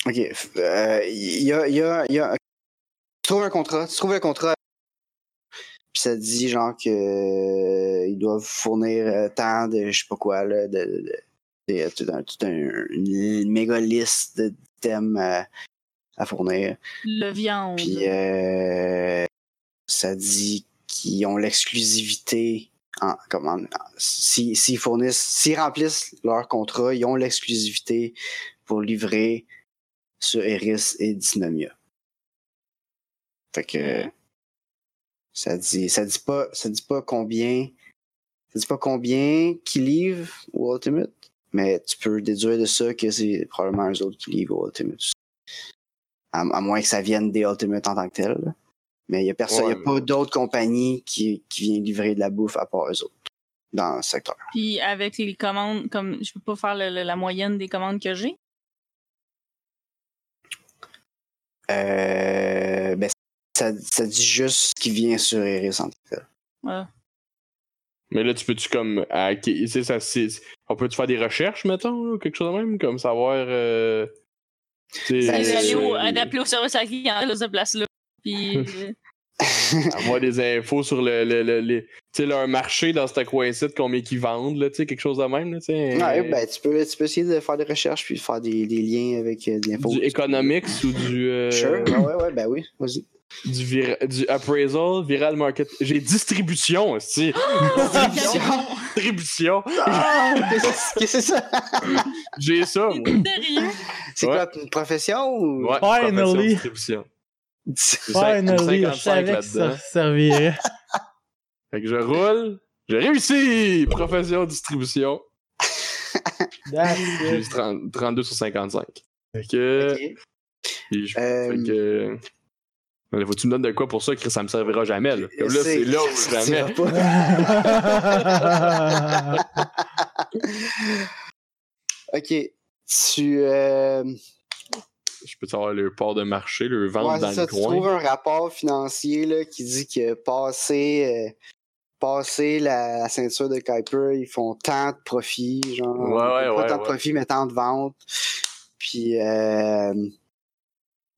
Ok. f- euh, Il y a, il y a- il y a- Tu trouves un contrat. Tu trouves un contrat. Puis ça dit, genre, que. euh, ils doivent fournir euh, tant de. Je sais pas quoi, là. De, de- de- c'est tout un, tout un- une méga liste de- d'items euh, à fournir. Le viande. Puis euh, ça dit qu'ils ont l'exclusivité. En, comment, en- si- s'ils fournissent, s'ils remplissent leur contrat, ils ont l'exclusivité pour livrer sur Eris et Dysnomia. Fait que ça dit, ça dit pas, ça dit pas combien, ça dit pas combien qui livrent au Ultimate, mais tu peux déduire de ça que c'est probablement eux autres qui livrent au Ultimate. aussi. À, à moins que ça vienne des Ultimate en tant que tel. là. Mais il y a personne, Ouais, il y a pas d'autres compagnies qui, qui viennent livrer de la bouffe à part eux autres dans le secteur. Puis avec les commandes, comme je peux pas faire le- le- la moyenne des commandes que j'ai. Euh, ben, ça, ça dit juste ce qui vient sur Eris en tant que tel. Ah. Mais là, tu peux-tu comme. hacker- tu sais, ça, c'est- on peut-tu faire des recherches, mettons, là, ou quelque chose de même? Comme savoir. Euh, tu sais, Ben, D'aller euh, au- d'appeler au service à la clientèle de cette place-là. Puis euh, avoir des infos sur le, le, le- les- tu sais, leur marché dans ce coin-ci, de combien ils vendent, là, tu sais, quelque chose de même. Là, tu sais, Ouais, euh, ben, tu, peux, tu peux essayer de faire des recherches puis de faire des, des liens avec euh, de l'info. du economics ou du, euh, Sure, ouais, ouais, ouais, ben oui, vas-y. du, vira- du appraisal, viral market. J'ai distribution aussi. distribution. Qu'est-ce que c'est- qu'est-ce que c'est ça? J'ai ça. moi. Derrière. C'est Ouais. quoi, une profession ou. Ouais, Finally. profession de distribution. J'ai cinq- Finally, je 55 savais que ça là-dedans. servirait. Fait que je roule. J'ai réussi! Profession distribution. That's J'ai eu it. 30 32 sur 55. Fait que. Ok. puis je- Euh, Euh, Fait que. Mais faut que tu me donnes de quoi pour ça, Chris, ça me servira jamais. Là, Comme là c'est là ou ça jamais. sortira pas. Ok. Tu. euh, Je peux savoir le port de marché, le vendre ouais, dans c'est ça, le tu trouves coin. un rapport financier là, qui dit que passer, euh, passer la ceinture de Kuiper, ils font tant de profits, genre. Ouais, ouais, pas ouais, tant de ouais. profits, mais tant de ventes. Puis. Euh,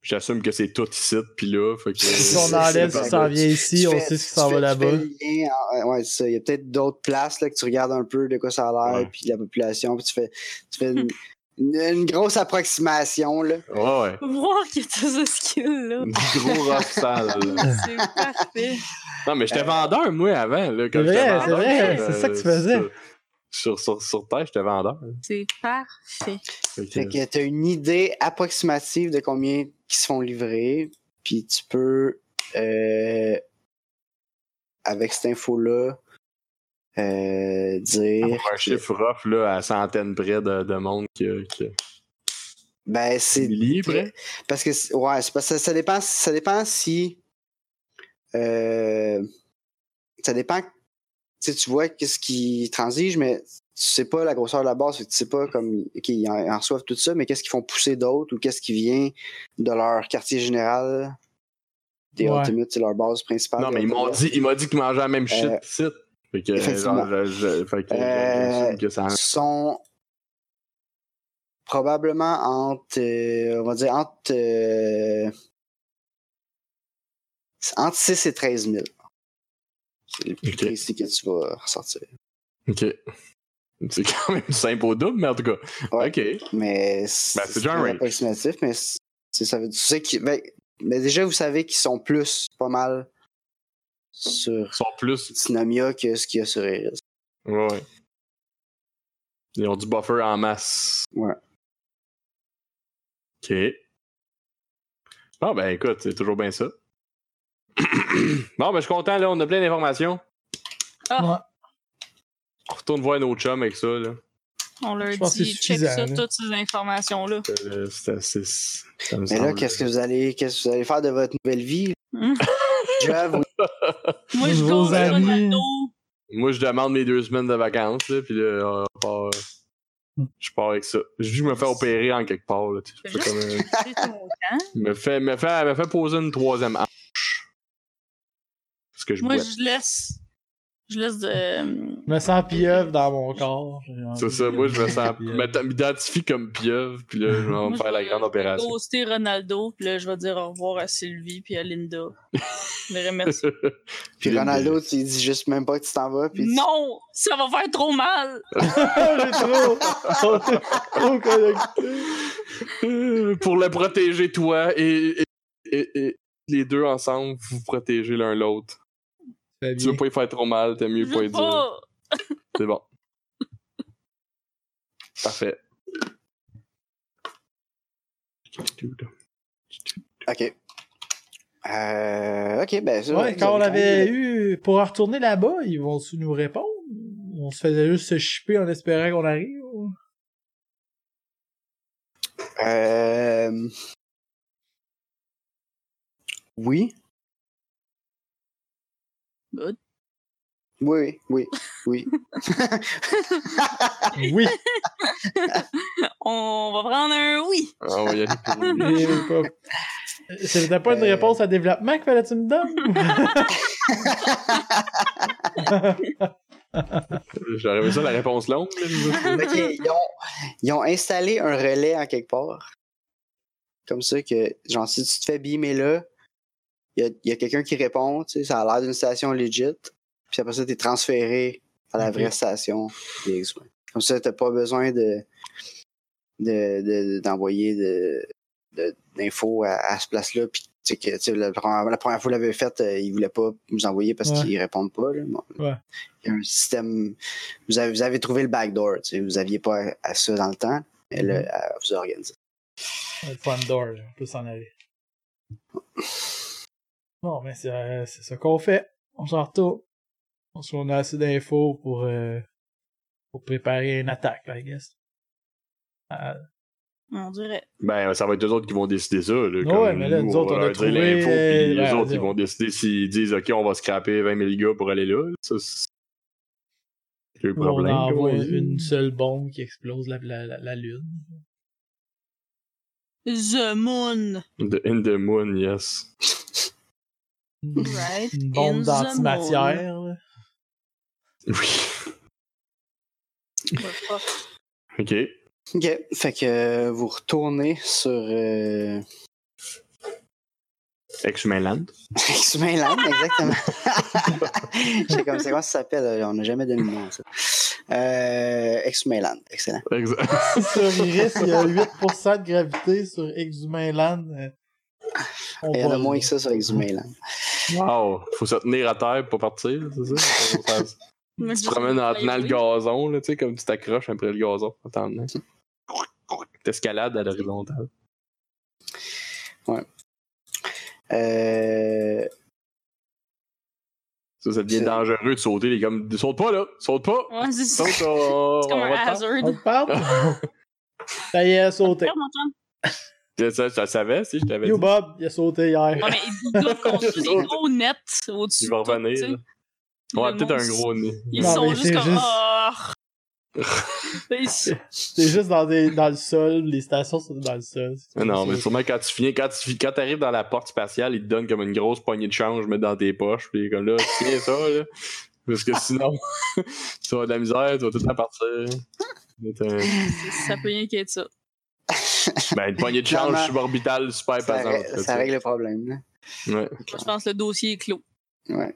J'assume que c'est tout ici, puis là. Fait que, Si on c'est- enlève c'est ce qui pas s'en bon. vient ici, tu on fais- sait ce tu qui s'en fais- va tu là-bas. fais le lien en- ouais, c'est ça. Il y a peut-être d'autres places là, que tu regardes un peu de quoi ça a l'air, Ouais. puis la population, puis tu fais, tu fais une, une- une grosse approximation. Là. Ouais, ouais. Voir que t'as ce skill-là. Du gros rough sale. C'est parfait. Non, mais j'étais vendeur, moi, avant. Là, quand Euh. C'est vrai, j'étais c'est vendeur, vrai, sur, c'est ça que tu euh, faisais. Sur, sur, sur Terre, j'étais vendeur. C'est parfait. Fait que- Fait que tu as une idée approximative de combien qui se font livrer, puis tu peux, euh, avec cette info-là, euh, dire. Pour un chiffre rough là, à centaines près de, de monde que. que... Ben, c'est Milliers près. Parce que c'est- ouais, c'est parce que ça dépend ça dépend si euh, ça dépend tu sais, tu vois qu'est-ce qui transige mais tu sais pas la grosseur de la base, fait que tu sais pas comme qu'ils en, en reçoivent tout ça mais qu'est-ce qu'ils font pousser d'autres ou qu'est-ce qui vient de leur quartier général des Ouais. Ultimates, c'est leur base principale. Non, des mais ils m'ont Ultimates. dit, ils m'ont dit qu'ils mangeaient la même shit Euh, ici. Fait que, effectivement. genre, je, je- fait que, Euh, j'assume que ça. sont probablement entre, euh, on va dire, entre, euh, entre 6 et 13 000. C'est le plus Ok. précis que tu vas ressortir. Ok. C'est quand même simple au double, mais en tout cas. Ouais. Ok. Mais c'est Ben, c'est déjà un très range. approximatif, mais c'est- c'est- ça veut dire tu sais qu'ils- ben, mais déjà, vous savez qu'ils sont plus pas mal sur Ils sont plus. Synomia que ce qu'il y a sur Iris. Ouais. Ils ont du buffer en masse. Ouais. Ok. Ah, ben écoute, c'est toujours bien ça. bon, ben je suis content, là, on a plein d'informations. Ah. On retourne voir nos chums avec ça, là. On leur Je pense que dit, c'est check suffisant, ça, là. toutes ces informations-là. Euh, c'est assez- ça me Mais là, semble- qu'est-ce que vous allez qu'est-ce que vous allez faire de votre nouvelle vie? Hum. Job ou Moi, je Nouveaux cause un amis. bateau. Moi, je demande mes deux semaines de vacances, là, puis là, euh, on part- je pars avec ça. Je dis, je me fais opérer en quelque part, là. tu sais. Je fais comme, euh, C'est ton temps. me, fait, me, fait, me fait poser une troisième hanche. Parce que je Moi, bois. je laisse. Je laisse euh, de. Je me sens pieuvre dans mon corps. J'ai envie C'est ça, de- moi, je me sens. Pieuvre. m'atta- m'identifie comme pieuvre, puis là, je vais me Moi, faire la je- grande opération. Toaster Ronaldo, puis là, je vais dire au revoir à Sylvie puis à Linda. Je les remercie. Puis Ronaldo, tu lui dis juste même pas que tu t'en vas. Puis tu- Non! Ça va faire trop mal! J'ai trop. Oh. on est trop connectés. Euh, Oh, Pour le protéger, toi et, et- et- et les deux ensemble, vous protégez l'un l'autre. Très Tu veux bien. pas y faire trop mal, t'as mieux Je pas veux y dire. pas! C'est bon. Parfait. Ok. Euh, ok, ben ça. Ouais, quand on l'avait eu, pour en retourner là-bas, ils vont nous répondre? On se faisait juste se chipper en espérant qu'on arrive? ou? Euh... Oui. Good. Oui, oui, oui. Oui! On va prendre un oui! Ah, on va y aller pour lui. Et pas- C'était pas une Euh. réponse à développement qu'il fallait que tu me donnes? J'aurais aimé ça la réponse longue. là. Ok, ils ont, ils ont installé un relais en quelque part. Comme ça que, genre, si tu te fais bimer là, Il y a, il y a quelqu'un qui répond, tu sais, ça a l'air d'une station legit. Puis après ça, t'es transféré à la Ok. vraie station des X-Wing. Comme ça, t'as pas besoin de de- de- d'envoyer de, de- d'infos à, à ce place-là. Puis tu sais que tu sais, la, première, la première fois qu'il l'avait fait, euh, il voulait pas nous envoyer parce Ouais. qu'ils répondent pas. là. Bon. Ouais. Il y a un système. Vous avez, vous avez trouvé le backdoor. tu sais, Vous aviez pas à, à ça dans le temps. Elle Mhm. vous a organisé. Un front door, genre, on peut s'en aller. Bon, mais c'est euh, c'est ça qu'on fait. On s'en retourne. Je pense qu'on a assez d'infos pour, euh, pour préparer une attaque, I guess. Ah, On dirait. Ben, ça va être eux autres qui vont décider ça. Là, Ouais, comme mais là, nous autres, va on a leur dire trouvé, l'info, puis euh, eux ben, autres, ils on- vont décider s'ils disent OK, on va scraper 20 000 gars pour aller là. Ça, c'est c'est le on problème. comme envoie on dit. une seule bombe qui explose la, la, la, la lune. The moon. The- in the moon, yes. Une, Right. une bombe in the d'antimatière. là. Oui. moon. Ouais, pas- OK. Ok, fait que euh, vous retournez sur euh, Ex-Human Land. X-Men Land, exactement. J'étais comme, c'est comment ça s'appelle? euh, On n'a jamais donné le nom à ça. Euh, X-Men Land, excellent. Ex- sur Iris, il y a 8% de gravité sur Exhumain Land. euh, on Il y en a voit- moins que ça sur X-Men Land. wow. Faut se tenir à terre pour partir, c'est ça? Faut faire- Moi, tu je te promènes en dis- tenant le gazon, là, tu sais, comme tu t'accroches après le gazon. en t'en tenant. T'escalades à l'horizontale. Euh, Ça, ça devient C'est- dangereux de sauter. Les gars me- saute pas, là! Saute pas! Ouais, c'est ça. Saute, on, on C'est comme un va te faire. hazard. On te parle? ça y est, il a sauté. Regarde, mon chum. Tu ça, ça savais, si je t'avais dit. Yo Bob, il a sauté hier. Ouais, mais ils doivent construire des gros nets au-dessus. Il va de tout, revenir, tu sais. là. Le Ouais, peut-être un monde, gros nez. Ils Non, mais sont c'est juste comme. juste- Ah. Ils- C'est juste dans, des, dans le sol, les stations sont dans le sol. Mais Ah Non, mais sûrement quand tu finis, quand tu quand t'arrives dans la porte spatiale, ils te donnent comme une grosse poignée de change, mettre dans tes poches, puis comme là, tiens ça, là. Parce que sinon, tu vas de la misère, tu vas tout le temps partir. C'est un- Ça peut rien qu'être ça. Ben, une poignée de change Clairement. suborbitale super ça, pesante. rè- là, ça tu sais. règle le problème. là. Ouais. Moi, je pense que le dossier est clos. Ouais.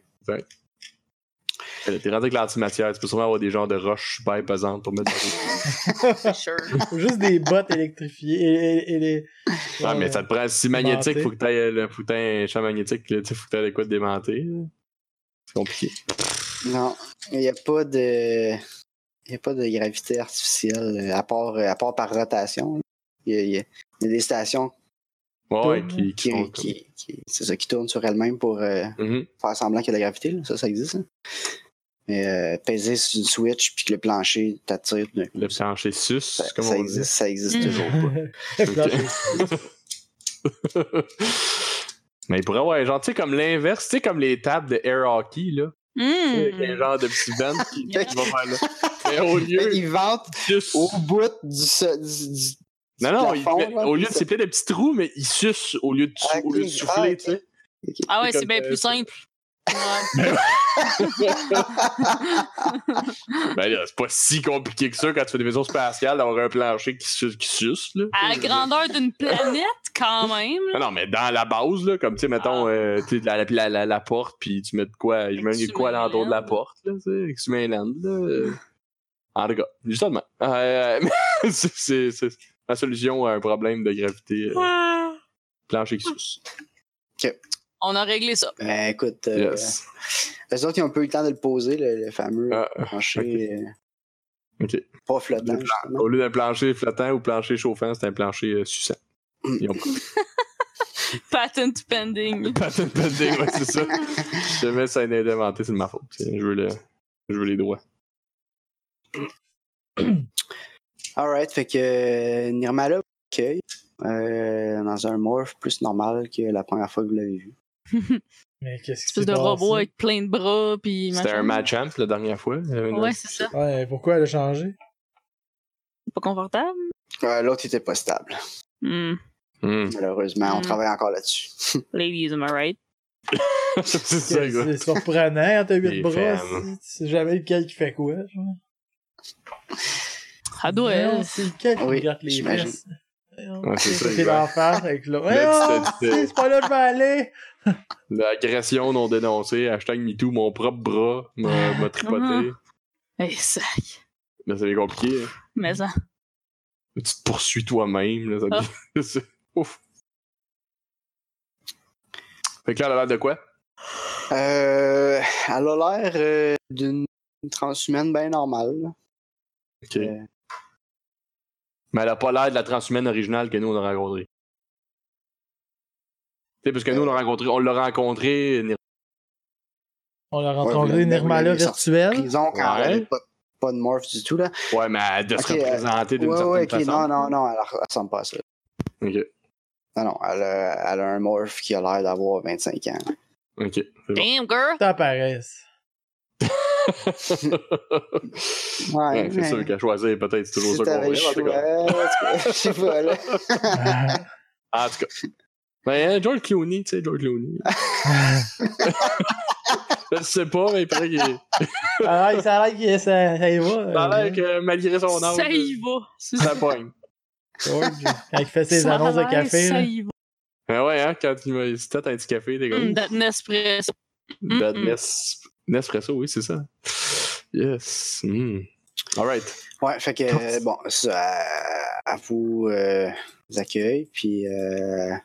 T'es rendu avec l'antimatière, tu peux sûrement avoir des genres de roches super pesantes pour mettre dans tes C'est sûr. Faut juste des bottes électrifiées. Et, et- et les... Ouais, Ah, mais ça te prend si magnétique, Démenté. faut que t'aies le- faut que t'aies un champ magnétique, là, tu sais, faut que t'aies de quoi de démenter. là. C'est compliqué. Non, il n'y a pas de. Il n'y a pas de gravité artificielle, euh, à part, euh, à part par rotation. là. Il y, a- il y a- il y a des stations Ouais, Tourne, qui, qui, qui, sont qui, qui- c'est ça, qui tournent sur elles-mêmes pour euh, comme- Mhm. faire semblant qu'il y a de la gravité. là. Ça, ça existe. là. Mais euh, peser sur une switch puis que le plancher t'attire tout d'un coup, Le plancher sus, Ça, comme ça on existe, ça existe Mm. toujours. dit. Mais il pourrait avoir un genre, tu sais, comme l'inverse, tu sais, comme les tables de air hockey, là. Avec un Mmh. genre de petit band qui, qui va faire là. Mais au lieu, Ils vantent sus. au bout du. se- du- du- Non, non, du il plafond, met- là, au lieu de puis ça- siffler des petits trous, mais il suce au lieu de, Ah, au lieu de ok. souffler, Ah, tu sais. Ah ouais, C'est c'est comme, bien euh, plus simple. Ouais. Ben là, c'est pas si compliqué que ça quand tu fais des maisons spatiales d'avoir un plancher qui, su- qui suce, là. À la grandeur d'une planète, quand même. là. Non, non, mais dans la base, là, comme, tu sais, mettons, euh, tu sais, la, la, la, la, la porte, puis tu mets de quoi, je mets de quoi dans l'entour de la porte, là, tu sais, avec ce mainland, là. euh. En tout cas, justement. Euh, mais c'est- c'est c'est la solution à un problème de gravité. euh, plancher qui suce. On a réglé ça. Ben, écoute, euh, Yes. eux autres, ils ont peu eu le temps de le poser, le, le fameux Ah, plancher. euh, Ok. Pas flottant, Le justement. Au lieu d'un plancher flottant ou plancher chauffant, c'est un plancher euh, suçant. Ils ont Patent pending. Patent pending, ouais, c'est ça. Si jamais ça a été inventé, c'est de ma faute. Je veux, le... je veux les droits. Alright, fait que euh, Nirmala vous accueille euh, dans un morph plus normal que la première fois que vous l'avez vu. Mais qu'est-ce qui s'est espèce de passé? robot avec plein de bras. Puis C'était machin. un match-amp la dernière fois. Il y avait une- Ouais, c'est ça. Ouais, pourquoi elle a changé? C'est Pas confortable. Euh, L'autre était pas stable. Hmm. Hmm. Malheureusement, on Mm. travaille encore là-dessus. Ladies, am I right? c'est ça, C'est gars. c'est surprenant quand t'as 8 Les bras. femmes. si- Tu sais jamais lequel qui fait quoi. Genre. Ça doit Non, être. C'est lequel qui Oui, regarde les j'imagine. fesses. c'est ça, C'est exact. l'enfer avec l'autre. Le Eh, petit oh, habitude. c'est pas là que je vais aller! L'agression non dénoncée, hashtag MeToo, mon propre bras m'a m'a tripoté. Eh, ça, Là, ça devient compliqué. hein. mais ça. Tu te poursuis toi-même. là, ça Ah. devient- c'est- Ouf. Fait que là, elle a l'air de quoi? Euh, elle a l'air euh, d'une transhumaine bien normale. là. Ok. Euh. Mais elle a pas l'air de la transhumaine originale que nous, on a rencontrée. Tu sais, parce que nous, on Euh, l'a rencontré, on l'a rencontré, Nir- On l'a Ouais, rencontré vous l'avez- Nirmala vous l'avez virtuelle. Disons qu'elle Ouais. avait pas, pas de morph du tout, là. ouais, mais de se Ok, euh, représenter d'une Ouais, certaine ouais, ok, façon. non, non, non, elle elle ressemble pas à ça. Ok, Non, non, elle a, elle a un morph qui a l'air d'avoir 25 ans. ok. c'est bon. Damn, girl! Ça apparaisse. ouais, Ouais, c'est mais- sûr qu'à choisir, peut-être, c'est toujours Si ça qu'on t'avais le veut. en tout choix, cas. en tout cas, je sais pas, là. Ah. En tout cas. Ben, hein, George Clooney, tu sais, George Clooney. Je sais pas, mais il paraît qu'il est. Ah ouais, ça a l'air que ça, ça y va. Ça a euh, l'air que malgré son âge, Ça y va! C'est ça pogne. George, quand il fait ses Ça a annonces de l'air, café. Ça là. y va. Ben ouais, hein, quand il m'a hésité un petit café, les gars. Hum, that Nespresso. Mm, Ben, mm. Nes- Nespresso, oui, c'est ça. Yes. Mm. All right. Ouais, fait que, euh, bon, ça, elle- elle vous euh, vous accueille, puis euh,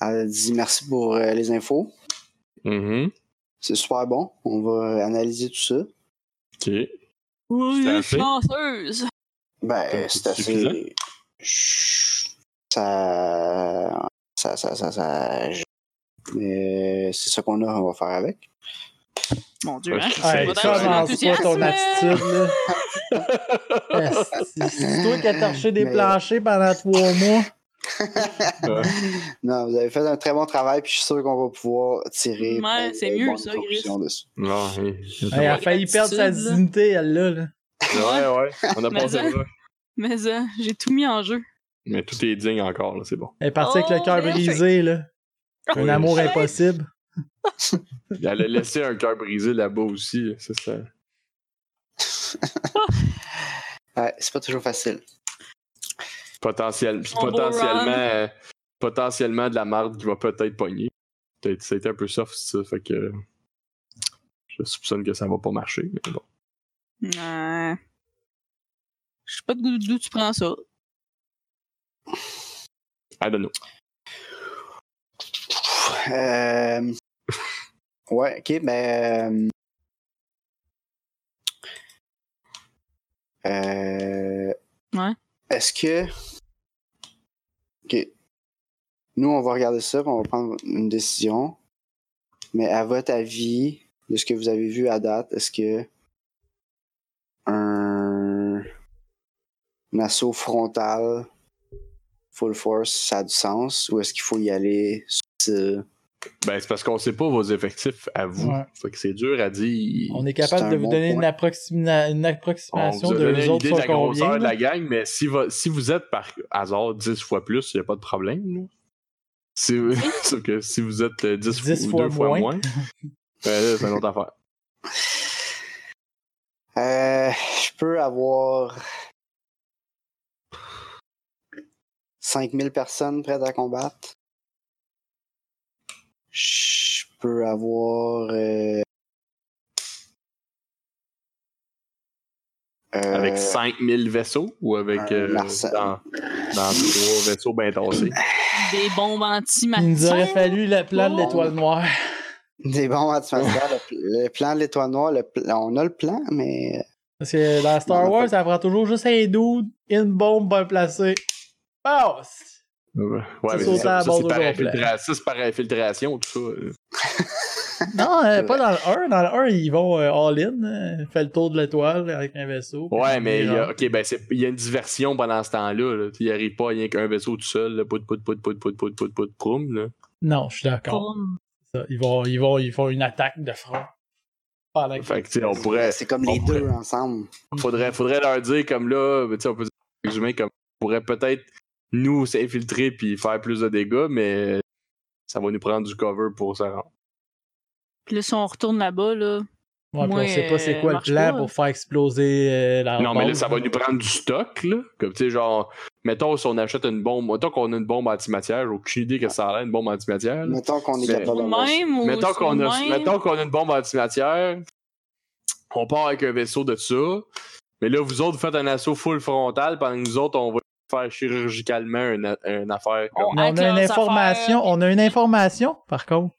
elle dit merci pour euh, les infos. Mhm. C'est super bon. On va analyser tout ça. OK. Euh, Oui, C'est je assez. suis chanceuse! Ben, Comme c'est c'est suffisant? assez. Chut. Ça. Ça, ça, ça, ça. je- Mais c'est ça qu'on a, on va faire avec. Mon dieu, hein? Ok. Ouais, C'est pas commence pas d'enthousiasme. ton attitude, là. Esti, C'est toi qui as torché des Mais- planchers pendant trois mois. Non, vous avez fait un très bon travail, puis je suis sûr qu'on va pouvoir tirer. Ouais, plein c'est de mieux, bonnes ça, conclusions dessus. Non, hey. Ouais, elle a failli perdre sa Gratitude, là. dignité, elle, là. là. Ouais, ouais. On a Mais passé ça- là. Mais euh, j'ai tout mis en jeu. Mais tout est digne encore, là, c'est bon. Elle est partie avec le Oh, cœur merde. brisé, là. Un Oui. amour impossible. Elle a laissé un cœur brisé là-bas aussi, c'est ça. Ouais, c'est pas toujours facile. Potentiel- puis Mon beau potentiellement, Ron. euh, potentiellement de la marde qui va peut-être pogner. Peut-être ça a été un peu soft, ça, fait que je soupçonne que ça va pas marcher, mais bon. Ouais. Je sais pas d'où d'où tu prends ça. I don't know. Euh... Ouais, ok, ben. Euh... euh, Ouais. Est-ce que. Ok. Nous, on va regarder ça, puis on va prendre une décision. Mais à votre avis, de ce que vous avez vu à date, est-ce que. Un. Un assaut frontal, full force, ça a du sens? Ou est-ce qu'il faut y aller subtil? Ben, c'est parce qu'on sait pas vos effectifs à vous. Ouais. Fait que c'est dur à dire. On est C'est capable un de vous bon donner une, point. approxima- une On approximation vous a de donné les une autres idée de sont la grosseur combien. de là. la gang, mais si, va- si vous êtes par hasard 10 fois plus, il n'y a pas de problème. là. Si, sauf que si vous êtes euh, 10, 10 fois fois, 2 fois moins, moins. ben là, c'est une autre affaire. Euh, je peux avoir 5000 personnes prêtes à combattre. Je peux avoir euh, Avec euh, 5000 vaisseaux ou avec un euh, arsen- dans, dans trois vaisseaux bien tassés? Des Il nous bombes aurait anti-matières. fallu le plan de l'étoile noire. des bons antimatières, le, pl- le plan de l'étoile noire, le pl- on a le plan, mais Parce que dans Star Wars, ça prend toujours juste un dude, une bombe bien placée. Passe! Ouais, C'est mais sauté à ça, ça, bord c'est par au complet. infiltra- ça, c'est par infiltration, tout ça. euh. Non, euh, C'est pas dans le 1. Dans le 1, ils vont euh, all-in. euh, fait le tour de l'étoile avec un vaisseau. Ouais, Puis, mais il y, a, euh, ok, ben, c'est- il y a une diversion pendant ce temps-là. là. Il arrive pas rien qu'un vaisseau tout seul. Là. Pout, pout, pout, pout, pout, pout, pout, pout, proum. Là. Non, je suis d'accord. Boum. Ça, Ils, vont, ils, vont, ils font une attaque de front. Pendant que- Fait que, tu sais, on pourrait. c'est comme les on deux ensemble. faudrait, faudrait leur dire comme là, ben, tu sais, on peut dire les humains comme on pourrait peut-être nous s'infiltrer puis faire plus de dégâts, mais ça va nous prendre du cover pour ça. Puis là, si on retourne là-bas, là, Ouais, puis Moi, on sait pas c'est quoi euh, le marche plan pas. pour faire exploser euh, la Non, mais là, bombe. ça va nous prendre du stock, là. Comme, tu sais, genre, mettons, si on achète une bombe, mettons qu'on a une bombe antimatière, j'ai aucune idée que ça a l'air, une bombe antimatière. là. Mettons qu'on est Mais- capable d'avoir ça. Nous-mêmes ou Mettons qu'on a, nous-mêmes? mettons qu'on a une bombe antimatière, on part avec un vaisseau de ça, mais là, vous autres, vous faites un assaut full frontal, pendant que nous autres, on va faire chirurgicalement une, a- une affaire. On- Comme... Mais on Avec a une leurs information, affaires, on a une information, par contre.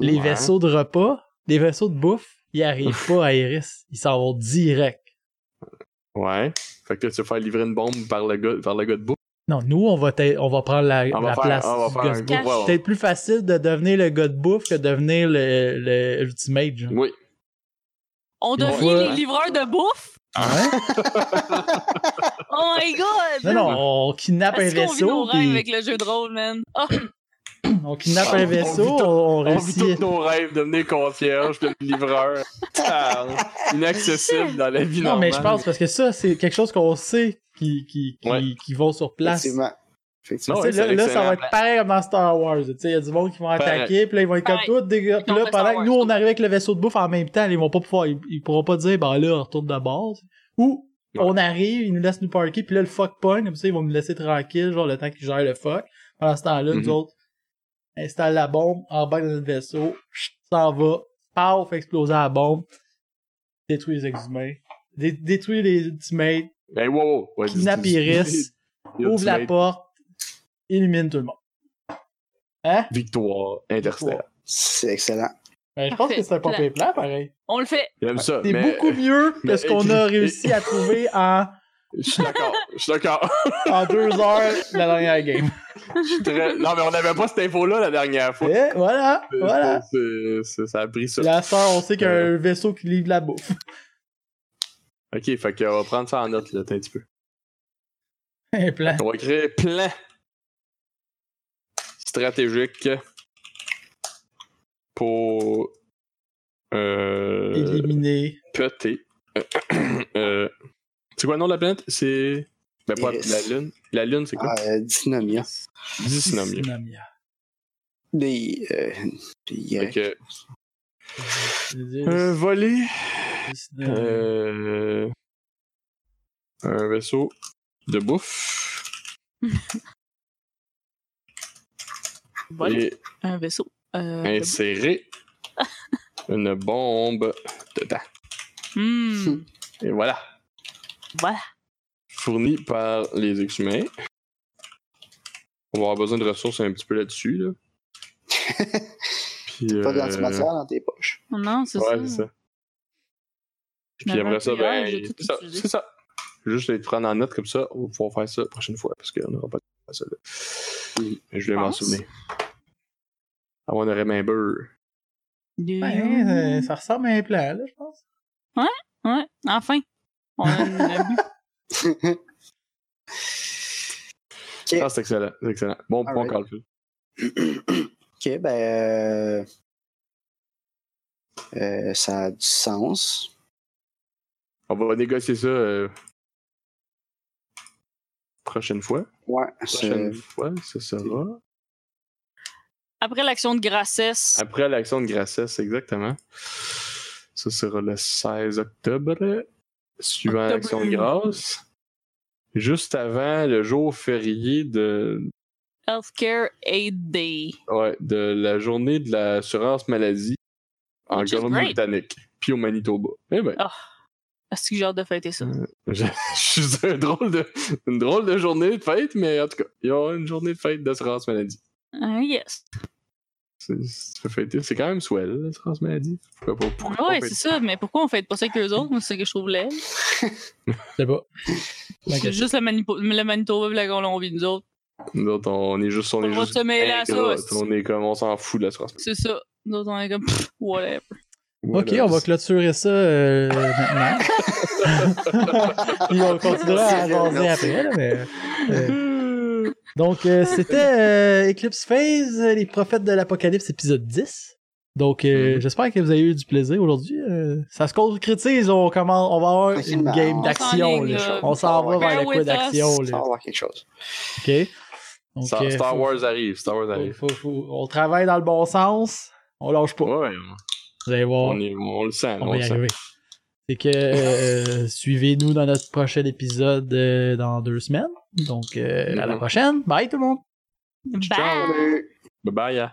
Les Ouais. vaisseaux de repas, les vaisseaux de bouffe, ils arrivent pas à Iris. Ils s'en vont direct. Ouais. Fait que là, tu vas faire livrer une bombe par le gars, par le gars de bouffe. Non, nous, on va, t'a- on va prendre la, On la va faire, place. on du va gars faire de un bouffe. gros- Cache. ouais, C'est ouais. peut-être plus facile de devenir le gars de bouffe que de devenir le, le ultimate. genre. Oui. On Une devient fois- les livreurs de bouffe? Ah. Hein? Oh my god! Non, non, on kidnappe un Est-ce qu'on vit vaisseau, nos rêves puis avec le jeu de rôle, man? Ah, on kidnappe On- un on vit vaisseau, tout- on, on On vit réussit. tous nos rêves, devenir concierge, devenir livreur. Ah, Inaccessible dans la vie Non, mais je normale. pense parce que ça, c'est quelque chose qu'on sait qui, qui, qui, Ouais. qui vont sur place. Effectivement. Effectivement. Non, Tu sais, ouais, là, c'est là, ça excellent. va être pareil comme dans Star Wars. tu sais, Il y a du monde qui vont Pareil. attaquer, puis là, ils vont être comme Pareil. tout. Des... gars. Puis on là, fait Star pendant que Wars, nous, on donc. arrive avec le vaisseau de bouffe en même temps, ils vont pas pouvoir, ils, ils pourront pas dire, ben là, on retourne de base. Ou, Ouais. on arrive, ils nous laissent nous parker, puis là, le fuck pogne, comme ça, ils vont nous laisser tranquille, genre, le temps qu'ils gèrent le fuck. Pendant ce temps-là, Mhm. nous autres, installe la bombe, embarque dans notre vaisseau, chut, s'en va, paf, fait exploser la bombe, détruit les ex-humains, dé- détruit les ultimates, Ben, wow, wow. Ouais, kidnappe dis- dis- Iris, dis- ouvre la dis- porte, illumine tout le monde. Hein? Victoire interstellaire. C'est excellent. Ben, je pense Parfait. que c'est un pas Plan. pire plan, pareil. on le fait. J'aime ça. C'est mais- euh, beaucoup mieux que mais- ce qu'on a réussi à trouver en, Je suis d'accord. Je suis d'accord. en deux heures de la dernière game. Je suis très- Non, mais on n'avait pas cette info-là la dernière fois. Et voilà, C'est- voilà. c'est- c'est- ça a pris ça. La sœur, on sait qu'il y a Euh. un vaisseau qui livre la bouffe. Ok, fait qu'on va prendre ça en note, là, un petit peu. Un plan. On va écrire plan stratégique pour euh, Éliminé. péter. euh, c'est quoi le nom de la planète? C'est. Ben, pas Iris. la Lune. La Lune, c'est quoi? Ah, euh, Dysnomia. Dysnomia. Dysnomia. Des. euh, des Y. Fait que, un Dys- volet. Dysnomia. Euh, un vaisseau de bouffe. Voilà. Et Un vaisseau. Euh, de- insérer une bombe dedans. Hmm, Et voilà. Voilà. Fourni par les ex-humains. On va avoir besoin de ressources un petit peu là-dessus. Là. Puis, Pas euh, d'antimatière dans tes poches. Non, c'est Ouais, c'est ça. ça. Puis après ça, ben, c'est ça, c'est ça. Juste les prendre en note comme ça, on va pouvoir faire ça la prochaine fois parce qu'on n'aura pas de temps à ça. Là. Oui. Mais je vais m'en Pense. souvenir. Ah I wanna remember. Ben, euh, Ouais, ça ressemble à un plan, là, je pense. ouais, enfin. On a une- Ok. Ah, c'est excellent, c'est excellent. Bon, bon Alright. calcul. ok, ben. euh, euh, ça a du sens. On va négocier ça euh, prochaine fois. Ouais, Prochaine c'est- fois, ça sera. Après l'action de grassesse, Après l'action de Gracès, exactement. Ça sera le 16 octobre, suivant Octobre. l'action de grâce. Juste avant le jour férié de, Healthcare Aid Day. ouais, de la journée de l'assurance maladie en Which is Colombie-Britannique, puis au Manitoba. Eh ben, Ah, est-ce que j'ai hâte de fêter ça? je, je suis un drôle de, une drôle de journée de fête, mais en tout cas, il y aura une journée de fête d'assurance maladie. Ah, yes. C'est- Si tu veux fêter, c'est quand même swell, l'assurance maladie. Pourquoi pas? Pourquoi pas ouais, fêter c'est ça, mais pourquoi on fête pas ça avec eux autres? Moi, C'est ce que je trouve laid. C'est pas. C'est juste le, Manipo- le Manitoba et la Colombie, nous autres. Nous autres, on est juste, on On est va juste se mêler à ça, ingrats. hostie. On est comme, on s'en fout de l'assurance. C'est ça. Nous autres, on est comme, pff, whatever. Ok, on va clôturer ça euh, maintenant. Puis on continuera à avancer après. là, mais, euh, Euh, donc, euh, c'était euh, Eclipse Phase, euh, les prophètes de l'Apocalypse, épisode 10. Donc, euh, Mhm. j'espère que vous avez eu du plaisir aujourd'hui. euh, ça se concrétise, on, commence, on va avoir une Tranquillement. game On d'action. s'enligne, là. là. On s'en va vers Bear le quoi with d'action. Ça là. va avoir quelque chose. Ok. Donc, Star, euh, Star faut- Wars arrive, Star Wars faut- arrive. faut- faut- on travaille dans le bon sens, on lâche pas. Ouais, ouais. Vous allez voir, On, est- on le sent. on on va le y sent. arriver. C'est que euh, suivez-nous dans notre prochain épisode euh, dans deux semaines. Donc, euh, à la Mhm. prochaine. Bye tout le monde! Bye! Ciao. Salut! Bye bye. hein.